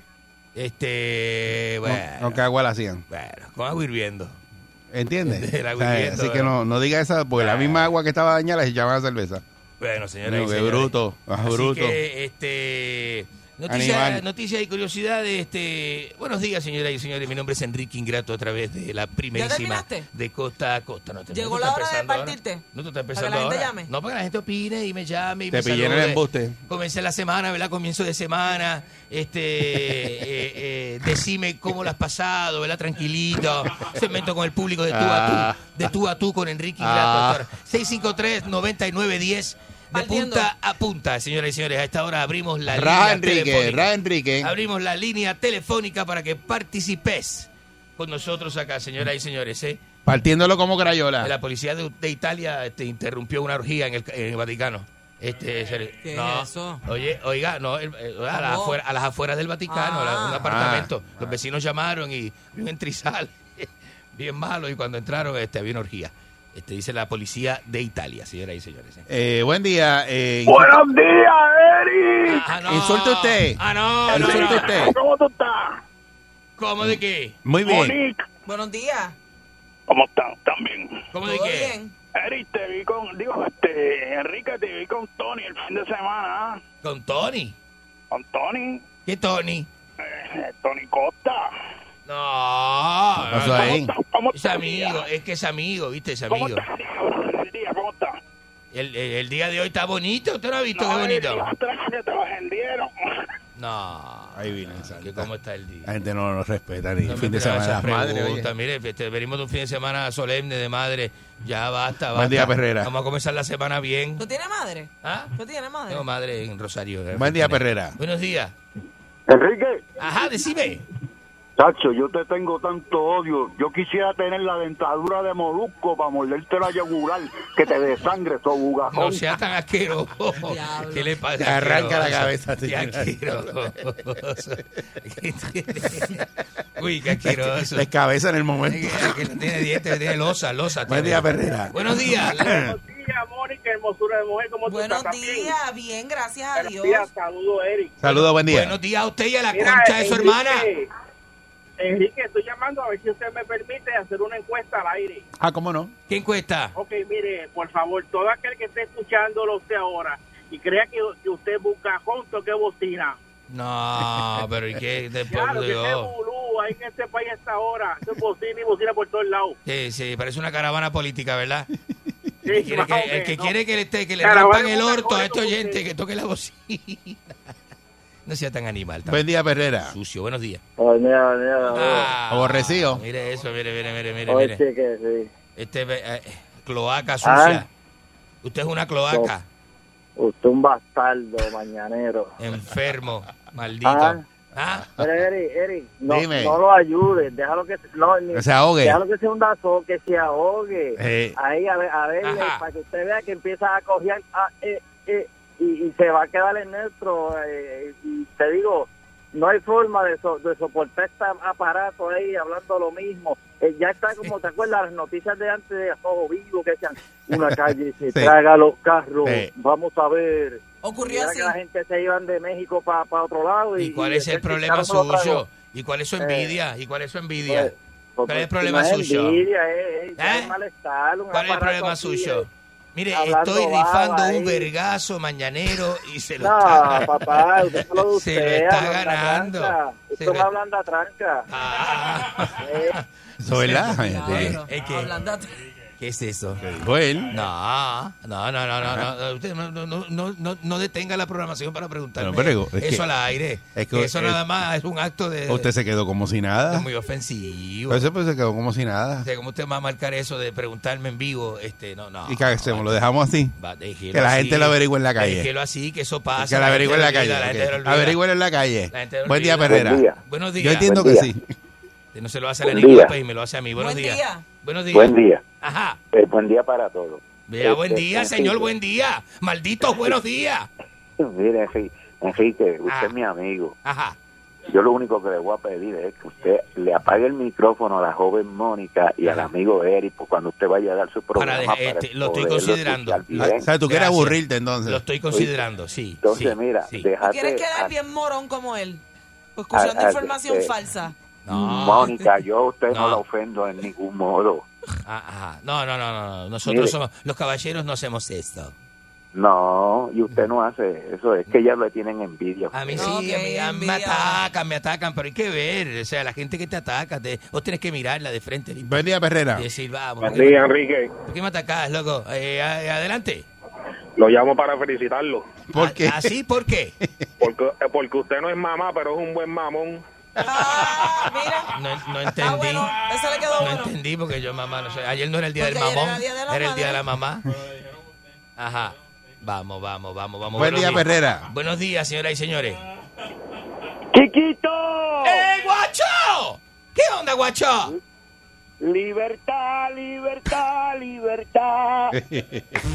Speaker 2: Este,
Speaker 1: No,
Speaker 2: bueno,
Speaker 1: no, ¿Qué agua la hacían?
Speaker 2: bueno, con agua hirviendo.
Speaker 1: ¿Entiendes?
Speaker 2: El agua
Speaker 1: O sea,
Speaker 2: hirviendo,
Speaker 1: así que no, no diga esa, porque la misma agua que estaba dañada la echaban a la cerveza.
Speaker 2: Bueno, señores. y
Speaker 1: No, qué
Speaker 2: señores.
Speaker 1: bruto, ah,
Speaker 2: Así
Speaker 1: bruto.
Speaker 2: que, eh, este.
Speaker 1: Animal.
Speaker 2: Noticias noticia y curiosidades. Este, buenos días, señoras y señores. Mi nombre es Enrique Ingrato a través de la primerísima
Speaker 3: terminaste?
Speaker 2: de Costa a Costa. No, te-
Speaker 3: Llegó
Speaker 2: no te
Speaker 3: la
Speaker 2: estás
Speaker 3: hora de
Speaker 2: pensando ahora.
Speaker 3: partirte.
Speaker 2: No te estás
Speaker 3: Para que la
Speaker 2: pensando
Speaker 3: gente
Speaker 2: ahora.
Speaker 3: llame.
Speaker 2: No, para que la gente opine y me llame. Y
Speaker 1: Te
Speaker 2: me
Speaker 1: pillé en el
Speaker 2: salude.
Speaker 1: embuste.
Speaker 2: Comencé la semana, ¿verdad? Comienzo de semana. Este, eh, eh, decime cómo la has pasado, ¿verdad? Tranquilito. Segmento con el público de tú a
Speaker 1: Ah.
Speaker 2: tú. De tú a tú con Enrique
Speaker 1: Ah.
Speaker 2: Ingrato. 653-9910. De
Speaker 3: Partiendo.
Speaker 2: punta a punta, señoras y señores. A esta hora abrimos la
Speaker 1: Ra
Speaker 2: línea
Speaker 1: Enrique,
Speaker 2: telefónica.
Speaker 1: Ra Enrique.
Speaker 2: Abrimos la línea telefónica para que participes con nosotros acá, señoras y señores. ¿eh?
Speaker 1: Partiéndolo como crayola.
Speaker 2: La policía de, de Italia este, interrumpió una orgía en el, en el Vaticano. Este, se-
Speaker 3: Eh, ¿Qué es eso?
Speaker 2: Oye, oiga, no, el- eh, a, las
Speaker 3: ¿Cómo?
Speaker 2: afuera- a las afueras del Vaticano, a la-
Speaker 3: Ah.
Speaker 2: un apartamento. Los vecinos llamaron y vi un entrizal bien malo y cuando entraron este, había una orgía. Este, dice la policía de Italia, señoras y señores. ¿eh?
Speaker 1: Eh, buen día. Eh,
Speaker 5: Buenos días, Eric.
Speaker 2: Ah,
Speaker 1: Insulte usted.
Speaker 2: Ah, no, no,
Speaker 1: Insulte
Speaker 2: no.
Speaker 1: usted.
Speaker 5: ¿Cómo tú estás?
Speaker 2: ¿Cómo de qué?
Speaker 1: Muy bien.
Speaker 5: Monique,
Speaker 3: Buenos días.
Speaker 5: ¿cómo estás también?
Speaker 2: ¿Cómo de
Speaker 3: ¿Todo
Speaker 2: qué?
Speaker 3: bien?
Speaker 5: Eric, te vi con, digo, este, Enrique, te vi con Tony el fin de semana. ¿ah?
Speaker 2: Con Tony.
Speaker 7: Con Tony.
Speaker 2: ¿Qué Tony?
Speaker 7: Eh, Tony Costa.
Speaker 2: No,
Speaker 7: ¿Qué pasó ahí?
Speaker 2: ¿Cómo está- cómo es amigo, es que es amigo, ¿viste? Es amigo. El, el- el día de hoy está bonito, ¿usted lo ha visto? Qué bonito.
Speaker 7: que te los vendieron.
Speaker 2: No.
Speaker 1: Ahí viene.
Speaker 2: que ¿Cómo está el día?
Speaker 1: La gente no lo respeta ni
Speaker 2: No me
Speaker 1: fin de
Speaker 2: trae
Speaker 1: semana.
Speaker 2: esas
Speaker 1: las madres, oye.
Speaker 2: preguntas. Mire, este, venimos de un fin de semana solemne de madre. Ya basta, basta.
Speaker 1: Buen día, Perrera.
Speaker 2: Vamos a comenzar la semana bien.
Speaker 3: ¿Tú tienes madre?
Speaker 2: ¿Ah?
Speaker 3: ¿Tú tienes madre?
Speaker 2: Tengo madre en Rosario. eh,
Speaker 1: Buen día,
Speaker 2: Argentina.
Speaker 1: Perrera.
Speaker 2: Buenos días.
Speaker 13: Enrique.
Speaker 2: Ajá, decime.
Speaker 13: Chacho, yo te tengo tanto odio. Yo quisiera tener la dentadura de molusco para morderte la yugular, que te desangre tu bugajón.
Speaker 2: No sea tan asqueroso. ¿Qué le pasa?
Speaker 13: Te arranca la cabeza,
Speaker 2: Qué
Speaker 13: señora.
Speaker 2: asqueroso. Uy, qué asqueroso.
Speaker 1: Les cabeza en el momento.
Speaker 2: Que, que no tiene dientes, tiene losa, losa.
Speaker 1: Buen
Speaker 2: tiene.
Speaker 1: día, Perrera.
Speaker 2: Buenos días.
Speaker 7: Mónica, hermosura de mujer, ¿cómo
Speaker 3: Buenos
Speaker 7: tú estás?
Speaker 3: días, bien, gracias a Dios.
Speaker 7: Saludos, Eric.
Speaker 1: Saludos, buen día.
Speaker 2: Buenos días a usted y a la
Speaker 7: Mira,
Speaker 2: concha de su
Speaker 7: Enrique,
Speaker 2: hermana.
Speaker 7: Enrique, estoy llamando a ver si usted me permite hacer una encuesta al aire.
Speaker 1: Ah, ¿cómo no?
Speaker 2: ¿Qué encuesta?
Speaker 7: Ok, mire, por favor, todo aquel que esté escuchándolo usted ahora y crea que, que usted busca junto que bocina.
Speaker 2: No, pero ¿y qué? De
Speaker 7: Claro,
Speaker 2: por
Speaker 7: que ese
Speaker 2: Dios.
Speaker 7: bulú ahí en este país hasta ahora. Eso es bocina y bocina por todos lados.
Speaker 2: Sí, sí, parece una caravana política, ¿verdad?
Speaker 7: Sí,
Speaker 2: Quiere que-
Speaker 7: más o
Speaker 2: el que
Speaker 7: menos.
Speaker 2: quiere que le, esté- que le
Speaker 7: Caravana
Speaker 2: rompan el
Speaker 7: con
Speaker 2: orto a
Speaker 7: mejores
Speaker 2: este
Speaker 7: como
Speaker 2: oyente
Speaker 7: usted.
Speaker 2: que toque la bocina. No sea tan animal. tan
Speaker 1: Buen día, Perrera.
Speaker 2: Sucio, buenos días.
Speaker 14: Ay, mira, mira.
Speaker 2: Ah,
Speaker 1: Aborrecido.
Speaker 2: Mire eso, mire, mire, mire, mire.
Speaker 14: Oye,
Speaker 2: mire.
Speaker 14: que sí.
Speaker 2: Este ve- eh, cloaca
Speaker 14: Ah.
Speaker 2: sucia. Usted es una cloaca.
Speaker 14: Usted un bastardo, mañanero.
Speaker 2: Enfermo, maldito.
Speaker 14: Ah.
Speaker 2: Ah.
Speaker 14: Pero, Eric, Eric, no,
Speaker 1: Dime.
Speaker 14: no lo ayudes. Déjalo que, no, ni-
Speaker 1: Que se ahogue.
Speaker 14: Déjalo que se hunda so- que se ahogue.
Speaker 1: Eh.
Speaker 14: Ahí, a ver, a verle,
Speaker 1: Ajá.
Speaker 14: para que usted vea que empieza a cojear ah, eh, eh, y, y se va a quedar en neutro. eh, y te digo, no hay forma de, so- de soportar este aparato ahí hablando lo mismo. Eh, ya está como, ¿te acuerdas? Las noticias de antes de Ojo Vivo, que decían, una calle se
Speaker 13: Sí.
Speaker 14: traga los carros.
Speaker 7: Eh,
Speaker 13: Sí.
Speaker 14: Vamos a ver.
Speaker 3: Ocurrió
Speaker 14: Era
Speaker 3: así.
Speaker 14: que la gente se iban de México para otro lado. ¿Y,
Speaker 2: ¿Y cuál es el problema
Speaker 14: carro se lo tragó.
Speaker 2: suyo? ¿Y cuál es su envidia? ¿Y cuál es su envidia?
Speaker 14: Eh,
Speaker 2: ¿Cuál es
Speaker 14: Porque
Speaker 2: el problema
Speaker 14: no es
Speaker 2: suyo?
Speaker 14: envidia, es- es- es
Speaker 2: ¿Eh?
Speaker 14: malestar, un
Speaker 2: ¿Cuál es el
Speaker 14: aparato
Speaker 2: problema
Speaker 14: así,
Speaker 2: suyo?
Speaker 14: eh.
Speaker 2: Mire,
Speaker 14: hablando
Speaker 2: estoy
Speaker 14: baba
Speaker 2: rifando
Speaker 14: ahí.
Speaker 2: un vergazo mañanero y se lo
Speaker 14: No,
Speaker 2: está
Speaker 14: papá, usted se lo
Speaker 2: Se lo
Speaker 14: dulcea,
Speaker 2: está
Speaker 14: no anda
Speaker 2: ganando.
Speaker 14: tranca.
Speaker 2: Se Ah.
Speaker 14: Usted
Speaker 2: lo-
Speaker 14: está hablando a tranca. Eh,
Speaker 1: Eso es verdad.
Speaker 2: Eh,
Speaker 1: gente.
Speaker 2: eh, ¿qué? ¿Qué es eso?
Speaker 1: dijo él?
Speaker 2: No, no, no, no, no, no, usted no, no, no, no, no, no detenga la programación para preguntarme
Speaker 1: No, pero es que-
Speaker 2: eso al aire.
Speaker 1: es que-
Speaker 2: eso
Speaker 1: es-
Speaker 2: nada más es un acto de...
Speaker 1: Usted se quedó como si
Speaker 2: es
Speaker 1: nada.
Speaker 2: muy ofensivo.
Speaker 1: Entonces, pues se quedó como si nada.
Speaker 2: O sea, ¿Cómo usted va a marcar eso de preguntarme en vivo? Este, no, no.
Speaker 1: ¿Y qué hacemos? ¿Lo dejamos así?
Speaker 2: Va, déjelo
Speaker 1: Que la
Speaker 2: así.
Speaker 1: gente lo averigüe en la calle.
Speaker 2: Déjelo así, que eso pasa.
Speaker 1: Que la averigüe en la
Speaker 2: gente lo
Speaker 1: calle.
Speaker 2: olvida, la gente lo
Speaker 1: ok.
Speaker 2: olvida.
Speaker 1: Averigüelo en la
Speaker 2: La gente
Speaker 1: calle.
Speaker 2: lo
Speaker 1: Buen día,
Speaker 2: olvida.
Speaker 1: Perrera.
Speaker 2: Buen día. Buenos días.
Speaker 1: Yo entiendo
Speaker 2: Buen
Speaker 1: que
Speaker 2: día.
Speaker 1: sí.
Speaker 2: Usted no se lo hace a
Speaker 15: Buen
Speaker 2: Lenín
Speaker 15: día.
Speaker 2: López y me lo hace a mí. Buenos días. Buenos días.
Speaker 15: Buen día.
Speaker 2: Ajá.
Speaker 15: Eh, buen día para todos.
Speaker 2: Vea,
Speaker 15: Este,
Speaker 2: buen día,
Speaker 15: Enrique.
Speaker 2: señor, buen día. Malditos buenos días.
Speaker 15: Mire, Enri- Enrique, usted
Speaker 2: Ah.
Speaker 15: es mi amigo.
Speaker 2: Ajá.
Speaker 15: Yo lo único que le voy a pedir es que usted le apague el micrófono a la joven Mónica y al amigo Eric pues, cuando usted vaya a dar su programa.
Speaker 2: de-
Speaker 15: Para
Speaker 2: este, lo estoy
Speaker 15: poderlo
Speaker 2: considerando.
Speaker 15: escuchar bien.
Speaker 1: O sea, tú quieres
Speaker 2: Gracias.
Speaker 1: aburrirte entonces.
Speaker 2: Lo estoy considerando, sí.
Speaker 15: Entonces,
Speaker 2: sí,
Speaker 15: mira,
Speaker 2: sí.
Speaker 15: déjate
Speaker 3: ¿Quieres quedar
Speaker 15: a-
Speaker 3: bien morón como él? pues, Escuchando
Speaker 15: Ah, ah,
Speaker 3: información
Speaker 15: eh,
Speaker 3: falsa.
Speaker 15: Mónica, yo a usted no. la ofendo en ningún modo.
Speaker 2: Ajá. No, no, no, no, no. Nosotros
Speaker 15: Mire.
Speaker 2: somos, los caballeros no hacemos esto.
Speaker 15: No, y usted no hace eso. Es que ya le tienen envidia.
Speaker 2: A mí sí, a mí- a mí me atacan, me atacan, pero hay que ver. O sea, la gente que te ataca, te- vos tenés que mirarla de frente. Lito.
Speaker 1: Buen día, Perrera.
Speaker 2: Y decir, vamos.
Speaker 16: Buen
Speaker 2: ¿por qué
Speaker 16: día,
Speaker 2: me-
Speaker 16: Enrique.
Speaker 2: ¿Por qué me atacás, loco? Eh, a- adelante.
Speaker 16: Lo llamo para felicitarlo.
Speaker 1: ¿Por qué?
Speaker 2: ¿Así? ¿Por qué?
Speaker 16: Porque, eh, porque usted no es mamá, pero es un buen mamón.
Speaker 2: No,
Speaker 3: Ah,
Speaker 2: no entendí. no entendí porque yo mamá no sé. Ayer no era el día
Speaker 3: Porque
Speaker 2: del
Speaker 3: ayer
Speaker 2: mamón.
Speaker 3: era el día de la
Speaker 2: el día de la mamá.
Speaker 3: madre.
Speaker 2: Ajá. Vamos, vamos, vamos, vamos.
Speaker 1: Buen
Speaker 2: Buenos
Speaker 1: día,
Speaker 2: días.
Speaker 1: Perrera.
Speaker 2: Buenos días, señoras y señores.
Speaker 7: ¡Chiquito!
Speaker 2: ¡Eh, guacho! ¿Qué onda, guacho?
Speaker 7: Libertad, libertad, libertad.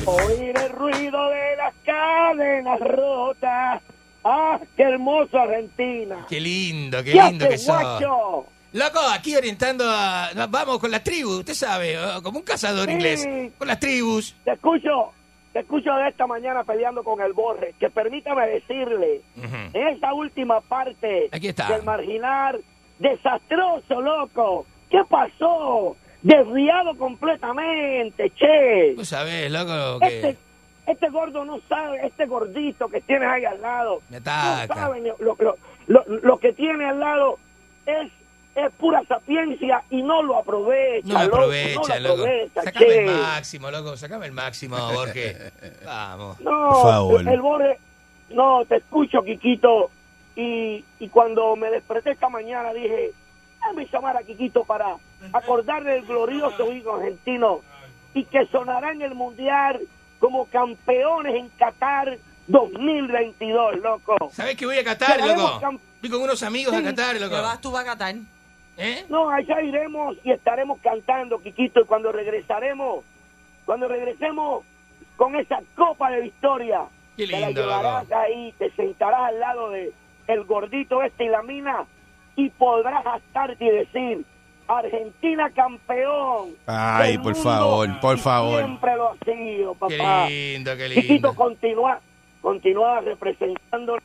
Speaker 7: Oír el ruido de las cadenas rotas. ¡Ah, qué hermosa Argentina!
Speaker 2: Qué lindo, qué
Speaker 7: ¿Qué
Speaker 2: lindo
Speaker 7: hace,
Speaker 2: que sos.
Speaker 7: guacho?
Speaker 2: Loco, aquí orientando a... nos Vamos con las tribus, usted sabe, eh, como un cazador
Speaker 7: Sí.
Speaker 2: inglés. Con las tribus.
Speaker 7: Te escucho, te escucho de esta mañana peleando con el Borre. Que permítame decirle, en esta última parte
Speaker 2: Aquí está.
Speaker 7: del marginal, desastroso, loco. ¿Qué pasó? Desviado completamente, che.
Speaker 2: Tú sabes, loco, que...
Speaker 7: Este,
Speaker 17: Este gordo no sabe, este gordito que tienes ahí al lado,
Speaker 2: Me
Speaker 17: no
Speaker 2: ataca.
Speaker 17: sabe ni- lo, lo- lo- lo que tiene al lado es, es pura sapiencia y no lo aprovecha.
Speaker 2: No lo
Speaker 17: loco,
Speaker 2: aprovecha,
Speaker 17: no lo
Speaker 2: loco.
Speaker 17: aprovecha,
Speaker 2: Sácame
Speaker 17: che.
Speaker 2: el máximo, loco. Sácame el máximo, Jorge. Vamos.
Speaker 17: No, el Borre, no, te escucho, Quiquito. Y, y cuando me desperté esta mañana dije, déjame llamar a Quiquito para acordarle el glorioso himno argentino y que sonará en el Mundial como campeones en Qatar 2022, loco.
Speaker 2: ¿Sabes que voy a Qatar,
Speaker 17: Seremos
Speaker 2: loco?
Speaker 17: cam-
Speaker 2: Fui con unos amigos a
Speaker 17: Sí.
Speaker 2: Qatar, loco. ¿Eh?
Speaker 17: ¿Te vas
Speaker 3: tú vas a Qatar?
Speaker 17: No, allá iremos y estaremos cantando, Quiquito, y cuando regresaremos, cuando regresemos con esa copa de victoria,
Speaker 2: Qué
Speaker 17: te
Speaker 2: lindo,
Speaker 17: la llevarás
Speaker 2: loco.
Speaker 17: ahí, te sentarás al lado de el gordito este y la mina y podrás gastarte y decir, Argentina campeón,
Speaker 1: Ay, por favor, por favor.
Speaker 17: siempre lo ha sido, papá.
Speaker 1: Qué lindo, qué
Speaker 17: Quiquito, continúa, continúa representando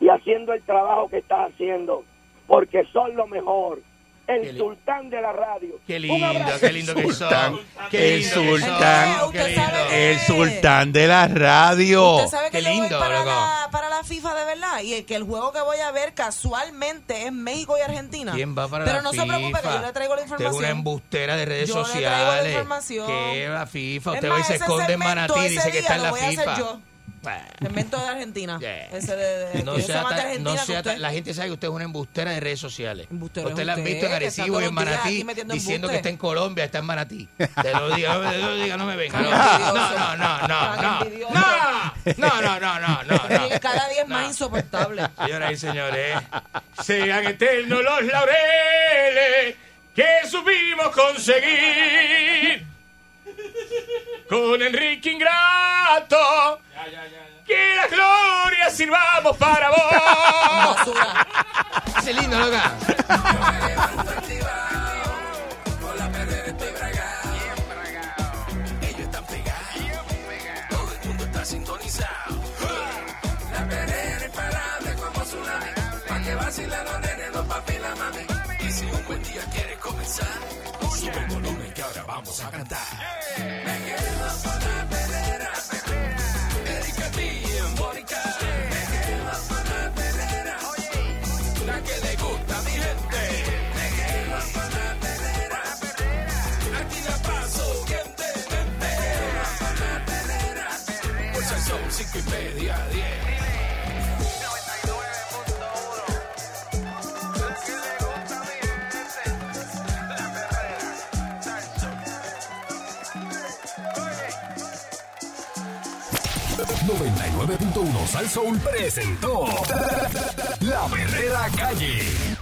Speaker 17: y haciendo el trabajo que estás haciendo, porque son lo mejor. El sultán de la radio.
Speaker 2: Qué
Speaker 17: Un
Speaker 2: lindo,
Speaker 17: abrazo.
Speaker 2: qué lindo que son. Qué
Speaker 1: El
Speaker 2: lindo que son.
Speaker 1: sultán,
Speaker 2: Qué lindo.
Speaker 1: el sultán de la radio.
Speaker 3: Usted sabe que yo voy para
Speaker 1: loco.
Speaker 3: la, para la FIFA de verdad y el, que el juego que voy a ver casualmente es México y Argentina.
Speaker 2: ¿Quién va para
Speaker 3: Pero
Speaker 2: la
Speaker 3: no se preocupe que yo
Speaker 2: FIFA?
Speaker 3: le traigo la
Speaker 2: Usted es
Speaker 3: información.
Speaker 2: una embustera de redes
Speaker 3: Yo le traigo la
Speaker 2: sociales.
Speaker 3: información.
Speaker 2: Que la FIFA,
Speaker 3: Es
Speaker 2: usted va
Speaker 3: más,
Speaker 2: y se
Speaker 3: ese
Speaker 2: esconde en
Speaker 3: segmento
Speaker 2: Manatí y
Speaker 3: ese
Speaker 2: dice que
Speaker 3: día
Speaker 2: está en la
Speaker 3: lo voy a hacer
Speaker 2: FIFA.
Speaker 3: yo. Segmento de Argentina. Ese de, de-
Speaker 2: No
Speaker 3: que yo
Speaker 2: sea
Speaker 3: más de
Speaker 2: tan-
Speaker 3: Argentina
Speaker 2: no
Speaker 3: que
Speaker 2: sea
Speaker 3: usted.
Speaker 2: tan- la gente sabe que usted es una embustera de redes sociales.
Speaker 3: es
Speaker 2: usted la han
Speaker 3: usted,
Speaker 2: visto en
Speaker 3: que
Speaker 2: Arecibo y
Speaker 3: está
Speaker 2: en
Speaker 3: todos los días
Speaker 2: Manatí
Speaker 3: aquí metiendo
Speaker 2: diciendo
Speaker 3: embuste.
Speaker 2: que está en Colombia, está en Manatí. Te lo diga, no, me- no, diga, no me venga. No, no, no, no, no, no. No, no, no, no, no, no.
Speaker 3: Eh, Cada día es más insoportable.
Speaker 2: Señoras y señores, sean eternos los laureles que supimos conseguir con Enrique Ingrato. Que la gloria sirvamos para vos. Ese es lindo, loca.
Speaker 9: Ellos están pegados. Todo el mundo está sintonizado. La perrera es imparable como tsunami. Pa' que vacilan los nenes, los papi y la mami. Y si un buen día quiere comenzar, sube el volumen que ahora vamos a cantar. Me quedo con la perrera. Erika D en Mónica. Me quedo con la perrera. La que le gusta a mi gente. Me quedo con la perrera. Aquí la paso bien de mente. Por si son cinco y media, diez.
Speaker 12: Salsón. 99.1 Sal Soul presentó La Verdadera Calle.